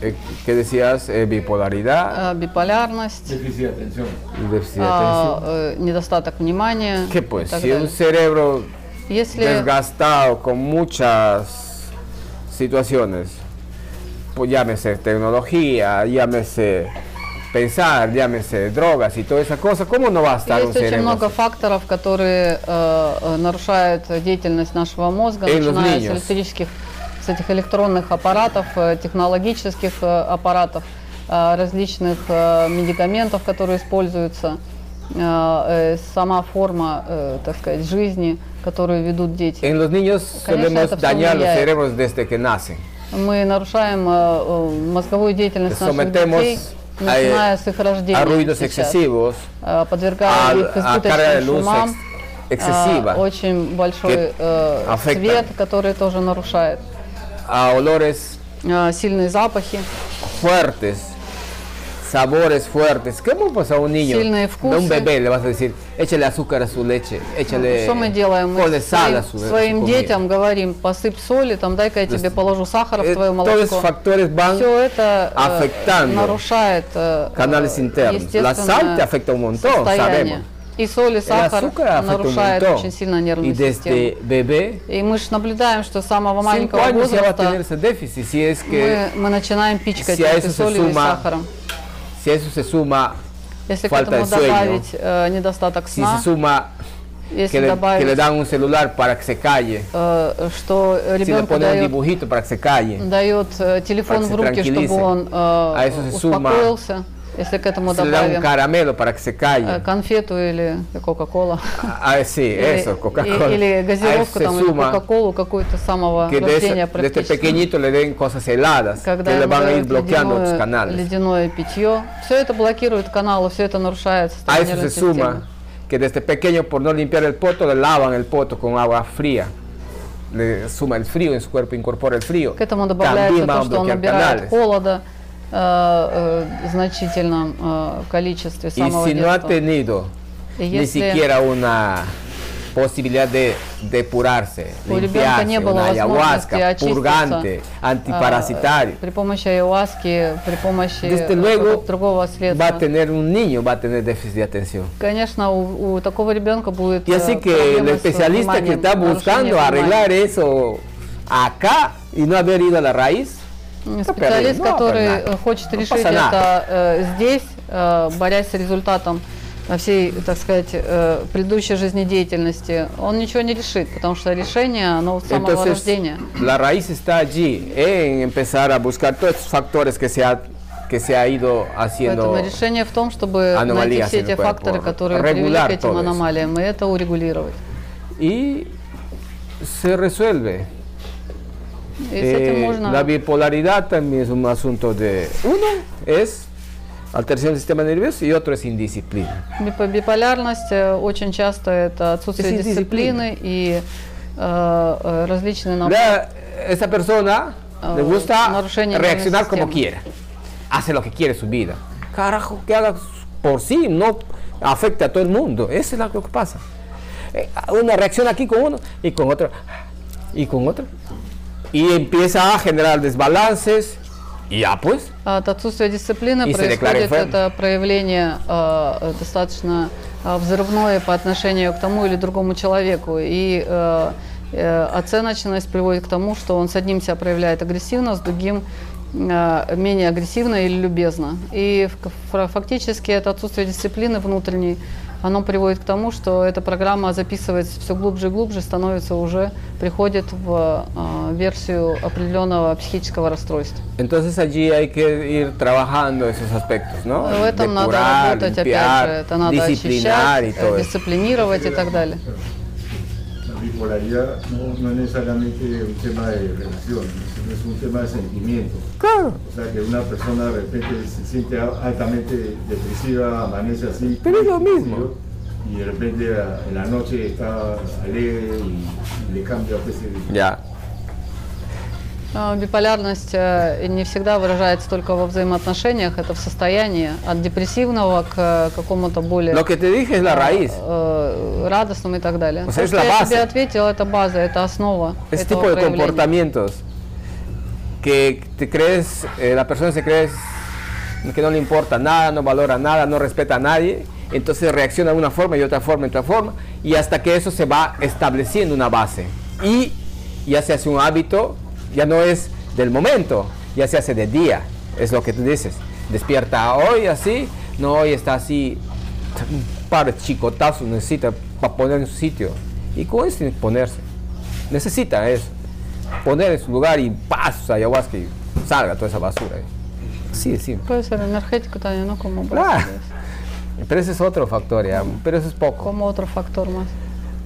A: Eh, ¿Qué decías? Eh, bipolaridad,
B: Э, биполярность,
K: Déficit de atención.
A: déficit de
B: а,
A: atención.
B: э, недостаток внимания.
A: Que
B: и
A: pues,
B: так
A: si un
B: далее.
A: cerebro
B: Если
A: desgastado con muchas situaciones, pues llámese tecnología, llámese pensar, llámese drogas y toda esa cosa, ¿cómo no va a estar un
B: есть очень
A: cerebro?
B: много
A: así?
B: факторов, которые э, э, нарушают деятельность нашего мозга,
A: Эй, los
B: начиная с
A: niños.
B: электрических, с этих электронных аппаратов, э, технологических э, аппаратов, э, различных э, медикаментов, которые используются, э, э, сама форма, э, так сказать, жизни, которую ведут дети.
A: En los niños
B: Конечно, это
A: solemos
B: всё
A: dañar los
B: влияет.
A: cerebros desde que nacen.
B: Мы нарушаем э, э, мозговую деятельность наших
A: Sometemos
B: детей,
A: a, э,
B: начиная с их
A: A
B: рождения.
A: ruidos
B: сейчас.
A: excesivos,
B: Э,
A: a,
B: Подвергаем их
A: a carga de
B: избыточным
A: luz
B: шумам.
A: ex- excesiva,
B: А, очень большой
A: que
B: э,
A: afectan.
B: цвет, который тоже нарушает.
A: a olores
B: А, Сильные запахи,
A: fuertes, sabores fuertes. ¿Cómo pues a un niño,
B: Сильные
A: a un
B: вкусы.
A: bebé le vas a decir, échale azúcar a su leche, échale,
B: что мы делаем? Мы
A: ponle sal a su,
B: своим,
A: a su
B: своим
A: comida"?
B: детям говорим, посыпь соли, там дай-ка я тебе положу сахара в
A: Eh,
B: твое
A: Todos esos
B: молоко.
A: factores van
B: Все это э,
A: afectando
B: нарушает э,
A: canales
B: э,
A: internos. La sal te
B: естественное
A: afecta un montón,
B: состояние.
A: sabemos.
B: И соль, и
A: El
B: сахар
A: azúcar afecta un
B: нарушает очень сильно
A: montón. Y
B: нервную
A: desde
B: систему.
A: bebé,
B: И мы же наблюдаем, что с самого
A: 5
B: маленького
A: años ya va a tener
B: возраста
A: ese déficit. Si es que
B: мы, мы начинаем пичкать
A: si a
B: их
A: eso
B: и
A: se
B: солью, и
A: suma
B: сахаром.
A: si a eso se suma,
B: Если к
A: falta de
B: этому
A: sueño,
B: добавить э, недостаток
A: si se
B: сна,
A: suma
B: если
A: que le, que le
B: добавить,
A: dan un celular para que se calle,
B: э, что
A: si le
B: ребенку
A: ponen un
B: дает,
A: dibujito para que se calle,
B: дает, э, телефон
A: Para que
B: в
A: se
B: руки, чтобы
A: tranquilice.
B: он э,
A: A eso se suma-
B: успокоился, если к этому
A: si le dan un
B: добавим
A: caramelo para que se
B: э,
A: calle.
B: конфету или кока-кола,
A: Ah, sí, eso, Coca-Cola.
B: или,
A: A
B: или
A: eso
B: газировку
A: se
B: там, или
A: suma
B: кока-колу какую-то с самого
A: que de, ese-
B: рождения
A: de este
B: практически.
A: pequeñito le den cosas heladas, que
B: Когда
A: le
B: им
A: van a ir
B: дают
A: bloqueando los
B: ледяное,
A: canales.
B: ледяное питье, все это блокирует каналы, все это нарушает
A: A
B: состояние
A: eso se
B: нервной системы.
A: suma que desde pequeño por no limpiar el poto le lavan el poto con agua fría. Le suma el frío en su cuerpo, incorpora el frío.
B: К этому добавляется
A: También van
B: то,
A: a
B: что он
A: bloquear
B: набирает
A: canales.
B: холода э, э, в значительном э, количестве с
A: Y
B: самого
A: si no ha
B: детства.
A: tenido
B: И
A: ni
B: Если э,
A: siquiera una posibilidad de depurarse,
B: У ребенка
A: limpiarse,
B: не было
A: una
B: возможности
A: ayahuasca,
B: очиститься,
A: purgante,
B: э,
A: antiparasitario,
B: при помощи айуаски, при помощи
A: Desde
B: э,
A: luego
B: какого-то другого
A: va a
B: средства,
A: tener un niño, va a tener déficit de atención.
B: конечно, у, у такого ребенка будет
A: Y
B: э,
A: así que el
B: проблемы с
A: especialista que
B: вниманием,
A: está
B: нарушение
A: buscando
B: внимания.
A: arreglar eso acá y no haber ido a la raíz,
B: М,
A: está
B: Специалист,
A: perdido. No,
B: который
A: pues nada.
B: э, хочет
A: а Ну,
B: решить
A: пацана.
B: это э, здесь, э, борясь с результатом э, всей, так сказать, э, предыдущей жизнедеятельности, он ничего не решит, потому что решение, оно с самого
A: Entonces,
B: рождения.
A: la raíz está allí, en empezar a buscar todos estos factores que se ha, que se ha ido haciendo.
B: Поэтому решение в том, чтобы найти
A: аномалия
B: все те
A: СНП,
B: факторы,
A: пор-
B: которые привели к
A: регуляр
B: этим
A: todo eso.
B: аномалиям, и это урегулировать.
A: Y se resuelve.
B: И с этим
A: Eh, La
B: можно...
A: bipolaridad también es un asunto de... Uno es alteración del sistema nervioso и otro es indisciplina.
B: Бипо- Биполярность э, очень часто это отсутствие
A: Если
B: дисциплины и э, э, различные наборы.
A: La- esa persona le
B: Ah,
A: gusta
B: нарушение нервной
A: reaccionar como
B: системы.
A: quiera. Hace lo que quiere su vida. Carajo, que haga por sí, no afecta a todo el mundo. Eso es lo que pasa. eh, una reacción aquí con uno y con otro y con otro. Y empieza a generar desbalances y ya pues.
B: А, От отсутствия дисциплины
A: Если
B: происходит
A: декларировать.
B: это проявление а, э, достаточно а, взрывное по отношению к тому или другому человеку. И э, э, оценочность приводит к тому, что он с одним себя проявляет агрессивно, с другим э, менее агрессивно или любезно. И в- фра- фактически это отсутствие дисциплины внутренней, оно приводит к тому, что эта программа записывается все глубже и глубже, становится уже, приходит в э, версию определенного психического расстройства.
A: Entonces allí hay que ir трabajando esos aspectos, ¿no?
B: В этом надо
A: Depurar,
B: работать, опять
A: limpiar,
B: же, это надо
A: disciplinar y
B: ощущать, э,
A: todo eso.
B: дисциплинировать и так далее.
K: La bipolaridad no, no es necesariamente un tema de relación, sino es un tema de sentimiento.
A: Claro.
K: O sea, que una persona de repente se siente a- altamente depresiva, amanece así.
A: Pero es lo mismo.
K: Y de repente a- en la noche está alegre y, y le cambia pues, el-
A: Ya.
B: А, Биполярность э, не всегда выражается только во взаимоотношениях, это в состоянии от депрессивного к э, какому-то более
A: Lo que te dije es la raíz.
B: э, радостному и так далее.
A: O sea,
B: То,
A: es
B: что
A: la
B: я
A: base.
B: тебе ответила, это база, это основа
A: Ese
B: этого
A: tipo de
B: проявления.
A: comportamientos que te crees, eh, la persona se cree que no le importa nada, no valora nada, no respeta a nadie, entonces reacciona de una forma y otra forma y otra forma, y hasta que eso se va estableciendo una base. Y ya se hace un hábito, ya no es del momento, ya se hace de día, es lo que tú dices. Despierta hoy así, no hoy está así, un par de chicotazos necesita para poner en su sitio. ¿Y cómo es sin ponerse? Necesita eso. Poner en su lugar y pasa ayahuasca y salga toda esa basura. ahí. Así de simple.
B: Puede ser energético, Таня, no como
A: Claro. Pero ese es otro factor, ya, pero eso es poco,
B: como otro factor más.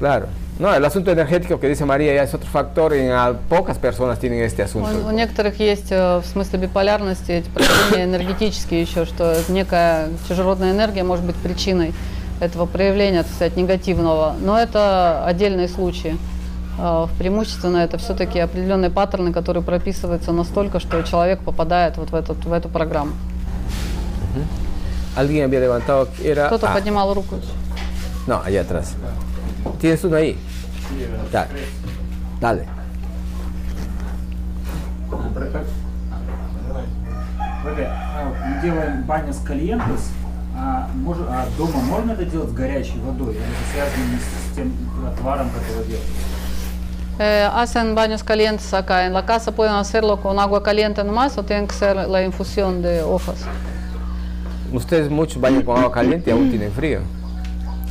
A: claro. No, el asunto energético que dice María ya es otro factor y a pocas personas tienen este
B: У,
A: asunto.
B: Ну, у некоторых есть э, в смысле биполярности эти проявления энергетические еще, что некая чужеродная энергия может быть причиной этого проявления, так сказать, негативного. Но это отдельные случаи. Э, в Преимущественно это все-таки определенные паттерны, которые прописываются настолько, что человек попадает вот в, этот, в эту программу.
A: Alguien había levantado, era...
B: Кто-то
A: ah,
B: поднимал руку.
A: no, allá atrás. ¿Tienes uno ahí? Dale. Dale.
C: Валерий, а, мы делаем баня с кальентос. А, мож- а дома можно это делать с горячей водой? Или это связано с тем отваром, который делают?
B: Eh, hacen baños calientes acá. En la casa pueden hacerlo con agua caliente nomás o tienen que ser la infusión de hojas.
A: Ustedes muchos bañan con agua caliente y aún tienen frío.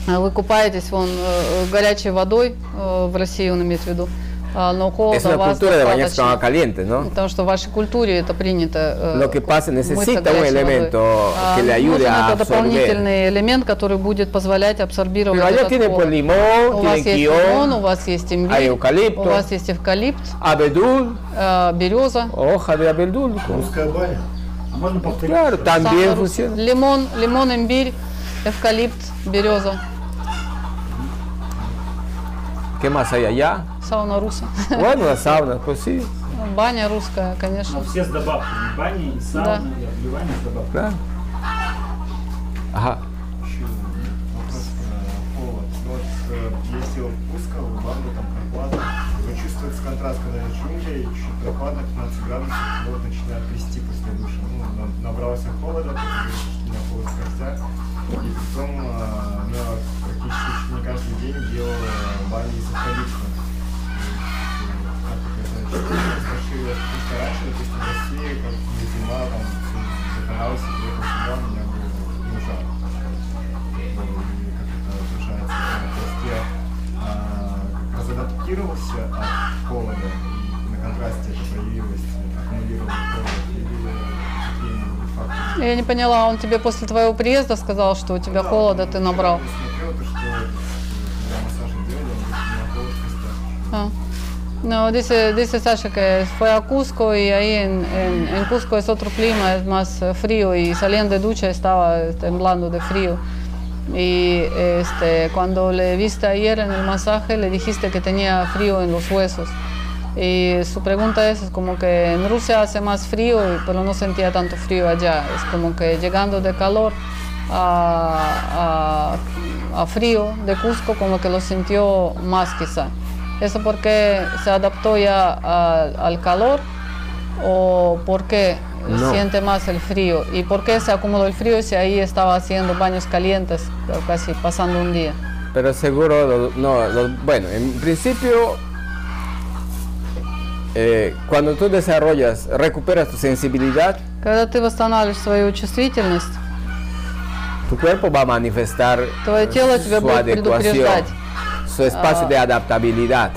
B: А Вы купаетесь вон э, горячей водой, э, в России он имеет в виду, а, но
A: Es
B: холода
A: una
B: вас
A: cultura de bañarse con
B: достаточно.
A: agua caliente, ¿no?
B: Потому что в вашей культуре это принято. э,
A: Lo que Ah, pasa,
B: мыться
A: necesita un
B: горячей водой.
A: elemento
B: А,
A: que le ayude
B: нужен это
A: a absorber.
B: дополнительный элемент, который будет позволять абсорбировать
A: Pero allá
B: этот
A: tiene
B: холод.
A: pues limón,
B: У
A: tiene
B: вас есть
A: guión,
B: лимон, у вас есть
A: hay
B: имбирь,
A: eucalipto.
B: у вас есть эвкалипт,
A: abedul,
B: э, береза.
A: hoja de abedul.
C: А можно повторить?
A: Claro, también
B: сахар,
A: funciona.
B: лимон, лимон, имбирь, эвкалипт, береза,
A: ¿Qué más hay allá?
B: сауна руса,
A: Bueno, las saunas, pues sí,
B: баня русская,
C: Но
B: конечно.
C: Ну, все с добавками. Бани и сауны, и обливание с добавками.
A: claro. Ajá.
G: Еще вопрос про холод. Ну, Вот э, я сел в Пусково, в ванну, там прохладно. Но чувствуется контраст, когда я джунгли, чуть прохладно, 15 градусов, вот начинает трясти после душа. Ну, на- набрался холода, как ты говоришь, что у меня холод в костях. И потом э, я практически чуть не каждый день делал э, бани из алкоголичного. Как это значит? Спрашиваю, я просто раньше, допустим, в России, как мне зима, там, загорался, приехал сюда, у меня был ужас как это отражается на холсте, а, как раз адаптировался от холода, и на контрасте это проявилось, аккумулировал холод, или какие-нибудь факторы.
B: Я не поняла, он тебе после твоего приезда сказал, что у тебя холода, ты набрал?
G: Я смотрел то, что когда массаж делали, он говорит, у меня холод в костях.
B: Ah. No, dice, dice Sasha que fue a Cusco y ahí en, en- en Cusco es otro clima, es más eh, frío y salían de ducha estaba temblando э, de frío. Y este, cuando le viste ayer en el masaje le dijiste que tenía frío en los huesos. Y su pregunta es, es como que en Rusia hace más frío, y- pero no sentía tanto frío allá. Es como que llegando de calor a, a- a frío de Cusco como que lo sintió más quizá. ¿Eso porque se adaptó ya al- al calor o porque
A: No.
B: siente más el frío? ¿Y por qué se acumuló el frío si ahí estaba haciendo baños calientes, casi pasando un día?
A: Pero seguro, lo- no, lo- bueno, en principio, eh, cuando tú desarrollas, recuperas tu sensibilidad,
B: Когда ты восстанавливаешь свою чувствительность,
A: tu cuerpo va a manifestar
B: Твое тело тебя
A: su
B: будет
A: adecuación,
B: предупреждать.
A: su espacio
B: Ah.
A: de adaptabilidad.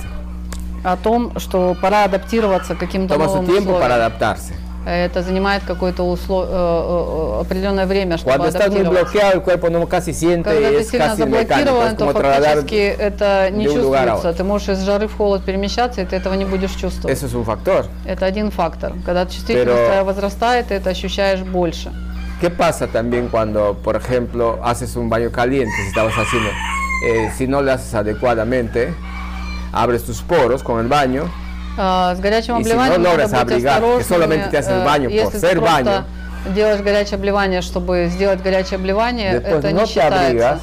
B: о том, что пора адаптироваться к каким-то
A: Toma su
B: новым
A: tiempo para
B: условиям.
A: adaptarse.
B: Это занимает какое-то усло- э, э, э, определенное время, чтобы
A: Cuando estás muy
B: адаптироваться.
A: bloqueado, el cuerpo no casi siente,
B: Когда ты
A: es
B: сильно
A: casi mecánico, es
B: заблокирован, то
A: como trasladar.
B: фактически это не
A: de un lugar a
B: чувствуется.
A: otro.
B: Ты можешь из жары в холод перемещаться, и ты этого не будешь чувствовать.
A: Eso es un factor.
B: Это один фактор. Когда чувствительность
A: Pero-
B: твоя возрастает, ты это ощущаешь больше.
A: ¿Qué pasa también cuando, por ejemplo, haces un baño caliente, si estabas haciendo, eh, si no lo haces adecuadamente, abres tus poros con el baño,
B: А, С горячим
A: И если
B: обливанием
A: no
B: надо
A: logras
B: быть
A: abrigar, que solamente te haces
B: осторожными. Э,
A: baño por
B: Если
A: ser
B: ты
A: baño.
B: просто делаешь горячее обливание, чтобы сделать горячее обливание,
A: Después
B: это
A: no
B: не
A: te abrigas.
B: считается.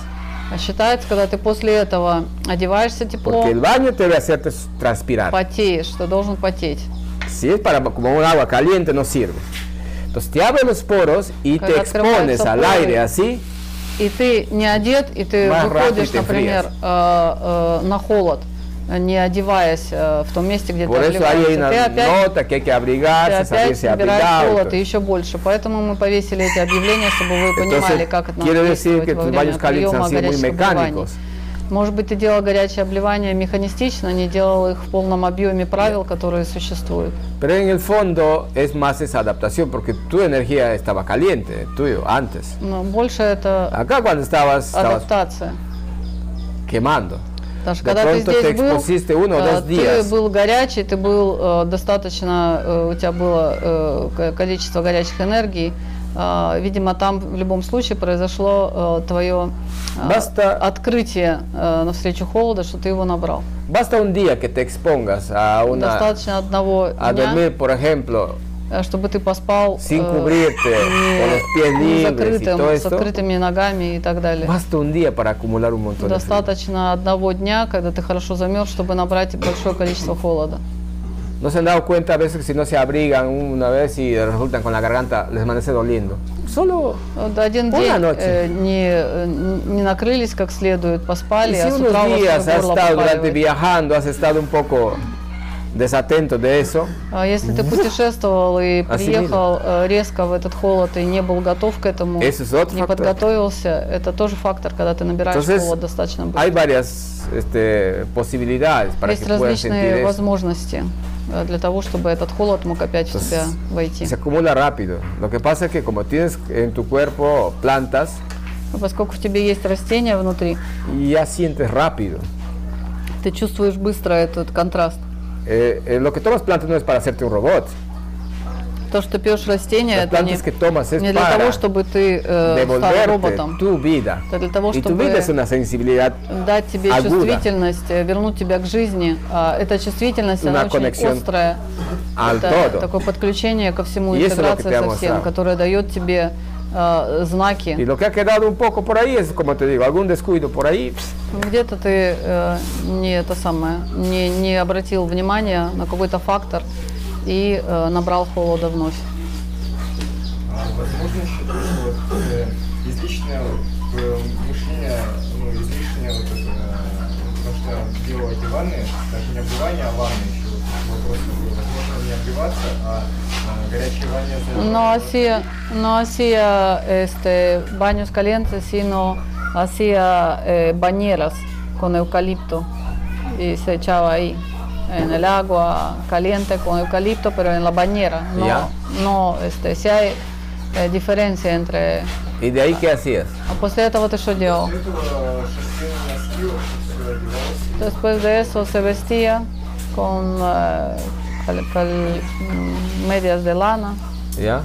B: А Считается, когда ты после этого одеваешься тепло,
A: porque el baño te debe hacerte s- transpirar.
B: потеешь, ты должен потеть.
A: Si es para como un agua caliente, no sirve. Entonces te abres los poros y te
B: Когда
A: expones
B: открываются
A: al
B: поры,
A: aire así,
B: И ты не одет, и ты
A: Más rápido y
B: выходишь,
A: te
B: например, э, э, на холод, не одеваясь э, в том месте, где
A: por
B: ты
A: eso ahí hay
B: обливаешься. Ты
A: una
B: опять,
A: nota que hay que
B: ты
A: abrigarse,
B: опять
A: salirse
B: набираешь
A: abrigado.
B: холод и еще больше. Поэтому мы повесили эти объявления, чтобы вы понимали,
A: Entonces,
B: как это
A: quiere
B: надо
A: decir que
B: действовать во
A: tus
B: время
A: baños calientes
B: приема
A: han sido muy
B: горячих обливаний.
A: mecánicos.
B: Может быть, ты делал горячее обливание механистично, не делал их в полном объеме правил, которые существуют.
A: Pero en el fondo es más esa adaptación, porque tu energía estaba caliente, tuyo, antes.
B: Но больше это
A: Acá cuando estabas, estabas
B: адаптация.
A: quemando.
B: Потому что
A: De
B: когда ты
A: pronto te
B: здесь был,
A: expusiste uno o
B: э,
A: dos
B: ты
A: días.
B: был горячий, ты был э, достаточно, э, у тебя было э, ко- количество горячих энергий. А, Видимо, там в любом случае произошло э, твое
A: Basta-
B: открытие э, навстречу холода, что ты его набрал.
A: Basta un día que te expongas a una
B: Достаточно одного
A: a
B: дня,
A: dormir, por ejemplo,
B: э, чтобы ты поспал
A: sin
B: э,
A: cubrirte, con los pies
B: не
A: libres y todo
B: закрытым, с
A: esto.
B: открытыми ногами и так далее.
A: Basta un día para acumular un montón de frío.
B: Достаточно одного дня, когда ты хорошо замерз, чтобы nabрать большое количество холода.
A: No se han dado cuenta a veces que si no se abrigan una vez y resultan con la garganta, les amanece doliendo. Solo
B: Вот Один
A: Una
B: день
A: noche.
B: э, не, э, не накрылись как следует,
A: Y
B: поспали,
A: si
B: а с утра
A: unos
B: у вас
A: días
B: всё
A: has
B: горло
A: estado durante
B: попаливает.
A: viajando, has estado un poco desatento de eso,
B: А Если ты путешествовал и
A: Así
B: приехал э, резко в этот холод и не был готов к этому,
A: Ese es otro
B: не
A: factor.
B: подготовился, это тоже фактор, когда ты набираешь
A: Entonces,
B: холод достаточно быстро.
A: hay varias este, posibilidades para
B: Есть
A: que puedas sentir
B: различные
A: eso.
B: возможности э, для того, чтобы этот холод мог опять в тебя войти.
A: Se acumula rápido. Lo que pasa es que como tienes en tu cuerpo plantas,
B: Но Поскольку в тебе есть растения внутри,
A: ya sientes rápido.
B: ты чувствуешь быстро этот контраст.
A: Eh, eh, lo que tomas plantas no es para hacerte un robot.
B: То, что пьешь растения,
A: Las
B: это не,
A: plantas que tomas es
B: не для
A: para
B: того, чтобы ты э, стал
A: devolverte
B: роботом.
A: tu vida.
B: Это для того,
A: Y tu
B: чтобы
A: vida es una sensibilidad
B: дать тебе
A: aguda.
B: чувствительность, э, вернуть тебя к жизни. А Эта чувствительность, она
A: Una
B: очень
A: conexión
B: острая.
A: al
B: Это
A: todo.
B: такое подключение ко всему,
A: Y eso es lo que te
B: интеграция
A: ha
B: со всем,
A: mostrado.
B: которая дает тебе э, знаки.
A: Y lo que ha quedado un poco por ahí es, como te digo, algún descuido por ahí. pss,
B: Где-то ты э, не это самое, не, не обратил внимания на какой-то фактор и э, набрал холода вновь.
G: А возможно еще то, что вот, э, излишнее э, мышление, ну, излишнее вот это, э, потому что дело эти ванны, даже не обливание, а ванны еще вот вопрос такой. Возможно не обливаться, а, а, горячие ванны за-
B: No hacía, no hacía este, baños calientes, sino hacía eh, bañeras con eucalipto y se echaba ahí en el agua caliente con eucalipto, pero en la bañera. No,
A: Ya.
B: no, este, si hay eh, diferencia entre. ah, pues,
A: ¿Y de ahí qué hacías?
B: А после этого ты что делал?
G: После этого шерстяные носки, вот, всё одевалось.
B: Después de eso se vestía con eh, cal- cal- mm, medias de lana
A: ¿Ya?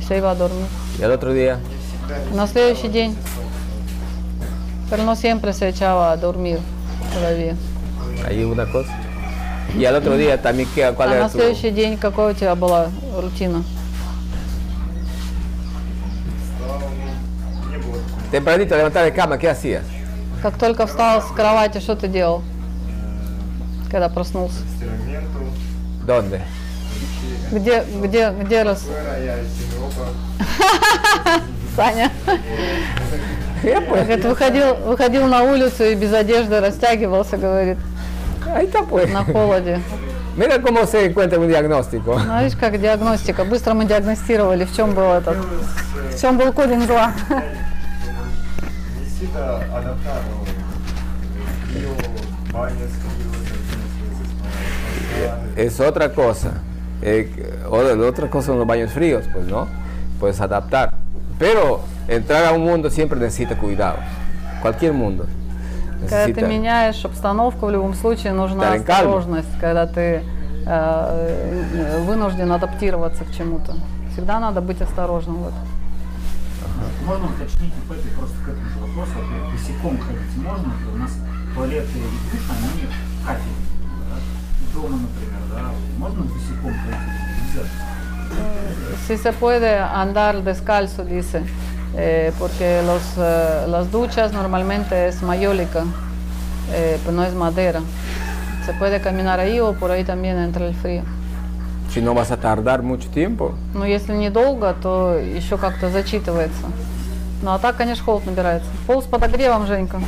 B: y se iba a dormir.
A: Y al otro día.
B: На следующий день. Pero no siempre se echaba a dormir todavía.
A: Ahí una cosa. Y al otro día también, ¿qué,
B: А
A: ¿cuál era
B: на
A: tu...?
B: следующий день какая у тебя была рутина?
G: Встал, ну, не было такого.
A: Tempranito, levantar de cama, ¿qué hacías?
B: Как только встал с кровати, что ты делал, когда проснулся?
G: Стероменту,
A: ¿Dónde?
B: Где, где, где рос?
G: Куэра, я из Европа.
B: Саня. Говорит, выходил, выходил на улицу и без одежды растягивался, говорит.
A: Ahí está pues.
B: На холоде.
A: Mira cómo se encuentra un diagnóstico.
B: Ну, видишь, как диагностика. Быстро мы диагностировали, в чем был этот, в чем был корень зла.
G: Нисита адаптару. Кио, баня с Кио, там,
A: Es otra cosa. Eh, o- la otra cosa son los baños fríos, pues, ¿no? Puedes adaptar. Pero entrar a un mundo siempre necesita cuidado. Cualquier mundo.
B: Когда ты
A: Necesita.
B: меняешь обстановку, в любом случае нужна
A: Тарикаль.
B: осторожность, когда ты э, э, вынужден адаптироваться к чему-то. Всегда надо быть осторожным. в этом.
C: Можно уточнить вот это просто к этому же вопросу, Во-первых, босиком ходить можно, то у нас туалеты и душ, они кафель. Да? Дома, например, да, можно босиком ходить? Нельзя.
B: Si se puede andar descalzo, dice, eh, porque los, eh, las duchas normalmente es mayólica, eh, pues no es madera. Se puede caminar ahí o por ahí también entre el frío.
A: Si no vas a tardar mucho tiempo.
B: Но Ну, если недолго, то еще как-то зачитывается. Ну а так, конечно, холод набирается. Пол с подогревом, Женька.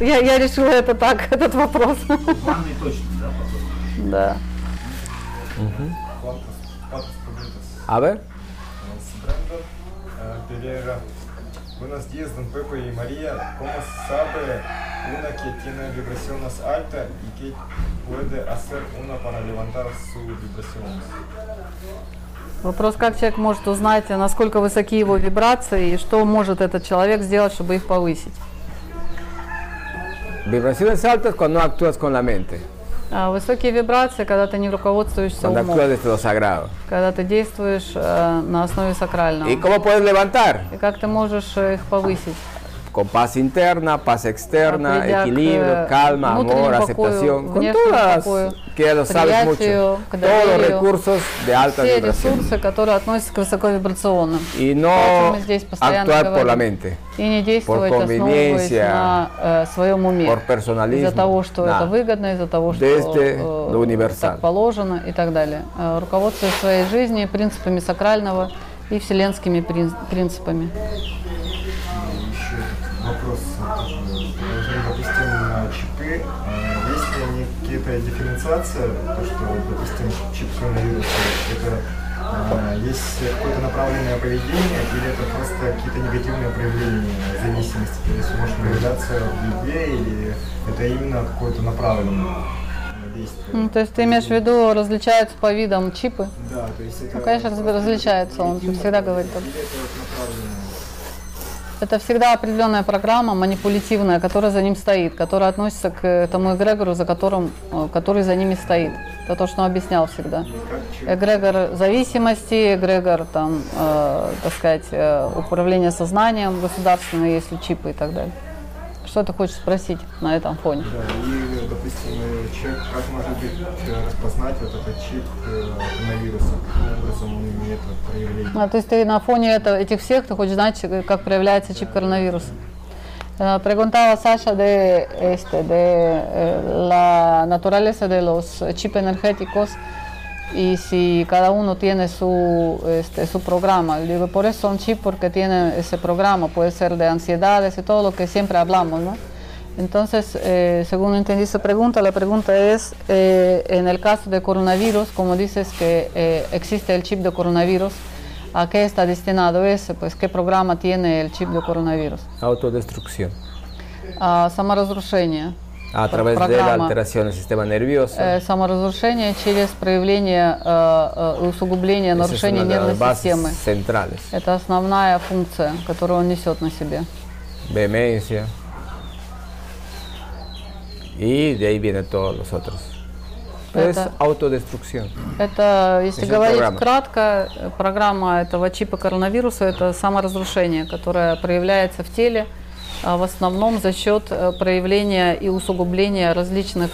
B: Я, я решила это так, этот вопрос.
C: В ванной точно, да, потом.
B: Да.
G: Плантус, плантус публитус.
A: A ver.
G: С брендом э, Перейра. Buenos días, don Pepe y María. ¿Cómo sabe una que tiene vibraciones altas y qué puede hacer una para levantar su vibración?
B: Вопрос, как человек может узнать, насколько высоки его вибрации и что может этот человек сделать, чтобы их повысить.
A: Vibraciones altas cuando no actúas con la mente.
B: А, Высокие вибрации, когда ты не руководствуешься
A: Cuando
B: умом,
A: actúas desde lo sagrado.
B: когда ты действуешь э, на основе сакрального.
A: ¿Y cómo puedes levantar?
B: И как ты можешь э, их повысить?
A: Con paz interna, paz externa,
B: Придя к,
A: equilibrio,
B: э,
A: calma,
B: внутреннему
A: amor,
B: покою,
A: aceptación. Con
B: внешнему
A: todas,
B: покою,
A: que lo sabes
B: приятию,
A: mucho.
B: к
A: Todos los
B: доверию.
A: recursos de alta
B: Все
A: vibración.
B: ресурсы, которые относятся к высоковибрационным.
A: Y no
B: Поэтому здесь постоянно
A: actuar por la
B: говорим.
A: mente,
B: И не действовать,
A: Por
B: основываясь
A: conveniencia,
B: на э, своем уме.
A: por
B: Из-за того,
A: personalismo.
B: что
A: nada.
B: это выгодно, из-за того, что
A: Desde este
B: э,
A: lo universal.
B: так положено и так далее. Э, Руководствуясь своей жизни принципами сакрального и вселенскими прин- принципами.
G: Еще этот вопрос тоже уже, допустим, на чипы. А Есть ли они какие-то дифференциации, то, что, допустим, чип коронавируса, это а, есть какое-то направленное поведение или это просто какие-то негативные проявления зависимости, то есть может проявляться в любви или это именно какое-то направленное действие?
B: Ну, то есть ты имеешь в виду, различаются по видам чипы?
G: Да, то есть это...
B: Ну, конечно, раз- различается, он всегда говорит так.
G: Или это вот направленное?
B: Это всегда определенная программа манипулятивная, которая за ним стоит, которая относится к тому эгрегору, за которым, э, который за ними стоит. Это то, что он объяснял всегда. Эгрегор зависимости, эгрегор, там, э, так сказать, э, управление сознанием государственное, если чипы и так далее. Что ты хочешь спросить на этом фоне?
G: Да, и, допустим, э, человек, как может быть э, распознать вот этот чип э, коронавируса, каким образом он имеет это проявление?
B: А, то есть ты на фоне этого, этих всех, ты хочешь знать, э, как проявляется чип коронавируса? Eh, Preguntaba Sasha de, este, de eh, la naturaleza de los chips energéticos y si cada uno tiene su, este, su programa. Yo digo, por eso son chips, porque tienen ese programa, puede ser de ansiedades y todo lo que siempre hablamos. ¿no? Entonces, eh, según entendí su pregunta, la pregunta es, eh, en el caso de coronavirus, como dices que eh, existe el chip de coronavirus, ¿a qué está destinado ese? Pues, ¿qué programa tiene el chip de coronavirus?
A: Autodestrucción.
B: А, саморазрушение.
A: A través de la
B: Программа
A: alteración del sistema nervioso.
B: э, саморазрушение через проявление э, э, усугубления
A: Esa es
B: нарушения
A: una de
B: нервной
A: las bases
B: системы.
A: centrales.
B: Это основная функция, которую он несет на себе.
A: Vehemencia. Y de ahí vienen todos los otros. Es
B: Это-
A: autodestrucción.
B: Это, если
A: Значит,
B: говорить
A: программа.
B: кратко, э, программа этого чипа коронавируса – это саморазрушение, которое проявляется в теле а, в основном за счет э, проявления и усугубления различных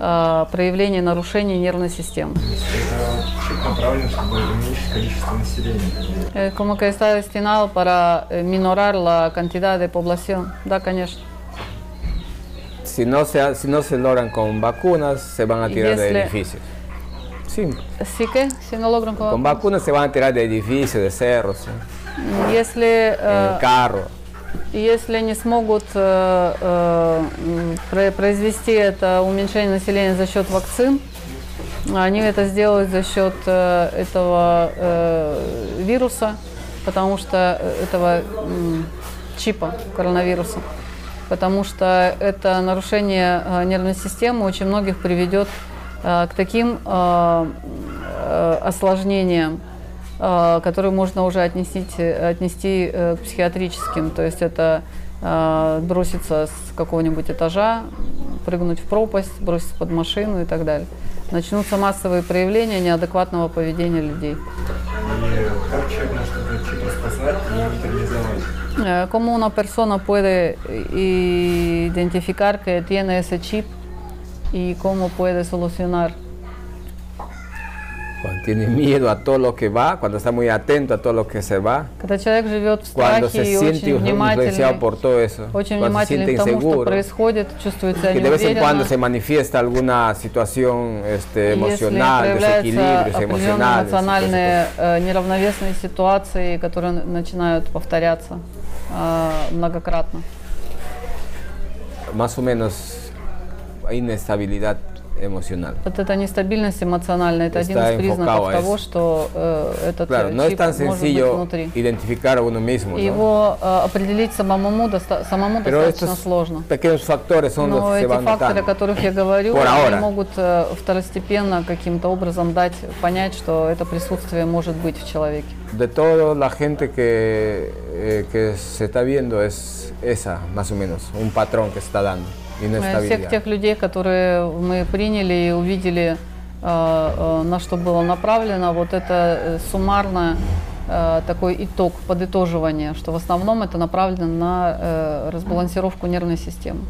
B: а, проявление нарушений нервной системы.
G: Это направлено, чтобы уменьшить количество населения.
B: Eh, como que está destinado para eh, minorar la cantidad de población. Да, конечно.
A: Si no se, ha- si no se logran con vacunas, se van a
B: Y
A: tirar de
B: если-
A: edificios. Simple.
B: Así que, si no logran con-
A: Con vacunas se van a tirar de edificios, de cerros, ¿sí?
B: Если,
A: en
B: э,
A: el carro.
B: если не смогут э, э, м, про- произвести это уменьшение населения за счет вакцин, они это сделают за счет э, этого э, вируса, потому что э, этого м, чипа коронавируса, потому что это нарушение э, нервной системы очень многих приведет э, к таким э, э, осложнениям, э, которые можно уже отнести, отнести э, к психиатрическим. То есть это э, броситься с какого-нибудь этажа, прыгнуть в пропасть, броситься под машину и так далее. Начнутся массовые проявления неадекватного поведения людей.
G: И как человек может этот чип распознать и нейтрализовать?
B: Eh, ¿Cómo una persona puede i- identificar que tiene ese chip y cómo puede solucionar?
A: Cuando tiene miedo a todo lo que va, cuando está muy atento a todo lo que se va,
B: Когда человек живет в
A: cuando se
B: страхе и
A: siente
B: очень
A: influenciado
B: внимательный,
A: por todo eso,
B: очень
A: cuando se
B: внимательный
A: siente
B: к тому, что
A: inseguro,
B: происходит, чувствует себя
A: que de vez en cuando se
B: неуверенно,
A: manifiesta alguna situación este,
B: и если
A: emocional,
B: проявляются определенные
A: desequilibrios emocionales. entonces,
B: эмоциональные э, неравновесные ситуации, которые н- начинают повторяться э, многократно.
A: más o menos inestabilidad emocional.
B: Вот эта нестабильность эмоциональная, это один
A: Está
B: из признаков
A: enfocado a
B: того,
A: eso.
B: что э, этот
A: Claro,
B: э,
A: no es
B: чип
A: tan
B: может быть
A: sencillo
B: внутри.
A: identificar a uno mismo,
B: И
A: ¿no?
B: Его э, определить самому, доста- самому
A: Pero
B: достаточно
A: estos
B: сложно.
A: pequeños factores son los
B: Но
A: que se
B: эти
A: van
B: факторы, о
A: notando.
B: которых я говорю,
A: Por
B: они
A: ahora.
B: могут э, второстепенно каким-то образом дать понять, что это присутствие может быть в человеке.
A: De toda la gente que, eh, que se está viendo es esa, más o menos, un patrón que se está dando,
B: Э, Всех
A: inestabilidad.
B: тех людей, которые мы приняли и увидели, э, э, на что было направлено, вот это э, суммарно э, такой итог, подытоживание, что в основном это направлено на э, разбалансировку нервной системы.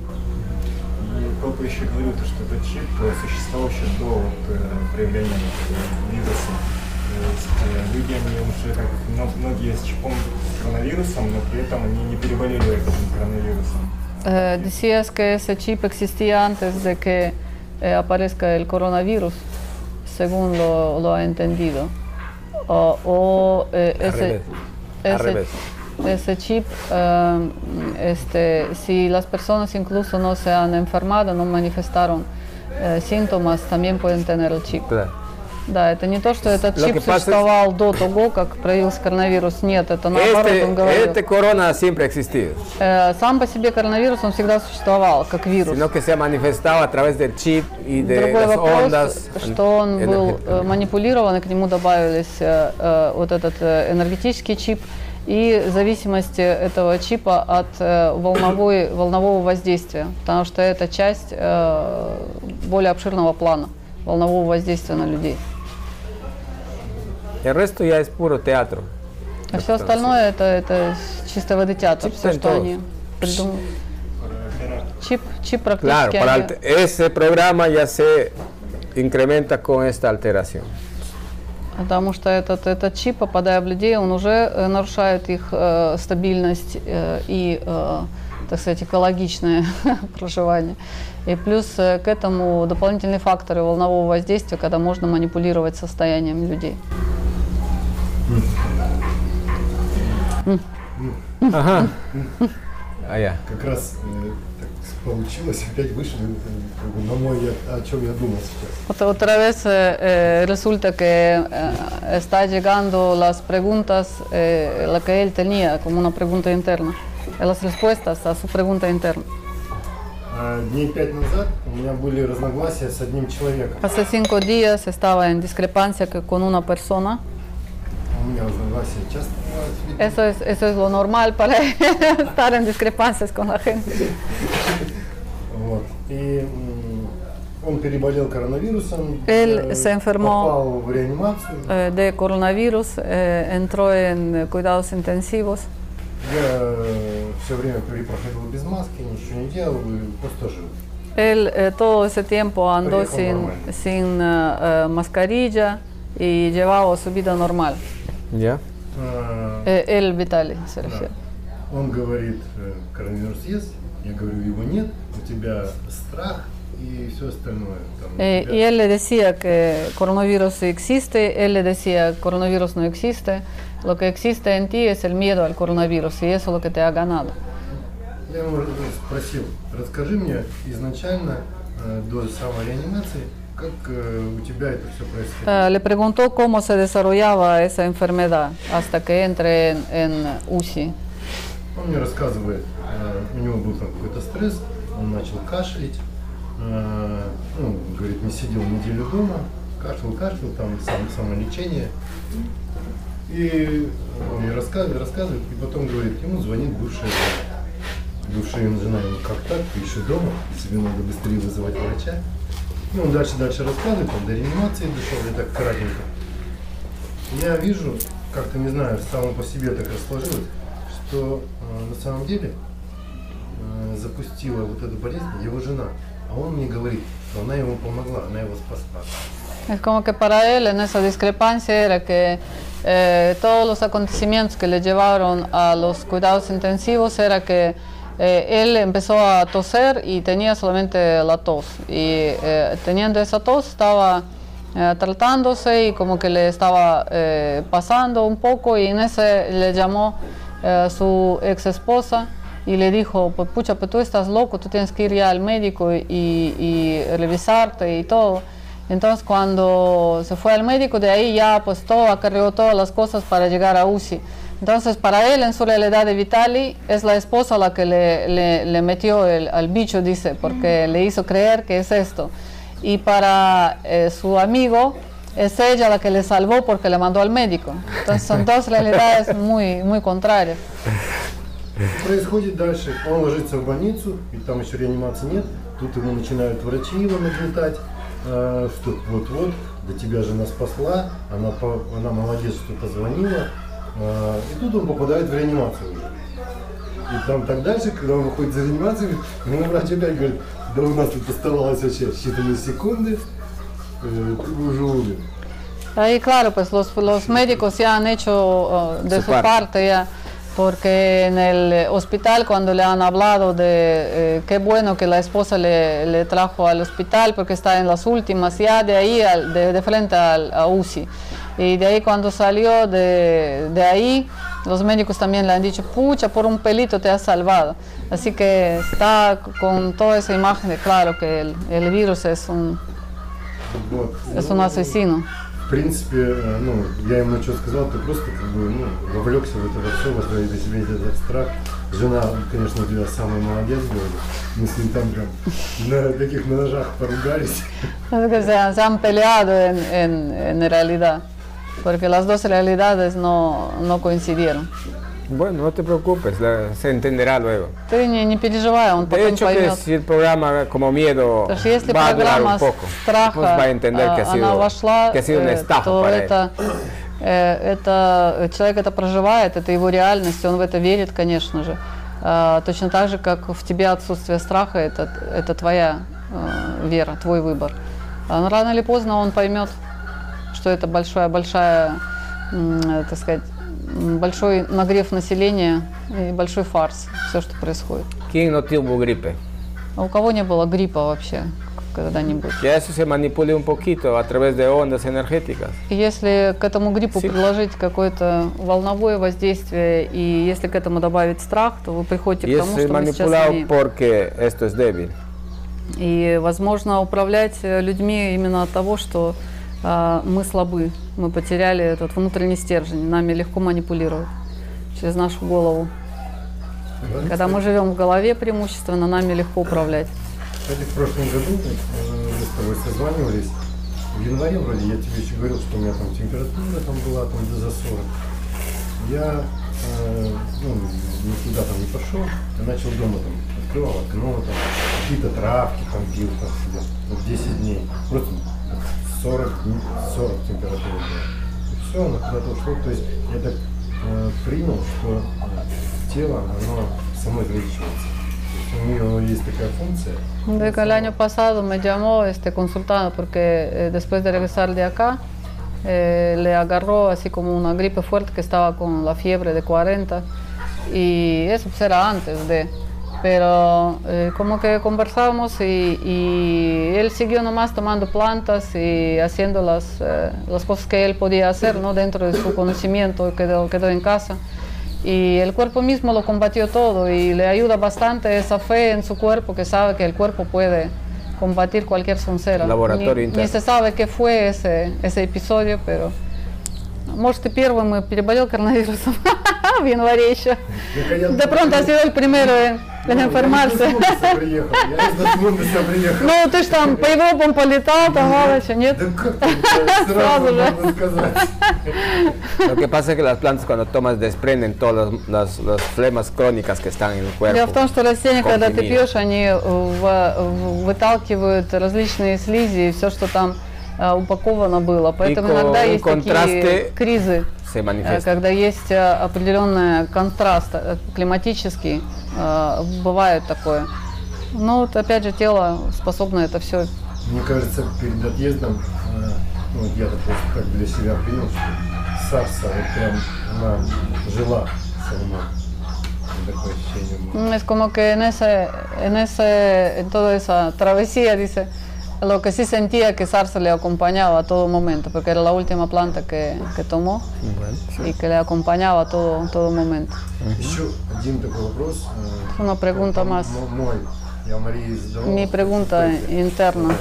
G: И Копы еще говорил, то, что этот чип э, существовал еще до вот, э, проявления э, вируса. То есть э, люди, они уже как мно- многие с чипом с коронавирусом, но при этом они не переболели этим коронавирусом.
B: Eh, decías que ese chip existía antes de que eh, aparezca el coronavirus, según lo, lo ha entendido. O, o, eh,
A: Al
B: ese,
A: revés. Al revés.
B: ese chip, eh, este, si las personas incluso no se han enfermado, no manifestaron eh, síntomas, también pueden tener el chip.
A: Claro.
B: Да, это не то, что этот
A: Lo que
B: чип
A: pasa es-
B: существовал до того, как проявился коронавирus. Нет, это наоборот, он
A: Este,
B: говорил.
A: este corona siempre ha existido,
B: Э, Сам по себе коронавирус, он всегда существовал как вирус.
A: sino que se ha manifestado a través del chip y de
B: Другой
A: las
B: вопрос,
A: ondas.
B: что он был э,
A: energéticas.
B: манипулирован, и к нему добавились э, э, вот этот э, энергетический чип и зависимость э, этого чипа от э, волновой, волнового воздействия, потому что это часть э, более обширного плана волнового воздействия на людей.
A: El resto ya es puro teatro.
B: А все остальное это, это чисто водотеатр,
A: Чип
B: все, что
A: Сентос.
B: они придумали. Чип, чип
A: Claro,
B: практически
A: para
B: они-
A: alter- ese programa ya se incrementa con esta alteración.
B: Потому что этот, этот чип, попадая в людей, он уже э, нарушает их э, стабильность э, и, э, так сказать, экологичное проживание. И плюс э, к этому дополнительные факторы волнового воздействия, когда можно манипулировать состоянием людей.
A: Ajá. Allá.
H: Как раз э, так получилось, опять вышли э, как бы на мой, я- о чем я думал сейчас.
B: Ot- Otra vez eh, eh, resulta que eh, está llegando las preguntas, eh, la que él tenía como una pregunta interna, eh, las respuestas a su pregunta interna.
H: А Дней пять назад у меня были разногласия с одним человеком.
B: Hace cinco días estaba en discrepancia que- con una persona.
H: У меня разногласия часто бывают в жизни.
B: Eso es, eso es lo normal para estar en discrepancias con la gente.
H: Вот. И м, он переболел коронавирусом, э,
B: Él se enfermó.
H: попал в реанимацию.
B: Eh, de coronavirus, eh, entró en eh, cuidados intensivos.
H: э, Я все время при- проходил без маски, ничего не делал, и просто жил.
B: Él eh, todo ese tiempo andó
K: Oye, ¿cómo
B: sin,
K: normal?
B: sin eh, eh, mascarilla y llevaba su vida normal.
A: ¿Ya?
H: А,
B: Eh, él, Vitali, se refiere.
H: Он говорит, э, коронавирус есть, я говорю, его нет, у тебя страх и все остальное. Там, у
B: Eh,
H: тебя-
B: y él le decía que coronavirus existe, él le decía coronavirus no existe. Lo que existe en ti es el miedo al coronavirus y eso es lo que te ha ganado.
H: Я его спросил, расскажи мне изначально э, до самой реанимации, как э, у тебя это все происходило.
B: Eh, le preguntó cómo se desarrollaba esa enfermedad hasta que entre en, en UCI.
H: Он мне рассказывает, э, у него был там какой-то стресс, он начал кашлять, э, ну, говорит, не сидел неделю дома, кашлял, кашлял, там сам, самолечение. И он мне рассказывает, рассказывает, и потом говорит, ему звонит бывшая жена. Бывшая ему жена, ему как так, ты еще дома, тебе надо быстрее вызывать врача. Ну, он дальше-дальше рассказывает, он до реанимации дошел, я так кратенько. Я вижу, как-то не знаю, само по себе так расположилось, что э, на самом деле э, запустила вот эту болезнь его жена. А он мне говорит, что она ему помогла, она его спасла.
B: Es como que para él en esa discrepancia era que eh, todos los acontecimientos que le llevaron a los cuidados intensivos era que eh, él empezó a toser y tenía solamente la tos. Y eh, teniendo esa tos estaba eh, tratándose y como que le estaba eh, pasando un poco y en ese le llamó eh, su ex esposa y le dijo, pues pucha, pues tú estás loco, tú tienes que ir ya al médico y, y revisarte y todo. Entonces cuando se fue al médico, de ahí ya pues todo acarreó todas las cosas para llegar a UCI. Entonces para él en su realidad de Vitali es la esposa la que le, le- le metió el, al bicho, dice, porque le hizo creer que es esto. Y para eh, su amigo es ella la que le salvó porque le mandó al médico. Entonces son dos realidades muy, muy contrarias.
H: Происходит дальше, он ложится в больницу, и там еще реанимации нет, тут ему начинают врачи его нагнетать, э, что вот-вот, да тебя жена спасла, она, по- она молодец, что позвонила, Э, и тут он попадает в реанимацию уже. И там так дальше, когда он выходит из реанимации, говорит, ну врач опять говорит, да у нас тут оставалось вообще считанные секунды, э, ты уже умер.
B: Ahí claro, pues los, los médicos ya han hecho uh, de
H: Su
B: su,
H: parte.
B: parte. ya, porque en el eh, hospital cuando le han hablado de eh, qué bueno que la esposa le, le trajo al hospital porque está en las últimas, ya de ahí al- de, de frente al, a UCI. Y de ahí cuando salió de, de ahí, los médicos también le han dicho, pucha, por un pelito te has salvado. Así que está con toda esa imagen de claro que el, el virus es un,
H: Вот.
B: es un
H: Ну,
B: asesino.
H: В принципе, э, ну, я ему что сказал, ты просто как бы, ну, вовлекся в это во все, возле до себе этот страх. Жена, конечно, у тебя самый молодец был. Мы с ним там прям на таких на ножах поругались.
B: Es que se han, se han peleado en, en- en realidad, porque las dos realidades no, no coincidieron.
A: Bueno, no te preocupes, la- se entenderá luego.
B: Ты не, не переживай, он
A: De
B: потом
A: hecho, que
B: поймет.
A: si el programa como miedo
B: Потому что если
A: va a durar
B: программа
A: un poco,
B: страха,
A: pues va este a eh, entender que ha
B: а, она
A: sido,
B: вошла,
A: que ha sido una
B: э,
A: estafa
B: то
A: para él.
B: это, э, это э, человек это проживает, это его реальность, он в это верит, конечно же. А, точно так же, как в тебе отсутствие страха, это, это твоя э, вера, твой выбор. А, но рано или поздно он поймет, что это большая-большая, м, э, так сказать, м, большой нагрев населения и большой фарс, все, что происходит.
A: ¿Quién no tuvo gripe?
B: А у кого не было гриппа вообще когда-нибудь?
A: Ya eso se manipule un poquito a través de ondas energéticas.
B: И Если к этому гриппу предложить какое-то волновое воздействие, и если к этому добавить страх, то вы приходите
A: Y
B: к
A: eso
B: тому,
A: es
B: что мы сейчас
A: manipulado
B: имеем.
A: porque esto es débil.
B: И, возможно, управлять э, людьми именно от того, что а, мы слабы, мы потеряли этот внутренний стержень, нами легко манипулируют через нашу голову. Когда мы живем в голове, преимущественно нами легко управлять.
H: Кстати, в прошлом году э, мы с тобой созванивались. В январе вроде я тебе еще говорил, что у меня там температура там была там до за 40. Я э, ну, никуда там не пошел, я начал дома там, открывал окно, там, какие-то травки там пил там себе. Вот 10 дней. Просто 40, дней- 40 температура была. И все, она куда-то ушла. То есть я так э, принял, что э, тело, оно само излечивается. у нее есть такая функция.
B: De que el año pasado me llamó este consultando porque eh, después de regresar de acá eh, le agarró así como una gripe fuerte que estaba con la fiebre de 40 y eso pues, era antes de pero eh, como que conversamos y, y él siguió nomás tomando plantas y haciendo las, eh, las cosas que él podía hacer ¿no? dentro de su conocimiento, quedó, quedó en casa. Y el cuerpo mismo lo combatió todo y le ayuda bastante esa fe en su cuerpo que sabe que el cuerpo puede combatir cualquier soncera.
A: Laboratorio
B: ni, ni
A: interno.
B: se sabe qué fue ese, ese episodio, pero... Может, и первым и переболел коронавирусом в январе еще. De pronto ha sido el primero en, en enfermarse.
H: Приехал. Я из Мундеса приехал.
B: Ну, ты ж там по Европам полетал, там мало чего, нет? Сразу же.
A: Lo que pasa es que las plantas cuando tomas desprenden todas las, las- las flemas crónicas que están en el
B: Дело в
A: cuerpo.
B: том, что растения, когда ты
A: Континент.
B: пьешь, они э, в- в- выталкивают различные слизи и все, что там э, упаковано было. Поэтому
A: ко-
B: иногда есть
A: контрасты
B: такие кризы.
A: Se
B: Э,
A: manifiesta.
B: Когда есть э, определенный контраст э, климатический, э, бывает такое. Но вот опять же тело способно это все.
H: Мне кажется, перед отъездом, э, ну, вот я это просто так для себя принял, что Сарса вот прям, она жила со мной. Такое ощущение было.
B: Mm, Es como que en ese, en ese, en toda esa travesía, dice, lo que sí sentía que Sarsa le acompañaba a todo momento, porque era la última planta que, que tomó y que le acompañaba a todo, todo momento.
H: Еще один такой вопрос. э,
B: Una pregunta
H: м-
B: más,
H: м- Мой. Я Марии задавал.
B: mi pregunta interna.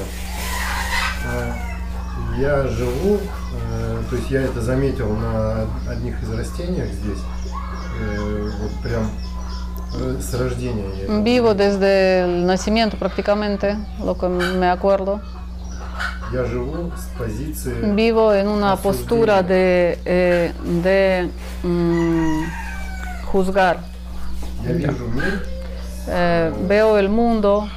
H: Э, Я живу, э, то есть я это заметил на одних из растениях здесь, э, вот прям э, с рождения я это
B: Vivo desde el nacimiento prácticamente, lo que me acuerdo.
H: Я живу с позиции
B: Vivo en una postura de, eh, de mm, juzgar.
H: я вижу мир
B: Eh, veo el mundo,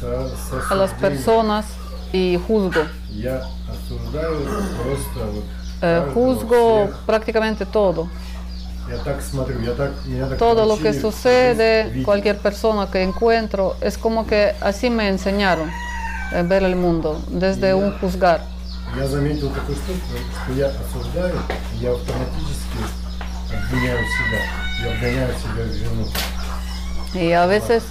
H: со, со
B: a las
H: осуждением.
B: personas y juzgo.
H: Я осуждаю просто вот.
B: Eh,
H: каждого,
B: juzgo
H: всех.
B: prácticamente todo.
H: Я так смотрю, я так меня так
B: Todo lo que
H: научили
B: sucede,
H: видеть.
B: cualquier persona que encuentro, es como que así me enseñaron eh, ver el mundo, desde un juzgar.
H: Я заметил такую штуку, что я осуждаю, и я автоматически обвиняю себя. Я обгоняю себя в вину.
B: Y a veces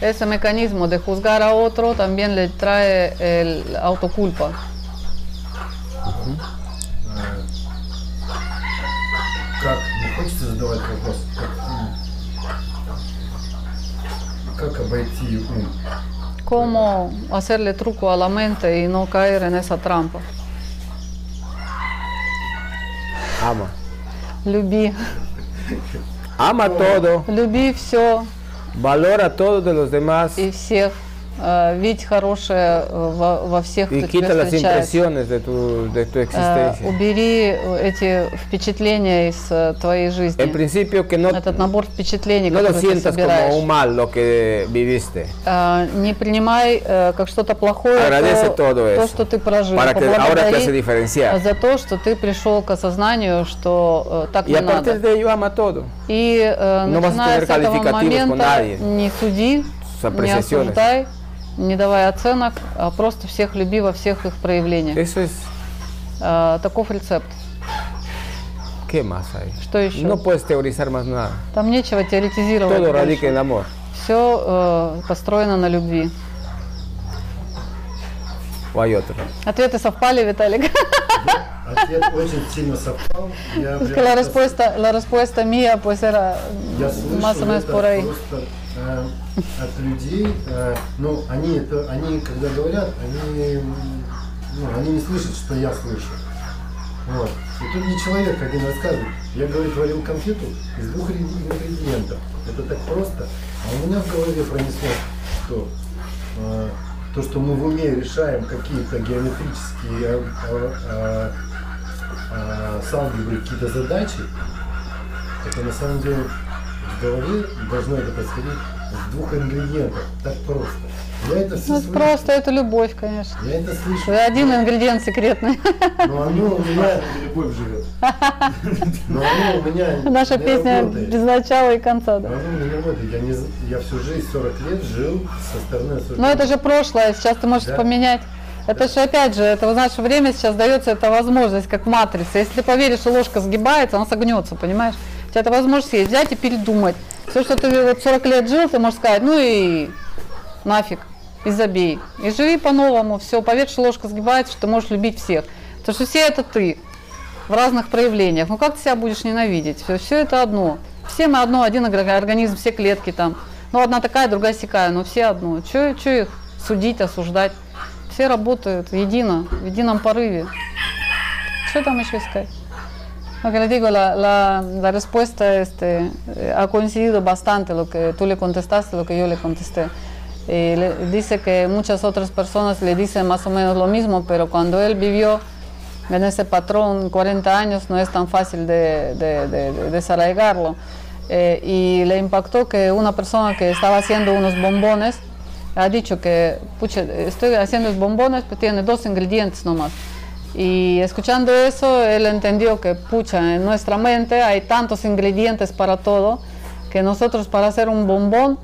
B: ese mecanismo de juzgar a otro también le trae el autoculpa.
H: Э, Как? Не хочется задавать вопрос? Как, м, как обойти ум?
B: ¿Cómo hacerle truco a la mente y no caer en esa trampa?
A: Ama.
B: Любí,
A: Ama todo.
B: люби все,
A: Valora todo de los demás.
B: и всех, э, видеть хорошее э, во, во всех,
A: Y
B: кто тебя
A: quita las
B: встречает.
A: impresiones de tu, de tu
B: Э,
A: existencia.
B: убери э, эти впечатления из э, твоей жизни.
A: En principio que no,
B: Этот набор впечатлений,
A: no lo
B: которые ты
A: sientas
B: собираешь.
A: como un mal lo que viviste.
B: Э, не принимай э, как что-то плохое
A: Agradece
B: то,
A: todo
B: то,
A: eso.
B: что ты прожил.
A: Para que ahora te
B: Поблагодари
A: hace diferenciar.
B: за то, что ты пришел к осознанию, что э, так
A: Y
B: не
A: a partir
B: надо.
A: de ello ama todo.
B: И э,
A: no vas a
B: начиная
A: tener
B: с этого
A: calificativos con
B: момента
A: nadie.
B: не суди,
A: Sus
B: не
A: apreciaciones.
B: осуждай, не давай оценок, а просто всех люби во всех их проявлениях.
A: Eso es...
B: А, таков рецепт.
A: ¿Qué más hay?
B: Что еще?
A: No puedes teorizar más nada.
B: Там нечего
A: Todo
B: теоретизировать.
A: radica en el amor.
B: Все построено на любви.
A: ¿O hay otro?
B: Ответы совпали, Виталик.
H: Ответ очень сильно совпал. Я
B: Es
H: прям
B: que la
H: сейчас-
B: respuesta, la respuesta mía pues era
H: Я слышал
B: más o menos
H: это
B: por ahí.
H: просто э, от людей. э, ну, они это, они когда говорят, они, м, ну, они не слышат, что я слышу. Вот. И тут не человек один рассказывает. Я, говорит, варил конфету из двух ре- ингредиентов. Это так просто. А у меня в голове пронесло, что э, то, что мы в уме решаем какие-то геометрические э, э, э, э, с алгеброй какие-то задачи, это на самом деле в голове должно это происходить с двух ингредиентов. Так просто. Я это все
B: Ну,
H: слышу.
B: просто это любовь, конечно.
H: Я это слышу.
B: Один ингредиент секретный.
H: Но оно у меня... Любовь живет. Но оно у меня
B: Наша
H: не
B: песня
H: работает.
B: без начала и конца. да.
H: Но оно у меня не работает. Я, не з- я всю жизнь, 40 лет жил со стороны осуждения.
B: Но Ну, это же прошлое, сейчас ты можешь
H: Да.
B: поменять. Это же опять же, это знаешь, время сейчас дается эта возможность, как матрица. Если ты поверишь, что ложка сгибается, она согнется, понимаешь? У тебя эта возможность есть взять и передумать. Все, что ты вот 40 лет жил, ты можешь сказать, ну и нафиг, и забей. И живи по-новому, все, поверь, что ложка сгибается, что ты можешь любить всех. Потому что все это ты в разных проявлениях. Ну как ты себя будешь ненавидеть? Все, это одно. Все мы одно, один организм, все клетки там. Ну одна такая, другая сякая, но все одно. Че, че их судить, осуждать? Все работают едино, в едином порыве. Что там еще искать? Ну, Lo que les digo, la, la- la respuesta este, eh, ha coincidido bastante lo que tú le contestaste, lo que yo le contesté. Eh, le- dice que muchas otras personas le dicen más o menos lo mismo, pero cuando él vivió en ese patrón 40 años no es tan fácil de, de- de- de desarraigarlo. Eh, y le impactó que una persona que estaba haciendo unos bombones ha dicho que, pucha, estoy haciendo los bombones, pero tiene dos ingredientes nomás. Y escuchando eso, él entendió que, pucha, en nuestra mente hay tantos ingredientes para todo, que nosotros para hacer un bombón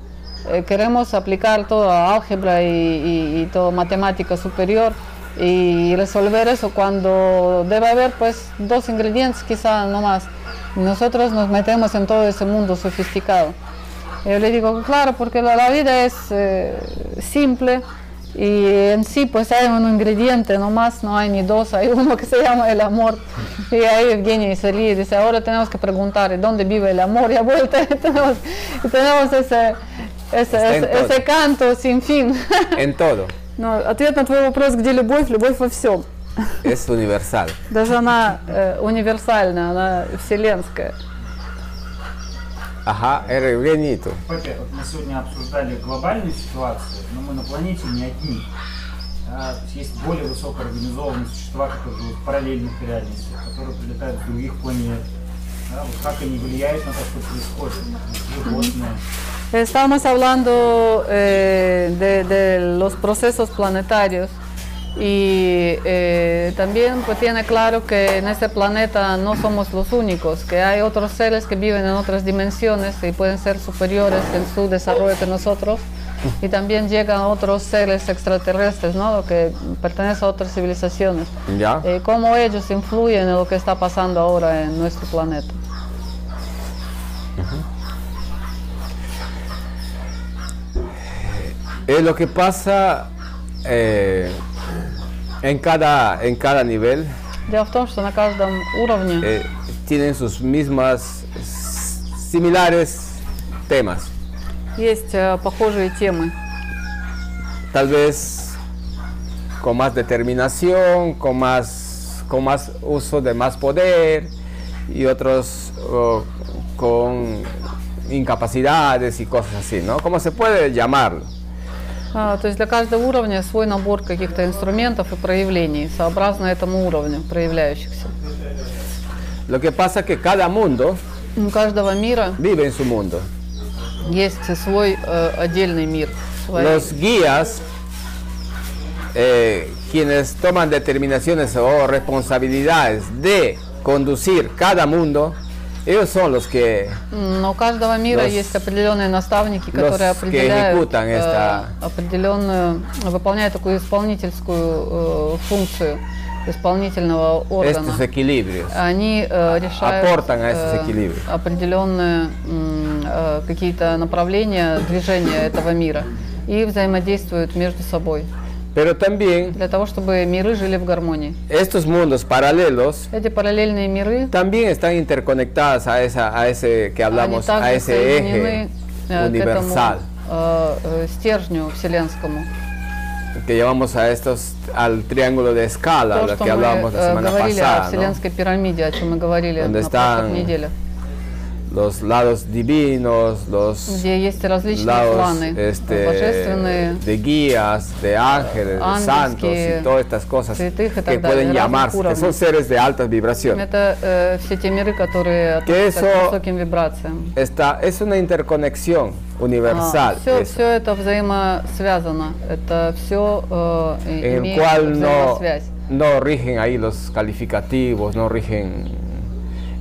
B: eh, queremos aplicar toda álgebra y, y- y todo matemática superior y resolver eso cuando debe haber pues dos ingredientes quizá no más. Y Nosotros nos metemos en todo ese mundo sofisticado. Yo le digo, claro, porque la, la vida es eh, simple y en sí pues hay un ingrediente nomás, no hay ni dos, hay uno que se llama el amor. Y ahí Evgeny se ríe y dice, ahora tenemos que preguntar, ¿y ¿dónde vive el amor? Y a vuelta tenemos, tenemos ese, ese,
A: Está en
B: ese-
A: todo.
B: ese canto sin fin.
A: En todo.
B: Но ответ на твой вопрос, где любовь, любовь во всем.
A: Es universal.
B: Даже она э, универсальная, она вселенская.
A: Ajá, Evgeny, ¿y tú?
C: Пепе, вот мы сегодня обсуждали глобальную ситуацию, но мы на планете не одни. А, то есть есть более высокоорганизованные существа, которые живут в параллельных реальностях, которые прилетают с других планет. Да, вот как они влияют на то, что происходит. Животные.
B: Estábamos hablando eh, de, de los procesos planetarios y eh, también pues, tiene claro que en este planeta no somos los únicos, que hay otros seres que viven en otras dimensiones y pueden ser superiores en su desarrollo que nosotros. Y también llegan otros seres extraterrestres, ¿no? que pertenecen a otras civilizaciones.
A: Ya.
B: Eh, ¿Cómo ellos influyen en lo que está pasando ahora en nuestro planeta?
A: Es Eh, lo que pasa eh, en, cada, en cada nivel.
B: Дело в том, что на каждом уровне
A: eh, tienen sus mismas s- similares temas.
B: есть э, похожие темы.
A: Tal vez con más determinación, con más, con más uso de más poder y otros oh, con incapacidades y cosas así, ¿no? ¿Cómo se puede llamarlo?
B: А, то есть для каждого уровня свой набор каких-то инструментов и проявлений, сообразно этому уровню проявляющихся.
A: Lo que pasa es que cada mundo
B: У каждого мира
A: vive en su mundo.
B: есть свой э, отдельный мир. свои.
A: Los guías, eh, quienes toman determinaciones o responsabilidades de conducir cada mundo, ellos son los que
B: Но у каждого мира
A: Los-
B: есть определенные наставники, которые
A: los que
B: определяют, э,
A: ejecutan esta-
B: определенную, выполняют такую исполнительскую э, функцию исполнительного органа.
A: estos equilibrios.
B: Они
A: А,
B: э, решают
A: Aportan a estos equilibrios.
B: определенные м, э, какие-то направления движения этого мира и взаимодействуют между собой
A: Pero también
B: для того, чтобы миры жили в гармонии.
A: estos mundos paralelos
B: Эти параллельные миры,
A: también están interconectadas a, esa, a ese que
B: они
A: eh, hablamos, a
B: также
A: ese eje
B: соединены э, к этому
A: universal
B: э, э, стержню вселенскому.
A: que llamamos a estos al triángulo de escala,
B: То,
A: lo
B: что мы
A: que hablábamos eh, la
B: э,
A: semana
B: говорили о
A: pasada. ¿no?
B: вселенской пирамиде, о чем мы говорили
A: Donde
B: на прошлых
A: están
B: неделях.
A: los lados divinos, los
B: где есть различные
A: lados
B: планы э,
A: este,
B: божественные,
A: de guías, de ángeles, de santos y
B: Ангельские,
A: todas estas cosas
B: святых и
A: que
B: так далее,
A: pueden llamarse,
B: разных
A: que son
B: уровней.
A: seres de altas vibraciones.
B: Это э, все те миры, которые относятся
A: eso-
B: к высоким вибрациям.
A: Esta es una interconexión universal.
B: все,
A: es-
B: это взаимосвязано, это все
A: en el
B: имеет
A: cual no,
B: взаимосвязь.
A: no rigen ahí los calificativos, no rigen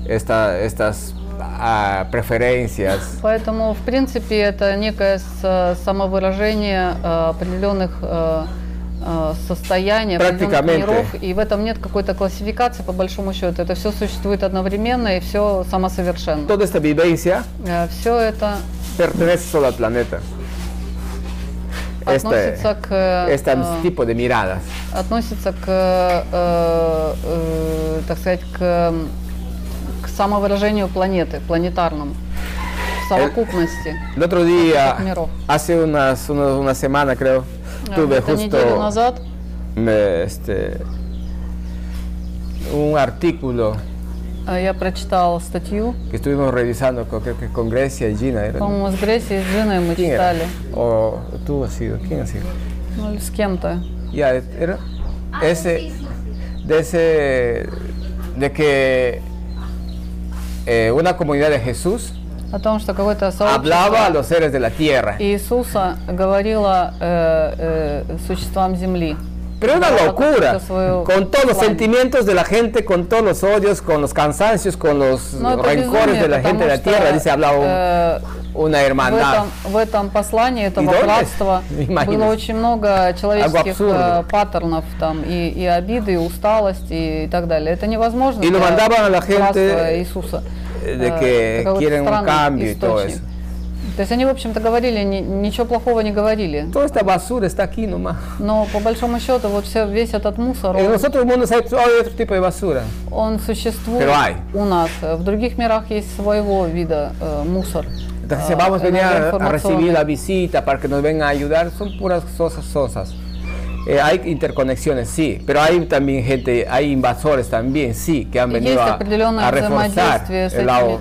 A: esta- estas ah, preferencias.
B: Поэтому, в принципе, это некое с- самовыражение э, определенных э, э, состояний, определенных
A: Практикаменты.
B: миров, и в этом нет какой-то классификации, по большому счету. Это все существует одновременно и все самосовершенно.
A: Toda esta vivencia
B: Все это
A: pertenece solo al planeta.
B: Pues
A: Este,
B: относится к... э,
A: este
B: э,
A: tipo de miradas.
B: относится к, э, э, так сказать, к, м, к самовыражению планеты, планетарному, в совокупности.
A: El otro día,
B: Miró.
A: hace unas, unos- una semana creo,
B: Э,
A: tuve
B: где-то неделю
A: justo
B: назад
A: me- este, un artículo
B: э, я прочитала статью,
A: que estuvimos revisando con, creo que con Grecia y Gina. era, ¿no?
B: по-моему, с Грецией, с Джиной мы
A: ¿Quién era?
B: читали,
A: O tú has sido, ¿quién ha sido?
B: ну или с кем-то.
A: Ya, era ese, de ese, de que eh, una comunidad de Jesús
B: О том, что какое-то
A: hablaba
B: сообщество
A: a los seres de la tierra.
B: Иисуса говорила э, э, существам Земли.
A: Pero una
B: Hablaba
A: locura,
B: какую-то свою
A: con todos los
B: плань.
A: sentimientos de la gente, con todos los odios, con los cansancios, con los
B: Но это
A: rencores
B: безумие,
A: de la
B: потому
A: gente de la
B: что,
A: tierra, dice, hablaba un-
B: э,
A: una
B: в
A: hermandad.
B: этом, в этом послании этого
A: Идольное?
B: братства
A: Именно.
B: было очень много человеческих
A: абсурда.
B: э, паттернов там и, и обиды, и усталость и, и так далее. Это невозможно.
A: И
B: для
A: Лавандава на Хенте,
B: братства Иисуса.
A: э, de
B: Э,
A: que
B: это какой-то
A: quieren un
B: странный
A: cambio y todo
B: источник. То есть они, в общем-то, говорили, ни- ничего плохого не говорили.
A: Toda esta basura está aquí nomás.
B: Но по большому счету, вот все, весь этот мусор,
A: En
B: он,
A: nosotros el mundo hay hay otro tipo de basura.
B: он существует
A: Перуай.
B: у нас. Э, В других мирах есть своего вида э, мусор.
A: Entonces
B: Э,
A: vamos a venir a, a recibir
B: энергоинформационный.
A: la visita para que nos vengan a ayudar. Son puras cosas, cosas. Eh, hay interconexiones, sí, pero hay también gente, hay invasores también, sí, que han
B: Есть
A: venido a,
B: определенное
A: a reforzar
B: взаимодействие с
A: el lado,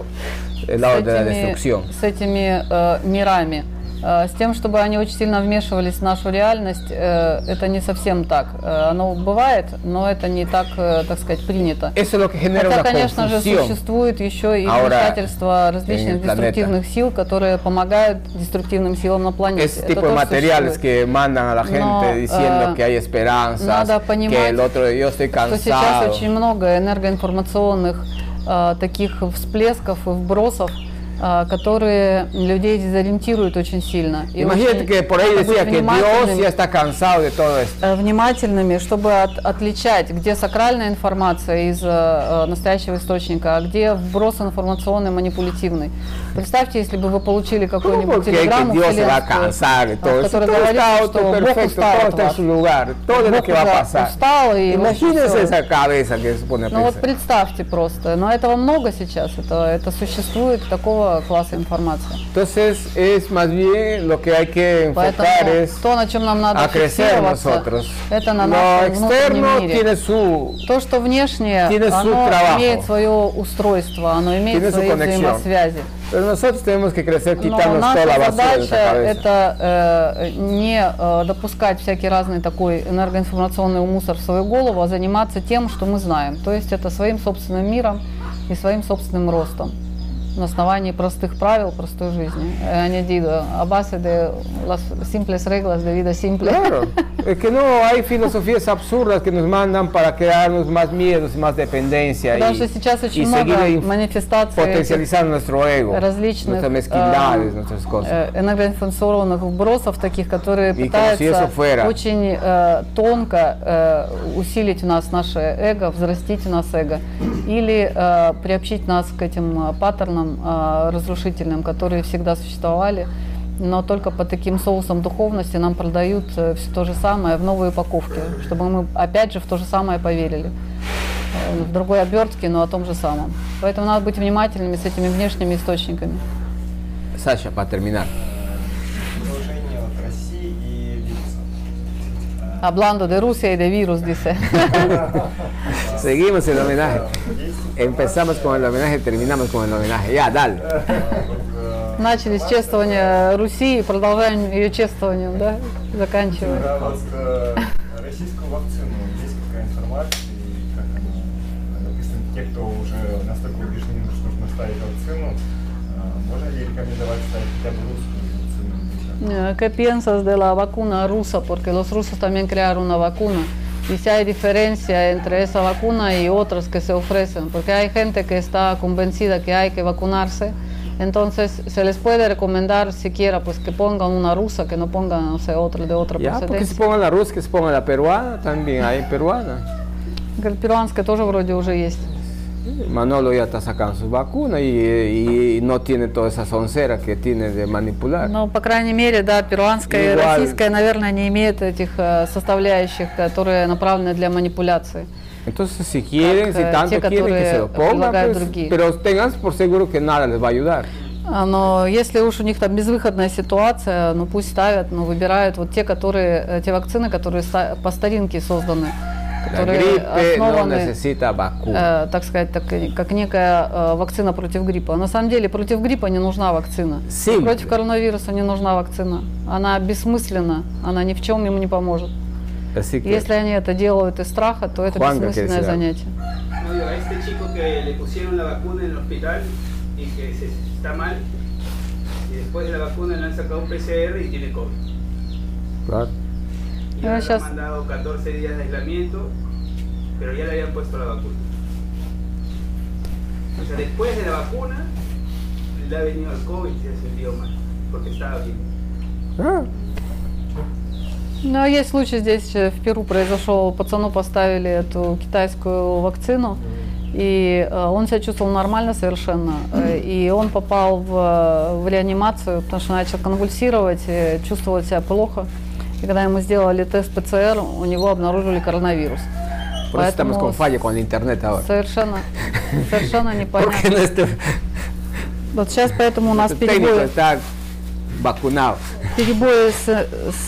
A: el
B: с
A: lado de la
B: этими-
A: destrucción.
B: С этими э, мирами. Э, с тем, чтобы они очень сильно вмешивались в нашу реальность, э, это не совсем так. Э, оно бывает, но это не так, э, так сказать, принято.
A: Eso es lo que genera
B: Хотя,
A: una
B: конечно же,
A: confusión.
B: существует еще и
A: Ahora
B: вмешательство
A: en el
B: различных
A: planeta.
B: деструктивных сил, которые помогают деструктивным силам на планете.
A: Ese
B: Это
A: tipo de
B: тоже
A: materiales
B: существует.
A: que mandan a la gente
B: No,
A: diciendo
B: eh,
A: que hay esperanzas,
B: nada
A: que
B: понимать,
A: el otro, yo estoy
B: что сейчас
A: cansado.
B: очень много энергоинформационных э, таких всплесков и вбросов, э, которые людей дезориентируют очень сильно. И
A: Imagínate
B: очень
A: que por ahí
B: надо быть
A: decía que Dios
B: внимательными,
A: ya está cansado de todo esto.
B: э, внимательными, чтобы от- отличать, где сакральная информация из э, э, настоящего источника, а где вброс информационный, манипулятивный. Представьте, если бы вы получили
A: ¿Cómo
B: какую-нибудь
A: que, que
B: телеграмму
A: Dios se va a
B: вселенскую,
A: cansar de todo
B: э,
A: eso?
B: которая
A: Todo está
B: говорит,
A: auto
B: что Бог
A: perfecto,
B: устал
A: todo
B: от
A: está en
B: вас.
A: su lugar, todo lo
B: Бог
A: que va a
B: уже
A: pasar.
B: устал и вот
A: Imagínense
B: всё.
A: esa cabeza que se pone a
B: Ну вот
A: pensar.
B: представьте просто, но этого много сейчас, это, это существует такого класса информации.
A: Entonces es más bien lo que hay que
B: Поэтому
A: enfocar es
B: то, на чем нам надо
A: a crecer
B: фиксироваться,
A: nosotros.
B: это на
A: Lo
B: нашем
A: externo
B: внутреннем мире.
A: tiene su
B: То, что внешнее,
A: tiene su
B: оно
A: trabajo.
B: имеет свое устройство, оно
A: Tiene
B: имеет
A: su
B: свои
A: conexión.
B: взаимосвязи.
A: Pero nosotros tenemos que crecer,
B: Но
A: quitarnos toda la
B: наша
A: basura de
B: задача
A: nuestra cabeza.
B: это э, не э, допускать всякий разный такой энергоинформационный мусор в свою голову, а заниматься тем, что мы знаем. То есть это своим собственным миром и своим собственным ростом на основании простых правил простой жизни. Э, Они digo, a base de las simples reglas de vida simple.
A: Claro, es que no hay filosofías absurdas que nos mandan para crearnos más miedos y más dependencia
B: Потому что
A: y,
B: сейчас
A: y
B: очень много
A: seguir inf-
B: манифестаций этих
A: potencializar nuestro ego,
B: различных
A: nuestras
B: э,
A: mezquindades, nuestras cosas.
B: э, энергоинформационных вбросов таких, которые
A: como si eso
B: пытаются
A: fuera.
B: очень э, тонко э, усилить у нас наше эго, взрастить у нас эго, или э, приобщить нас к этим э, паттернам э, разрушительным, которые всегда существовали, но только под таким соусом духовности нам продают все то же самое в новой упаковке, чтобы мы опять же в то же самое поверили э, в другой обертке, но о том же самом. Поэтому надо быть внимательными с этими внешними источниками.
A: Sasha, para terminar.
G: Продолжение от России и вируса.
B: Hablando de Rusia y de virus, dice.
A: Seguimos el homenaje. Empezamos con el homenaje, terminamos con el homenaje. Ya, dale.
B: Начали с чествования Руси и продолжаем ее чествованием, да? Заканчиваем.
G: Да, вот э, российскую вакцину есть какая информация, и как она написана, те, кто уже настолько убеждены, что нужно ставить вакцину, э, можно ли рекомендовать ставить хотя бы русскую вакцину?
B: Eh, ¿Qué piensas de la vacuna rusa? Porque los rusos también crearon una vacuna. Y si hay diferencia entre esa vacuna y otras que se ofrecen, porque hay gente que está convencida que hay que vacunarse, entonces se les puede recomendar siquiera pues que pongan una rusa, que no pongan no sé, otra de otra
A: Ya, porque se
B: procedencia.
A: ponga la rusa, que se ponga la peruana, también hay peruana.
B: Говорит, Перуанская тоже вроде уже есть.
A: Manolo ya está sacando sus vacunas y, y no tiene todas esas onceras que tiene de manipular.
B: Но, Ну, по крайней мере, да, перуанская и
A: Igual.
B: российская, наверное, не имеют этих э, составляющих, которые направлены для манипуляции.
A: Entonces, si quieren, si
B: eh,
A: tanto
B: те,
A: quieren que se
B: которые
A: lo pongan,
B: предлагают
A: pues,
B: другие.
A: pero tengan por seguro que nada les va a ayudar.
B: А, Но если уж у них там безвыходная ситуация, ну пусть ставят, но выбирают вот те, которые, э, те вакцины, которые ста- по старинке созданы,
A: La
B: которые
A: gripe no
B: основаны,
A: necesita vacuna.
B: э, так сказать, так, э, как некая э, вакцина против гриппа. На самом деле против гриппа не нужна вакцина.
A: Сим.
B: Против коронавируса не нужна вакцина. Она бессмысленна, она ни в чем им не поможет.
A: Así que,
B: Если они это делают из страха, то это
A: Хуанга,
B: бессмысленное
A: конечно, да.
B: занятие.
J: No, digo, a este chico que le pusieron la vacuna en el hospital y que se, está mal, y después de la vacuna le han sacado un PCR y tiene COVID.
A: claro.
J: Y
B: Pero
J: ahora le
B: ya
J: han
B: es-
J: mandado 14 días de aislamiento, pero ya le habían puesto la vacuna. O sea, después de la vacuna, le ha venido el COVID y se ha sentido mal, porque estaba bien.
A: Ah,
B: Ну, а есть случай здесь, э, в Перу произошел, пацану поставили эту китайскую вакцину, и э, он себя чувствовал нормально совершенно, э, и он попал в, э, в реанимацию, потому что начал конвульсировать, э, чувствовал себя плохо. И когда ему сделали тест ПЦР, у него обнаружили коронавирус.
A: Por eso estamos con
B: с-
A: falla con el internet ahora.
B: совершенно, совершенно
A: Porque
B: непонятно.
A: nuestro
B: Вот сейчас поэтому у нас
A: nuestro técnico
B: перебои,
A: está vacunado.
B: перебои с,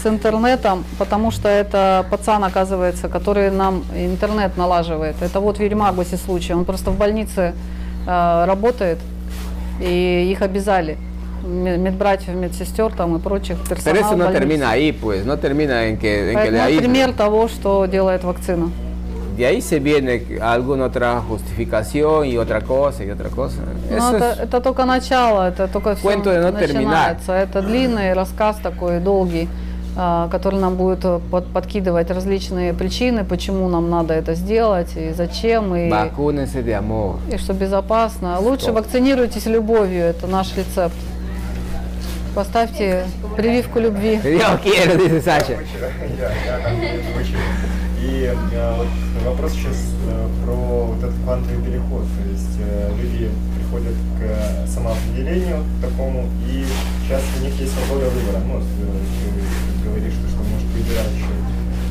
B: с интернетом, потому что это пацан, оказывается, который нам интернет налаживает. Это вот в Еремагусе случай. Он просто в больнице э, работает, и их обязали. Ме- Медбратьев, медсестер там и прочих
A: Pero
B: персонал
A: eso no
B: больницы.
A: termina ahí, pues, no termina en que, en que
B: Поэтому
A: le
B: вот пример
A: ahí.
B: того, что делает вacцина.
A: De ahí se viene alguna otra justificación y otra cosa y otra cosa.
B: Но
A: Eso
B: Ну, это,
A: es-
B: это только начало, это только все
A: Cuento de no terminar.
B: начинается. Это длинный рассказ такой, долгий, а, который нам будет э, под- подкидывать различные причины, почему нам надо это сделать и зачем, и,
A: vacúnense de amor.
B: и что безопасно. Лучше
A: Стоп.
B: вакцинируйтесь любовью, это наш рецепт. Поставьте прививку любви.
A: Yo quiero, dice Sasha.
G: Я, я там не озвучил. И э, вот вопрос сейчас э, про вот этот квантовый переход. То есть э, люди приходят к э, самоопределению такому, и сейчас у них есть свобода выбора. Ну, вот, э, ты говоришь, что, что может выбирать еще,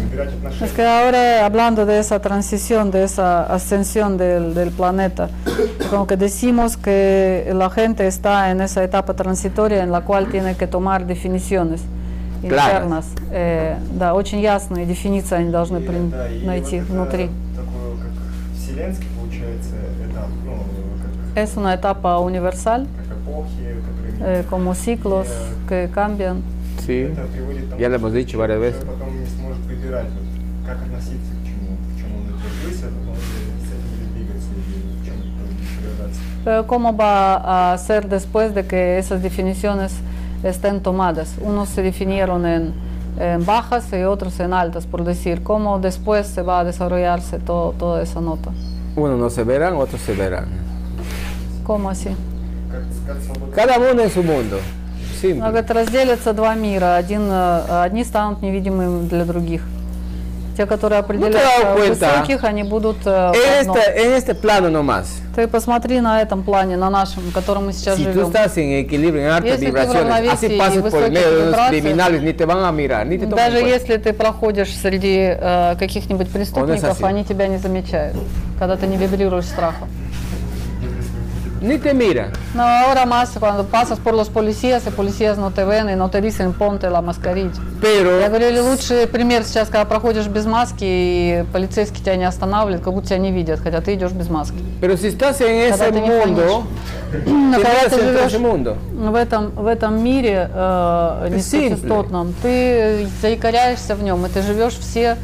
G: выбирать отношения.
B: Es que ahora hablando de esa transición, de esa ascensión del, del planeta, como que decimos que la gente está en esa etapa transitoria en la cual tiene que tomar definiciones
A: Claras.
B: internas. Eh, да, очень ясные дефиниции они должны
G: И,
B: прин-
G: да, и
B: найти
G: вот это
B: внутри.
G: Такой как вселенский получается этап, ну, как,
B: Es una etapa universal,
G: как эпохи, которые...
B: eh, como ciclos que cambian.
A: Sí.
G: Это приводит к тому,
A: Ya lo hemos
G: что
A: dicho varias
G: человек
A: veces.
G: Потом не сможет выбирать, вот, как относиться к чему, к чему он отвергся, потом он с этим будет двигаться и в чем превращаться.
B: Pero ¿cómo Э, va a ser después de que esas definiciones estén tomadas? Unos se definieron en, en bajas y otros en altas, por decir, ¿cómo después se va a desarrollarse todo- toda esa nota?
A: Unos no se verán, otros se verán.
B: ¿Cómo así?
G: Как, как свобода
A: Cada uno en su mundo.
B: Ну,
A: Simple.
B: говорит, разделятся два мира. Один, э, одни станут невидимыми для других. Те, которые
A: dado
B: определяются
A: cuenta.
B: высоких, они будут... э, в
A: En
B: одном.
A: este, en este plano nomás.
B: Ты посмотри на этом плане, на нашем, в котором мы сейчас
A: Si tú
B: живем.
A: estás en equilibrio, en altas
B: Если ты в
A: vibraciones,
B: равновесии
A: así
B: и
A: pasas por el
B: высоких
A: medio de unos
B: вибрациях,
A: criminales, ni te van a mirar, ni te toman
B: Даже
A: en cuenta.
B: если ты проходишь среди э, каких-нибудь преступников,
A: совсем.
B: они тебя не замечают, когда ты не вибрируешь страхом.
A: Ni te mira.
B: No, ahora más cuando pasas а, por los policías, y policías no te ven и no te dicen понте la mascarilla.
A: Pero-
B: Я говорю, или лучше пример сейчас, когда проходишь без маски, и полицейский тебя не останавливает, как будто тебя не видят, хотя ты идешь без маски.
A: Pero si estás en
B: Когда
A: ese
B: ты не
A: mundo,
B: Но
A: si
B: когда
A: estás
B: ты
A: en
B: живешь
A: ese mundo,
B: в этом, в этом мире э,
A: Ты
B: низкочастотном, ты заикаряешься в нем, и ты живешь все,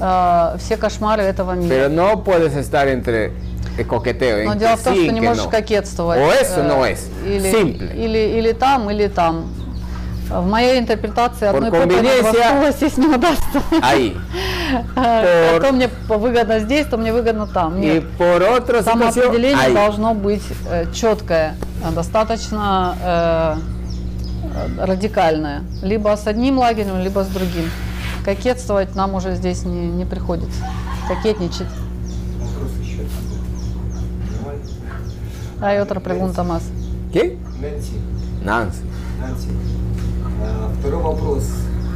B: э, все кошмары этого мира.
A: pero no puedes estar entre el coqueteo.
B: Но
A: entre
B: дело в том,
A: sí,
B: что не
A: que
B: можешь
A: no.
B: кокетствовать. э,
A: O eso no es.
B: Или,
A: Simple.
B: или, или там, или там. В моей интерпретации
A: Por
B: одной попой не
A: conveniencia-
B: хвасталась, есть не удастся.
A: Ahí.
B: Э,
A: Por-
B: То мне п- выгодно здесь, то мне выгодно там.
A: Y
B: Нет.
A: por otra situación,
B: Самоопределение
A: ahí.
B: должно быть э, четкое, э, достаточно э, э, радикальное. Либо с одним лагерем, либо с другим. Кокетствовать нам уже здесь не, не приходится. Кокетничать.
G: Вопрос еще.
B: А
G: Давай.
B: я otra pregunta más.
A: ¿Qué?
G: Нэнси.
A: Nancy.
G: Нэнси. А, Второй вопрос.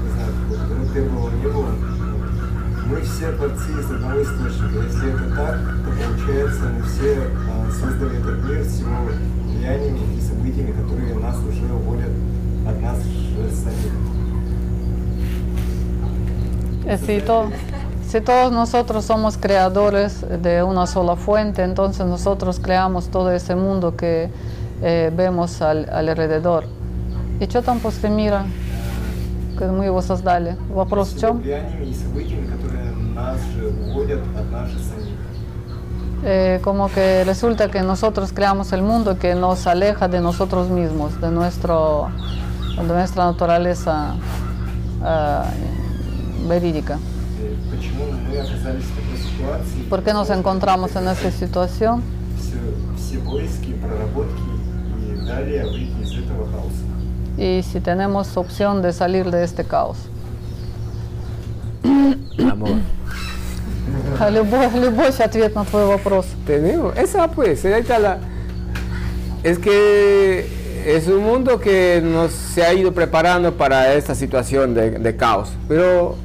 G: Не знаю, какой, ну, первого не было. Мы все борцы из одного источника. Если это так, то получается мы все а, создали этот мир с его влияниями и событиями, которые нас уже уводят от нас же самих.
B: Eh, Si, to- si todos nosotros somos creadores de una sola fuente, entonces nosotros creamos todo ese mundo que eh, vemos al- alrededor. ¿Y что там после мира, que мы его создали? Вопрос в
G: С его
B: чем?
G: влияниями и событиями, которые нас же уводят от нас же самих.
B: Eh, como que resulta que nosotros creamos el mundo que nos aleja de nosotros mismos, de, nuestro, de nuestra naturaleza ah, verídica.
G: Э, Почему мы оказались в такой ситуации?
B: ¿Por qué nos encontramos en esta situación?
G: все, все поиски, проработки и далее выйти из этого хаоса.
B: y si tenemos opción de salir de este caos.
A: Amor.
B: А Любовь, любовь ответ на твой вопрос.
A: Tenemos. Esa pues, ahí está la. Es que es un mundo que nos se ha ido preparando para esta situación de, de caos. Pero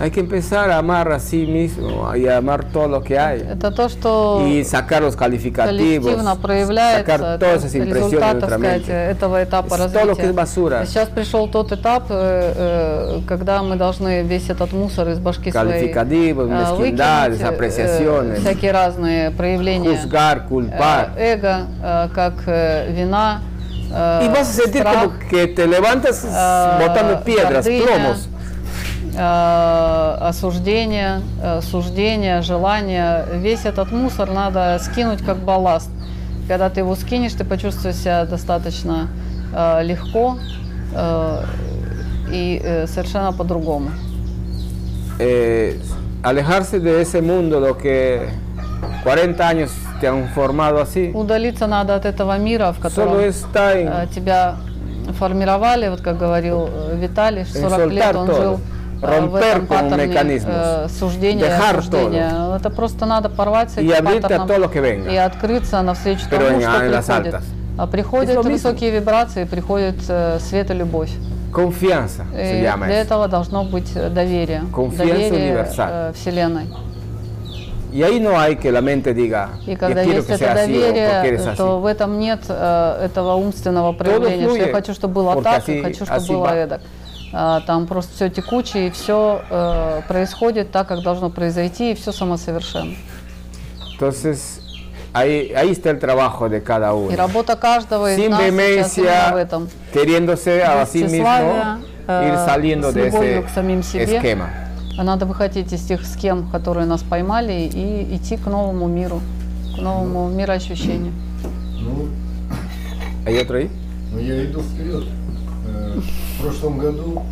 A: hay que empezar a amar a sí mismo y a amar todo lo que hay.
B: Это то, что
A: Y sacar los calificativos.
B: коллективно проявляется,
A: Sacar
B: это
A: todas esas impresiones de
B: результат, так
A: nuestra
B: сказать,
A: mente.
B: этого этапа
A: Es todo lo que es
B: развития.
A: basura.
B: Сейчас пришел тот этап, э, э, когда мы должны весь этот мусор из башки своей
A: Calificativos,
B: э, выкинуть,
A: mezquindades,
B: э,
A: apreciaciones.
B: всякие разные проявления
A: Juzgar,
B: э,
A: culpar.
B: эго, э, как э, вина, э,
A: Y vas a sentir
B: страх,
A: como que te levantas
B: э,
A: botando piedras,
B: гордыня,
A: plomos.
B: э, осуждение, э, суждение, желание. Весь этот мусор надо скинуть как балласт. Когда ты его скинешь, ты почувствуешь себя достаточно э, легко э, и э, совершенно по-другому.
A: eh, alejarse de ese mundo, lo que 40 años te han formado así,
B: Удалиться надо от этого мира, в котором
A: solo está en,
B: э, тебя формировали, вот как говорил э, Виталий, в
A: en
B: 40 лет
A: soltar
B: он
A: todo,
B: жил э, в
A: romper
B: этом
A: con
B: паттерне э,
A: mecanismos,
B: суждения,
A: dejar
B: осуждения.
A: todo.
B: Это просто надо порвать с
A: Y
B: этим
A: abrirte a
B: паттерном
A: todo lo que venga.
B: и открыться навстречу
A: Pero
B: тому,
A: en-
B: что
A: en las
B: приходит.
A: altas.
B: А Приходят
A: Es lo mismo.
B: высокие вибрации, приходит э, свет и любовь.
A: Confianza
B: И
A: se llama
B: для
A: eso.
B: этого должно быть э, доверие.
A: Confianza
B: Доверие
A: universal.
B: э, Вселенной.
A: Y ahí no hay que la mente diga,
B: И
A: yo
B: когда
A: quiero
B: есть
A: que
B: это
A: sea así o porque
B: доверие,
A: eres así.
B: то в этом нет э, этого умственного проявления, что я
A: fluye,
B: хочу, чтобы было
A: porque
B: так, и
A: así-
B: хочу, чтобы
A: así
B: было
A: va.
B: эдак. А, Там просто все текучее, и все происходит так, как должно произойти, и все самосовершенно.
A: Entonces, ahí, ahí está el trabajo de cada
B: И
A: uno.
B: работа каждого из
A: Sin
B: нас сейчас именно в
A: vehemencia,
B: этом.
A: queriéndose a sí
B: Тщеславие,
A: mismo,
B: э,
A: ir saliendo
B: с
A: de
B: любовью к самим
A: ese
B: себе.
A: esquema.
B: А Надо выходить из тех схем, которые нас поймали, и идти к новому миру, к новому мироощущению.
H: Ну,
A: ¿Hay otro ahí?
H: Но Ну, я иду вперед. Э, В прошлом году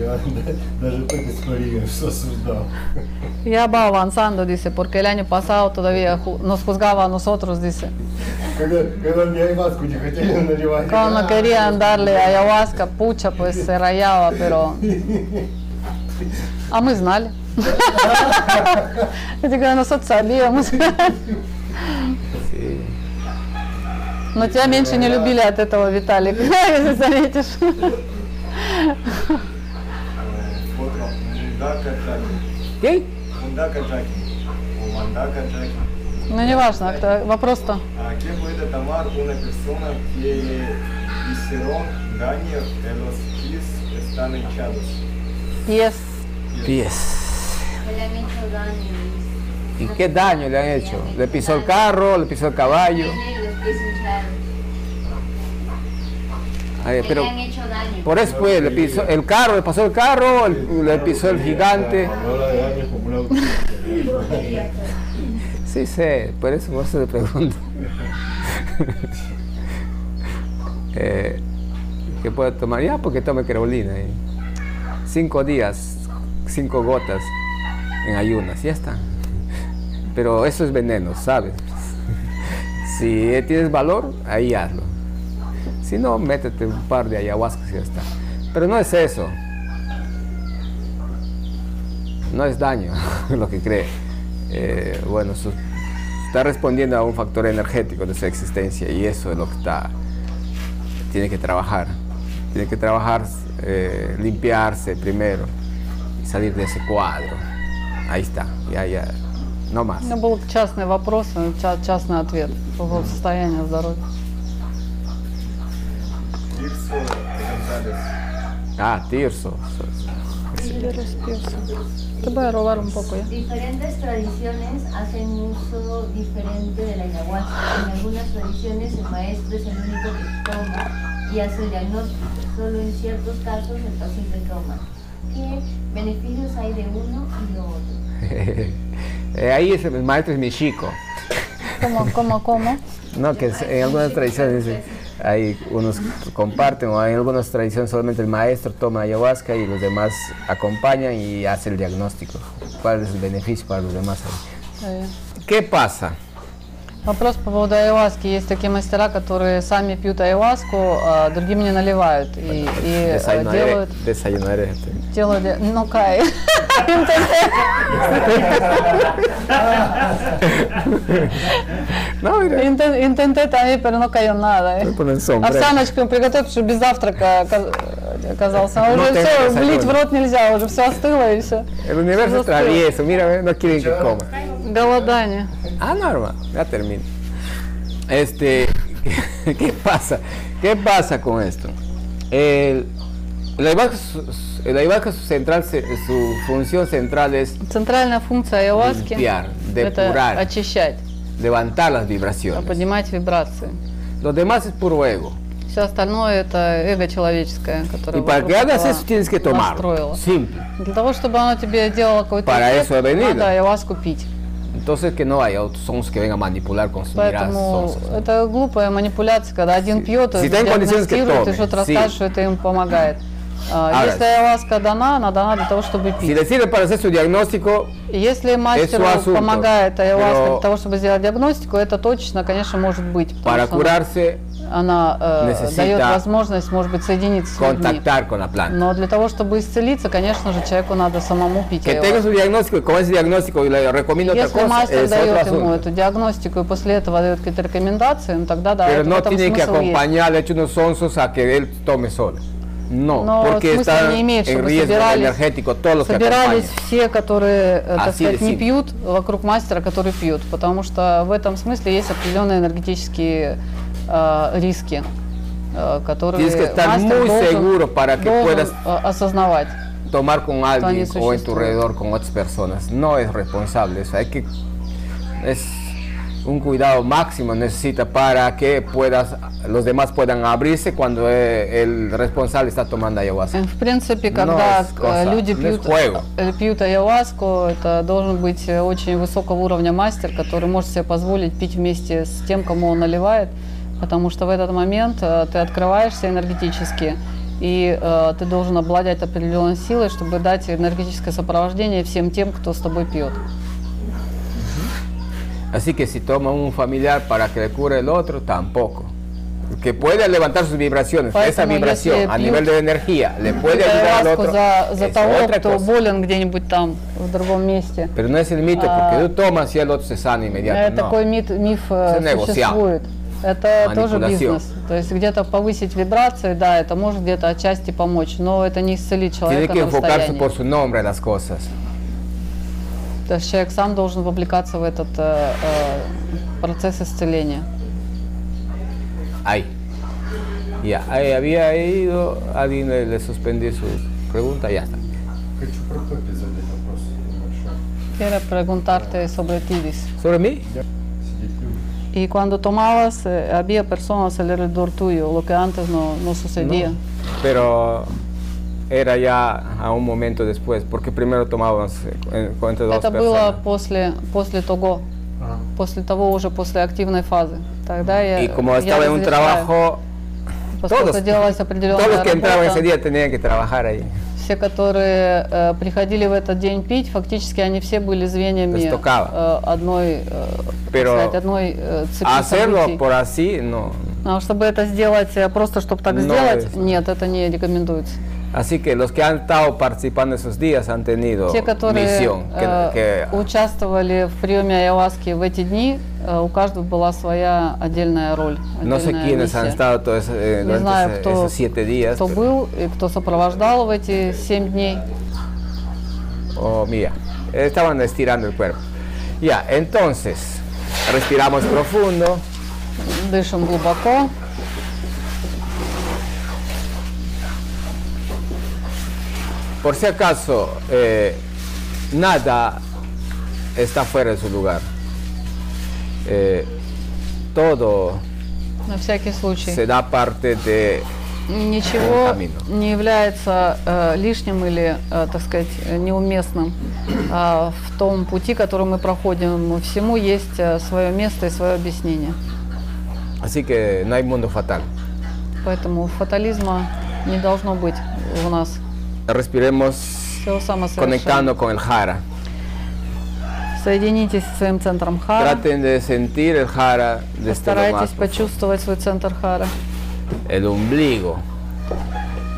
H: я даже по истории все осуждал.
B: Ya va avanzando, dice, porque el año pasado todavía ju- nos juzgaba a nosotros, dice.
H: Когда, когда мне айваску не хотели наливать.
B: Cuando querían darle ayahuasca, pucha, pues se rayaba, pero... А мы знали. Я говорю, nosotros sabíamos.
A: Sí.
B: Но тебя меньше не любили от этого, Виталик, если заметишь.
G: Фото Мундака Джаки.
A: ¿Qué?
G: Мундака Джаки. Мундака Джаки.
B: Ну, неважно, кто- вопрос-то.
G: А ah, ¿qué puede tomar una persona que le hicieron daño en los pies están hinchados?
B: Pies.
A: Pies.
L: Que le han hecho daño.
A: ¿Y qué daño le han hecho? Le pisó el carro, le pisó el caballo.
L: Tiene los pies hinchados.
A: Ay,
L: Que
A: pero
L: le han hecho daño.
A: por eso pues, le pisó el carro, le pasó el carro, el- le pisó el gigante. Sí sé, por eso, por eso te pregunto. Eh, ¿Qué puedo tomar? Ya, porque tome creolina. ahí. Cinco días, cinco gotas en ayunas, ya está. Pero eso es veneno, ¿sabes? Si eh, tienes valor, ahí hazlo. Si no, métete un par de ayahuascas y ya está. Pero no es eso. No es daño lo que cree. Eh, bueno, su- está respondiendo a un factor energético de su existencia y eso es lo que está. Tiene que trabajar. Tiene que trabajar, eh, limpiarse primero y salir de ese cuadro. Ahí está, ya, ya. No más.
B: У меня был частный вопрос, э, ча- частный ответ по поводу состояния здоровья.
G: Tirso González.
A: Ah, Tirso.
B: Te voy a robar un poco, ¿ya?
L: Diferentes tradiciones hacen uso diferente de la ayahuasca. En algunas tradiciones el maestro es el único que toma y hace el diagnóstico. Solo en ciertos casos el paciente toma. ¿Qué beneficios hay de uno y lo otro?
A: Eh, ahí es el maestro es mi chico.
B: ¿Cómo, cómo, cómo?
A: No, que es- en algunas tradiciones dice, hay unos que comparten o en algunas tradiciones solamente el maestro toma ayahuasca y los demás acompañan y hace el diagnóstico. ¿Cuál es el beneficio para los demás? ahí?
B: Э,
A: ¿Qué pasa?
B: Вопрос по поводу ayahuasca. Есть такие мастера, которые сами пьют ayahuasку, а другим не наливают. И, и,
A: eh,
B: э,
A: Desayunaré.
B: делают,
A: Desayunaré. este.
B: делают... де- Ну, Кай. Им
A: No, mira,
B: Интен- Интентет они перенокаю надо.
A: voy a poner sombrero.
B: э. Овсяночку приготовь, чтобы без завтрака ока- оказался. А
A: Ну,
B: Уже
A: ты
B: все,
A: это
B: влить в
A: согласна.
B: рот нельзя, уже все остыло и все.
A: El universo es travieso, mira, ve, no quieren que coma.
B: Голодание.
A: Ah, normal, ya termino. Este, ¿qué, pasa? ¿Qué pasa con esto? El, el ayahuasca su- el ayahuasca su central, se- su función central es
B: Центральная функция ayahuaски
A: Limpiar, depurar.
B: это очищать,
A: levantar las vibraciones.
B: поднимать вибрации.
A: Lo demás es puro ego.
B: Все остальное это эго человеческое,
A: Y
B: которое
A: para
B: вокруг
A: que hagas
B: тебя
A: eso tienes que tomarlo.
B: настроило.
A: Simple.
B: Для того, чтобы оно тебе делало какой-то
A: Para
B: эффект,
A: eso he venido.
B: надо ayahuasку пить.
A: Entonces que no haya otros sons que vengan a manipular con su mirada.
B: Поэтому
A: sons.
B: это глупая манипуляция, когда один пьет,
A: Si
B: и
A: está en condiciones que
B: диагностирует, и
A: tome,
B: что-то
A: sí.
B: расскажешь, что это им помогает. А,
A: Ahora,
B: Если ayahuasca дана, она дана для того, чтобы
A: Si
B: пить.
A: le sirve para hacer su diagnóstico,
B: И Если мастеру
A: asunto,
B: помогает а ayahuasca
A: pero-
B: для того, чтобы сделать диагностику, это точно, конечно, может быть. потому
A: para
B: что она-
A: curarse,
B: она э,
A: necesita
B: дает возможность, может быть, соединиться с людьми.
A: contactar con la planta.
B: Но для того, чтобы исцелиться, конечно же, человеку надо самому пить
A: Que tenga
B: ayahuasca.
A: su diagnóstico y con ese diagnóstico y este le recomiendo otra
B: Если
A: cosa,
B: мастер
A: es otro
B: дает ему
A: asunto.
B: эту диагностику и после этого дает какие-то рекомендации, ну тогда да,
A: pero
B: это- в
A: no
B: этом
A: tiene que
B: смысл есть.
A: acompañar, de hecho, unos sonsos a que él tome solo. No,
B: Но
A: porque
B: смысла
A: está
B: не имеет,
A: en
B: чтобы
A: riesgo
B: собирались-
A: energético todos los que
B: Собирались
A: acompañan.
B: все, которые, э, так
A: Así
B: сказать,
A: de
B: не
A: simple.
B: пьют, вокруг мастера, которые пьют, потому что в этом смысле есть определенные энергетические э, риски, э, которые
A: Tienes que estar
B: мастер
A: muy
B: должен-
A: seguro para que
B: должен,
A: puedas
B: э, осознавать.
A: tomar con alguien
B: Tony
A: o en
B: существует.
A: tu alrededor con otras personas. No es responsable, eso hay que es un cuidado máximo necesita para que puedas los demás puedan abrirse cuando eh, el responsable está tomando ayahuasca.
B: Э, В принципе,
A: Но
B: когда
A: с-
B: э,
A: коса,
B: люди
A: ну, с
B: пьют,
A: хуего.
B: э, пьют ayahuasca, это должен быть э, очень высокого уровня мастер, который может себе позволить пить вместе с тем, кому он наливает, потому что в этот момент э, ты открываешься энергетически, и э, ты должен обладать определенной силой, чтобы дать энергетическое сопровождение всем тем, кто с тобой пьет.
A: Así que si toma un familiar para que le cure el otro, tampoco. Que pueda levantar sus vibraciones,
B: Поэтому,
A: esa vibración
B: если
A: a
B: пьют
A: nivel de energía le puede
B: Пьют
A: ayudar al
B: ayahuascu
A: otro.
B: за, за
A: es
B: того,
A: otra
B: кто
A: cosa.
B: болен где-нибудь там, в другом месте.
A: Pero no es el mito,
B: А,
A: porque tú tomas y el otro se sana
B: Э,
A: inmediato. Ah. no.
B: Такой мит- миф э,
A: Цена его
B: существует. Это тоже
A: Манипуляция.
B: бизнес. То есть где-то повысить вибрации, да, это может где-то отчасти помочь, но это не исцелит
A: Tiene
B: человека
A: que
B: на
A: enfocarse
B: расстоянии.
A: por su nombre a las cosas.
B: То есть человек сам должен вовлекаться в этот э, э, процесс исцеления.
A: Ahí. Ya, ahí había ido, alguien le, le suspendió su pregunta, ya está.
H: Хочу Прокопе задать вопрос небольшой.
B: Quiero preguntarte sobre TIDIS.
A: ¿Sobre mí?
B: Y cuando tomabas, eh, había personas alrededor tuyo, lo que antes no, no sucedía.
A: Ну. Pero era ya a un momento después, porque primero tomábamos eh, en cuenta dos
B: Это
A: personas.
B: было после, после того, после того уже, после активной фазы. Тогда я,
A: Y como
B: я
A: estaba en un
B: разрешаю.
A: trabajo,
B: Поскольку
A: todos-
B: делалась определенная
A: todos los que entraban
B: работа,
A: ese día tenían que trabajar ahí.
B: все, которые э, приходили в этот день пить, фактически они все были звеньями
A: Жестока.
B: э, одной, э, так
A: Pero
B: сказать, одной э, цепи
A: Hacerlo
B: событий.
A: por así, no.
B: А чтобы это сделать, э, просто чтобы так
A: No,
B: сделать,
A: es-
B: нет, это не рекомендуется.
A: Así que los que han estado participando esos días han tenido
B: Те, которые
A: misión. que-
B: э,
A: que
B: участвовали в приеме Айаваски в эти дни, э, у каждого была своя отдельная роль.
A: no sé
B: отдельная
A: quiénes han
B: миссия.
A: estado todos, eh,
B: Не
A: durante
B: знаю,
A: ese-
B: кто-
A: esos siete días.
B: Кто был и кто сопровождал в эти семь дней.
A: Oh, mira, estaban estirando el cuerpo. Ya, entonces, respiramos profundo.
B: Дышим глубоко.
A: Por si acaso, eh, nada está fuera de su lugar. Eh, todo
B: На всякий случай.
A: se da parte de
B: Ничего
A: Камино.
B: не является э, лишним или, э, так сказать, э, неуместным а, в том пути, который мы проходим. Всему есть свое место и свое объяснение.
A: Así que no hay mundo fatal.
B: Поэтому фатализма не должно быть у нас.
A: Respiremos
B: Все самосовершенно.
A: conectando con el jara.
B: Соединитесь с своим центром Хара.
A: Traten de sentir el jara desde lo
B: Постарайтесь
A: más
B: почувствовать свой центр Хара.
A: el ombligo,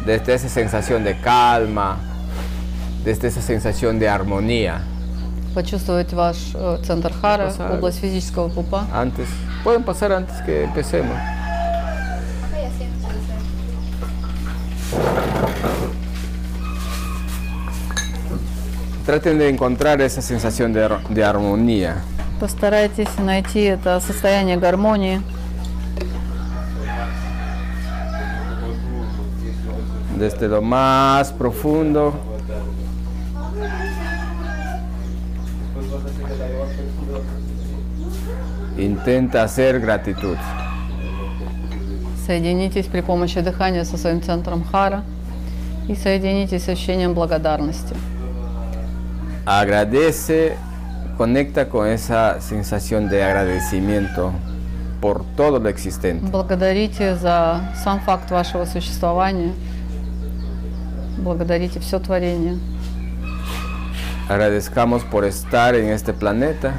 A: desde esa sensación de calma, desde esa sensación de armonía.
B: Почувствовать ваш э, центр Хара,
A: Спасаю.
B: область физического пупа.
A: Antes, pueden pasar antes que empecemos. Traten de encontrar esa sensación de, ar- de armonía.
B: Постарайтесь найти это состояние гармонии.
A: desde lo más profundo. Intenta hacer gratitud.
B: Соединитесь при помощи дыхания со своим центром Хара и соединитесь с ощущением благодарности.
A: Agradece, conecta con esa sensación de agradecimiento por todo lo existente.
B: Благодарите за сам факт вашего существования. Благодарите все творение.
A: Agradezcamos por estar en este planeta,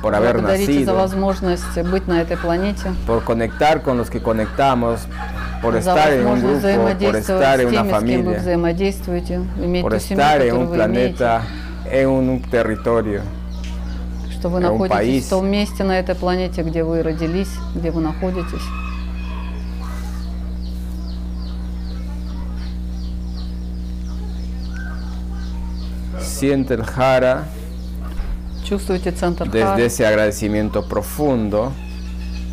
A: por haber
B: Благодарите за
A: nacido,
B: возможность быть на этой планете,
A: por conectar con los que conectamos, por
B: за
A: estar en un
B: возможность
A: grupo,
B: взаимодействовать
A: por estar en
B: с теми, с
A: una
B: кем вы
A: familia.
B: взаимодействуете, иметь
A: por
B: ту семью,
A: estar en
B: которую
A: un
B: вы имеете,
A: planeta, en un territorio.
B: что вы
A: en un
B: находитесь
A: país.
B: в том месте на этой планете, где вы родились, где вы находитесь.
A: Siente el jara
B: Чувствуете центр
A: desde
B: Хара
A: ese agradecimiento profundo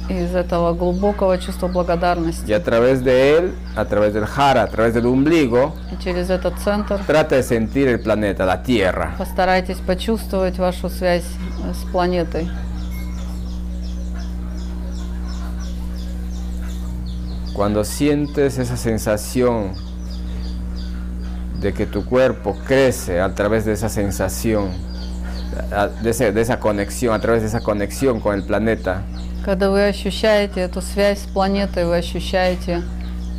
B: из этого глубокого чувства благодарности.
A: y a través de él, a través del jara, a través del ombligo,
B: И через этот центр
A: trata de sentir el planeta, la Tierra.
B: постарайтесь почувствовать вашу связь э, с планетой.
A: Cuando sientes esa sensación de que tu cuerpo crece a través de esa sensación, a- de, ese- de esa conexión, a través de esa conexión con el planeta,
B: Когда вы ощущаете эту связь с планетой, вы ощущаете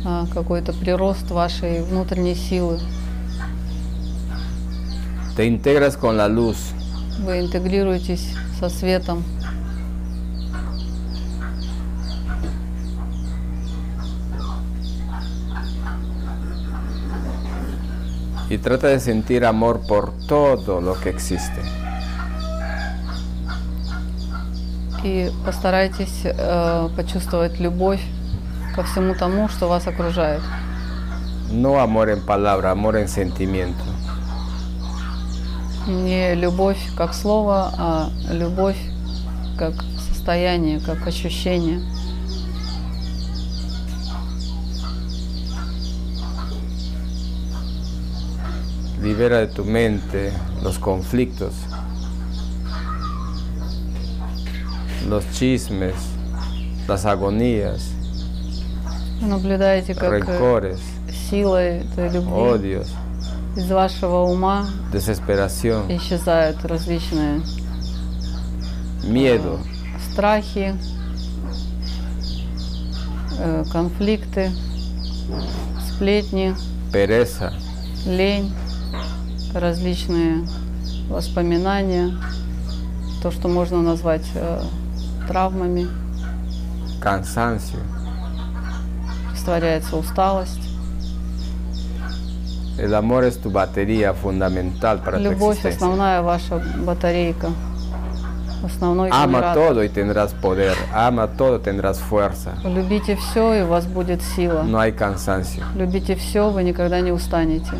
B: а, какой-то прирост вашей внутренней силы.
A: te integras con la luz,
B: Вы интегрируетесь со светом.
A: y trata de sentir amor por todo lo que existe.
B: И постарайтесь э, почувствовать любовь ко всему тому, что вас окружает.
A: No amor en palabra, amor en sentimiento.
B: Не любовь как слово, а любовь как состояние, как ощущение.
A: libera de tu mente los conflictos, los chismes, las аgonías,
B: Наблюдаете, как э,
A: Rencores.
B: сила этой любви
A: odios,
B: из вашего ума
A: desesperación,
B: исчезают различные
A: miedo,
B: страхи, э, конфликты, сплетни,
A: pereza,
B: лень, различные воспоминания, то, что можно назвать э, травмами,
A: cansancio,
B: растворяется усталость.
A: El amor es tu batería fundamental para tu
B: Любовь
A: existencia.
B: основная ваша батарейка, основной
A: Ama
B: генератор.
A: todo y tendrás poder. Ama todo, tendrás fuerza.
B: Любите все, и у вас будет сила.
A: No hay cansancio.
B: Любите все, вы никогда не устанете.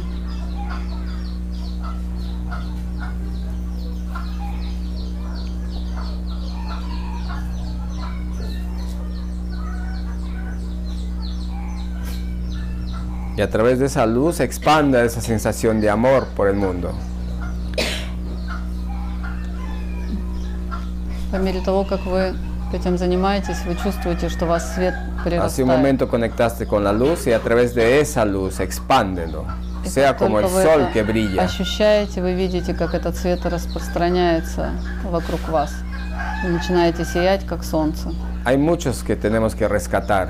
A: Y a través de esa luz expanda esa sensación de amor por el mundo.
B: По мере того, как вы этим занимаетесь, вы чувствуете, что вас свет
A: Hace un
B: прирастает.
A: momento conectaste con la luz y a través de esa luz expándelo. Sea como
B: Только
A: el
B: вы
A: sol
B: это
A: que brilla.
B: ощущаете, вы видите, как этот свет распространяется вокруг вас. Вы начинаете сиять, как солнце.
A: Hay muchos que tenemos que rescatar.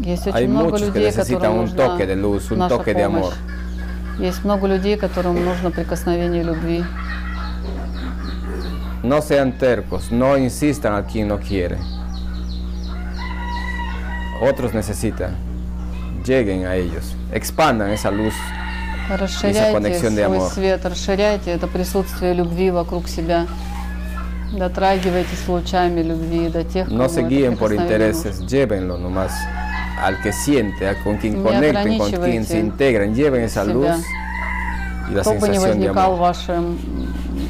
B: Есть
A: Hay
B: очень много
A: muchos que
B: людей,
A: necesitan
B: которым
A: un
B: нужна
A: toque de luz, un
B: наша
A: toque de amor.
B: помощь. Есть много людей, которым нужно прикосновение любви.
A: No sean tercos, no insistan a quien no quiere. Otros necesitan. Lleguen a ellos. Expandan esa luz.
B: Расширяйте
A: conexión de
B: свой
A: amor.
B: свет, расширяйте это присутствие любви вокруг себя. Дотрагивайтесь лучами любви до тех, кому
A: No se
B: это
A: guíen por
B: прикосновение
A: intereses. Llévenlo nomás al que siente, a con
B: Не
A: quien conecten, con quien se
B: ограничивайте
A: integran. Lleven esa
B: себя.
A: luz y la
B: Кто бы ни
A: sensación de
B: возникал
A: amor.
B: в вашем,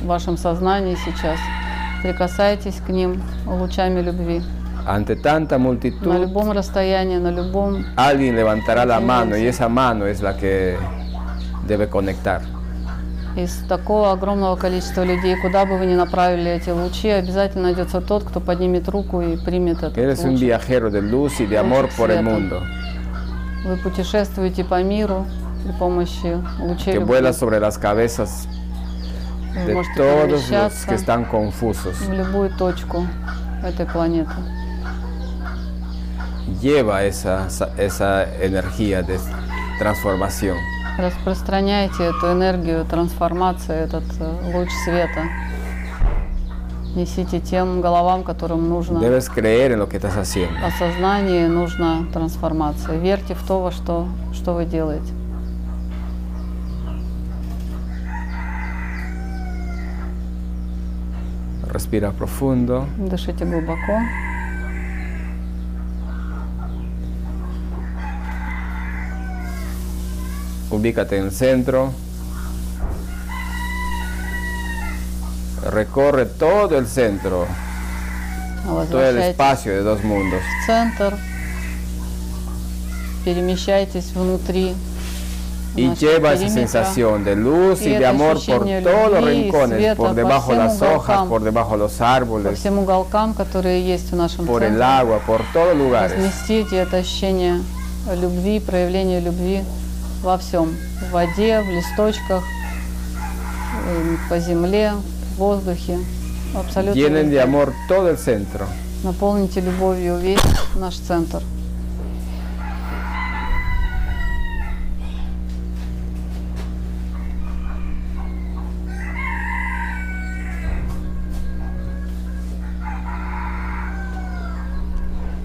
B: в вашем сознании сейчас, прикасайтесь к ним лучами любви.
A: Ante tanta
B: На
A: multitud,
B: любом расстоянии, на любом...
A: alguien levantará la mano y
B: Tendencia.
A: esa mano es la que debe conectar.
B: Из такого огромного количества людей, куда бы вы ни направили эти лучи, обязательно найдется тот, кто поднимет руку и примет этот
A: Eres un
B: луч.
A: viajero de luz y de amor por el mundo,
B: Вы путешествуете по миру при помощи лучей
A: que
B: любви.
A: vuela sobre las cabezas
B: Вы
A: de
B: можете
A: todos los
B: перемещаться
A: que están confusos.
B: в любую точку этой планеты.
A: Lleva esa, esa- esa energía de transformación.
B: Распространяйте эту энергию трансформации, этот э, луч света. Несите тем головам, которым нужно
A: Debes creer en lo que estás haciendo.
B: осознание, нужна трансформация. Верьте в то, во что, что вы делаете.
A: Respira profundo.
B: Дышите глубоко.
A: Ubícate en el centro. Recorre todo el centro,
B: Pues
A: todo el
B: Возвращайтесь
A: espacio de dos mundos.
B: в центр. Перемещайтесь внутри.
A: Y
B: нашего
A: lleva esa
B: периметра.
A: sensación de luz
B: Y
A: y de
B: это
A: amor por
B: ощущение
A: todos los
B: любви y
A: rincones,
B: света
A: por
B: по
A: debajo de
B: всем
A: las hojas,
B: уголкам.
A: por debajo de los
B: по
A: árboles,
B: всем уголкам, которые есть в нашем
A: por el
B: центре.
A: agua, por todos lugares.
B: Разместите это ощущение любви, проявление любви во всем. В воде, в листочках, эм, по земле, в воздухе. Абсолютно.
A: Llenen de
B: везде.
A: amor todo el centro.
B: Наполните любовью весь наш центр.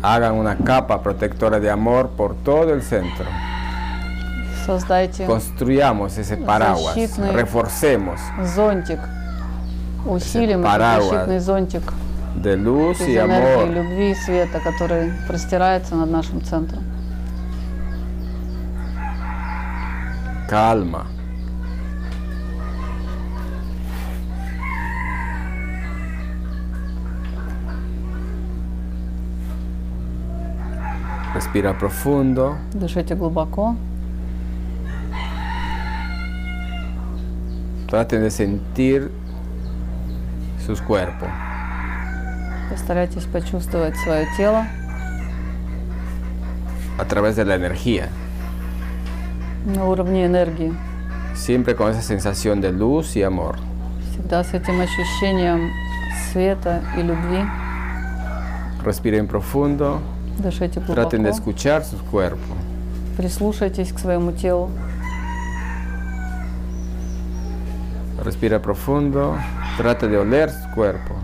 A: Hagan una capa protectora de amor por todo el centro.
B: Создайте
A: Construyamos ese paraguas,
B: Защитный.
A: reforcemos
B: зонтик. Усилим этот
A: парауа.
B: защитный зонтик
A: de luz
B: из
A: y
B: энергии,
A: amor.
B: любви и света, который простирается над нашим центром.
A: Calma. Respira profundo.
B: Дышите глубоко.
A: Traten de sentir sus cuerpos.
B: Постарайтесь почувствовать свое тело
A: a través de la energía,
B: на уровне энергии,
A: siempre con esa sensación de luz y amor.
B: всегда с этим ощущением света и любви.
A: Respiren profundo,
B: Дышите
A: traten de
B: глубоко,
A: escuchar su cuerpo.
B: прислушайтесь к своему телу.
A: Respira profundo, trata de oler su cuerpo.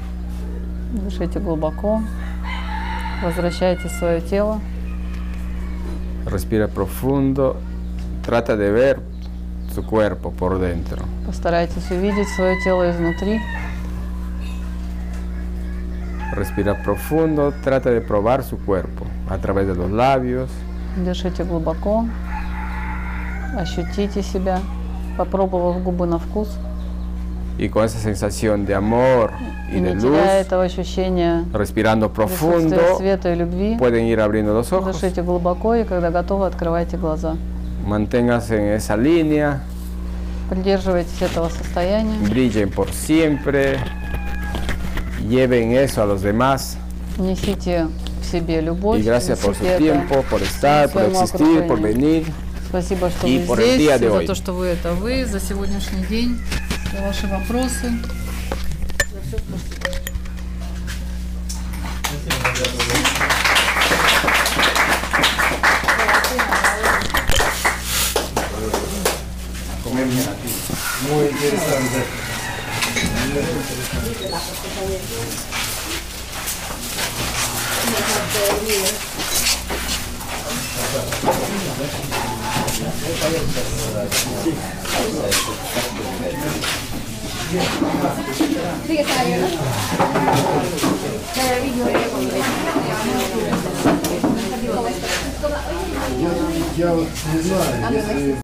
B: Дышите глубоко, возвращайте свое тело,
A: Respira profundo, trata de ver su cuerpo por dentro.
B: постарайтесь увидеть свое тело изнутри,
A: Respira profundo, trata de probar su cuerpo a través de los labios,
B: дышите глубоко, ощутите себя, попробовав губы на вкус,
A: y con esa sensación de amor y
B: и
A: de
B: не теряя
A: luz,
B: этого ощущения
A: respirando profundo,
B: присутствия света и любви,
A: pueden ir abriendo los ojos.
B: дышите глубоко и когда готовы, открывайте глаза.
A: Manténganse en esa línea,
B: Придерживайтесь этого состояния,
A: brillen por siempre, lleven eso a los demás.
B: несите в себе любовь,
A: Y gracias por su
B: несите это
A: tiempo, por estar, por
B: своему
A: existir, por
B: окружению.
A: venir.
B: Спасибо, что
A: И
B: вы
A: por el
B: здесь,
A: día de
B: за
A: hoy.
B: то, что вы это вы, за сегодняшний день, за ваши вопросы. За все спасибо.
H: Muy interesante. Я, я вот не знаю, если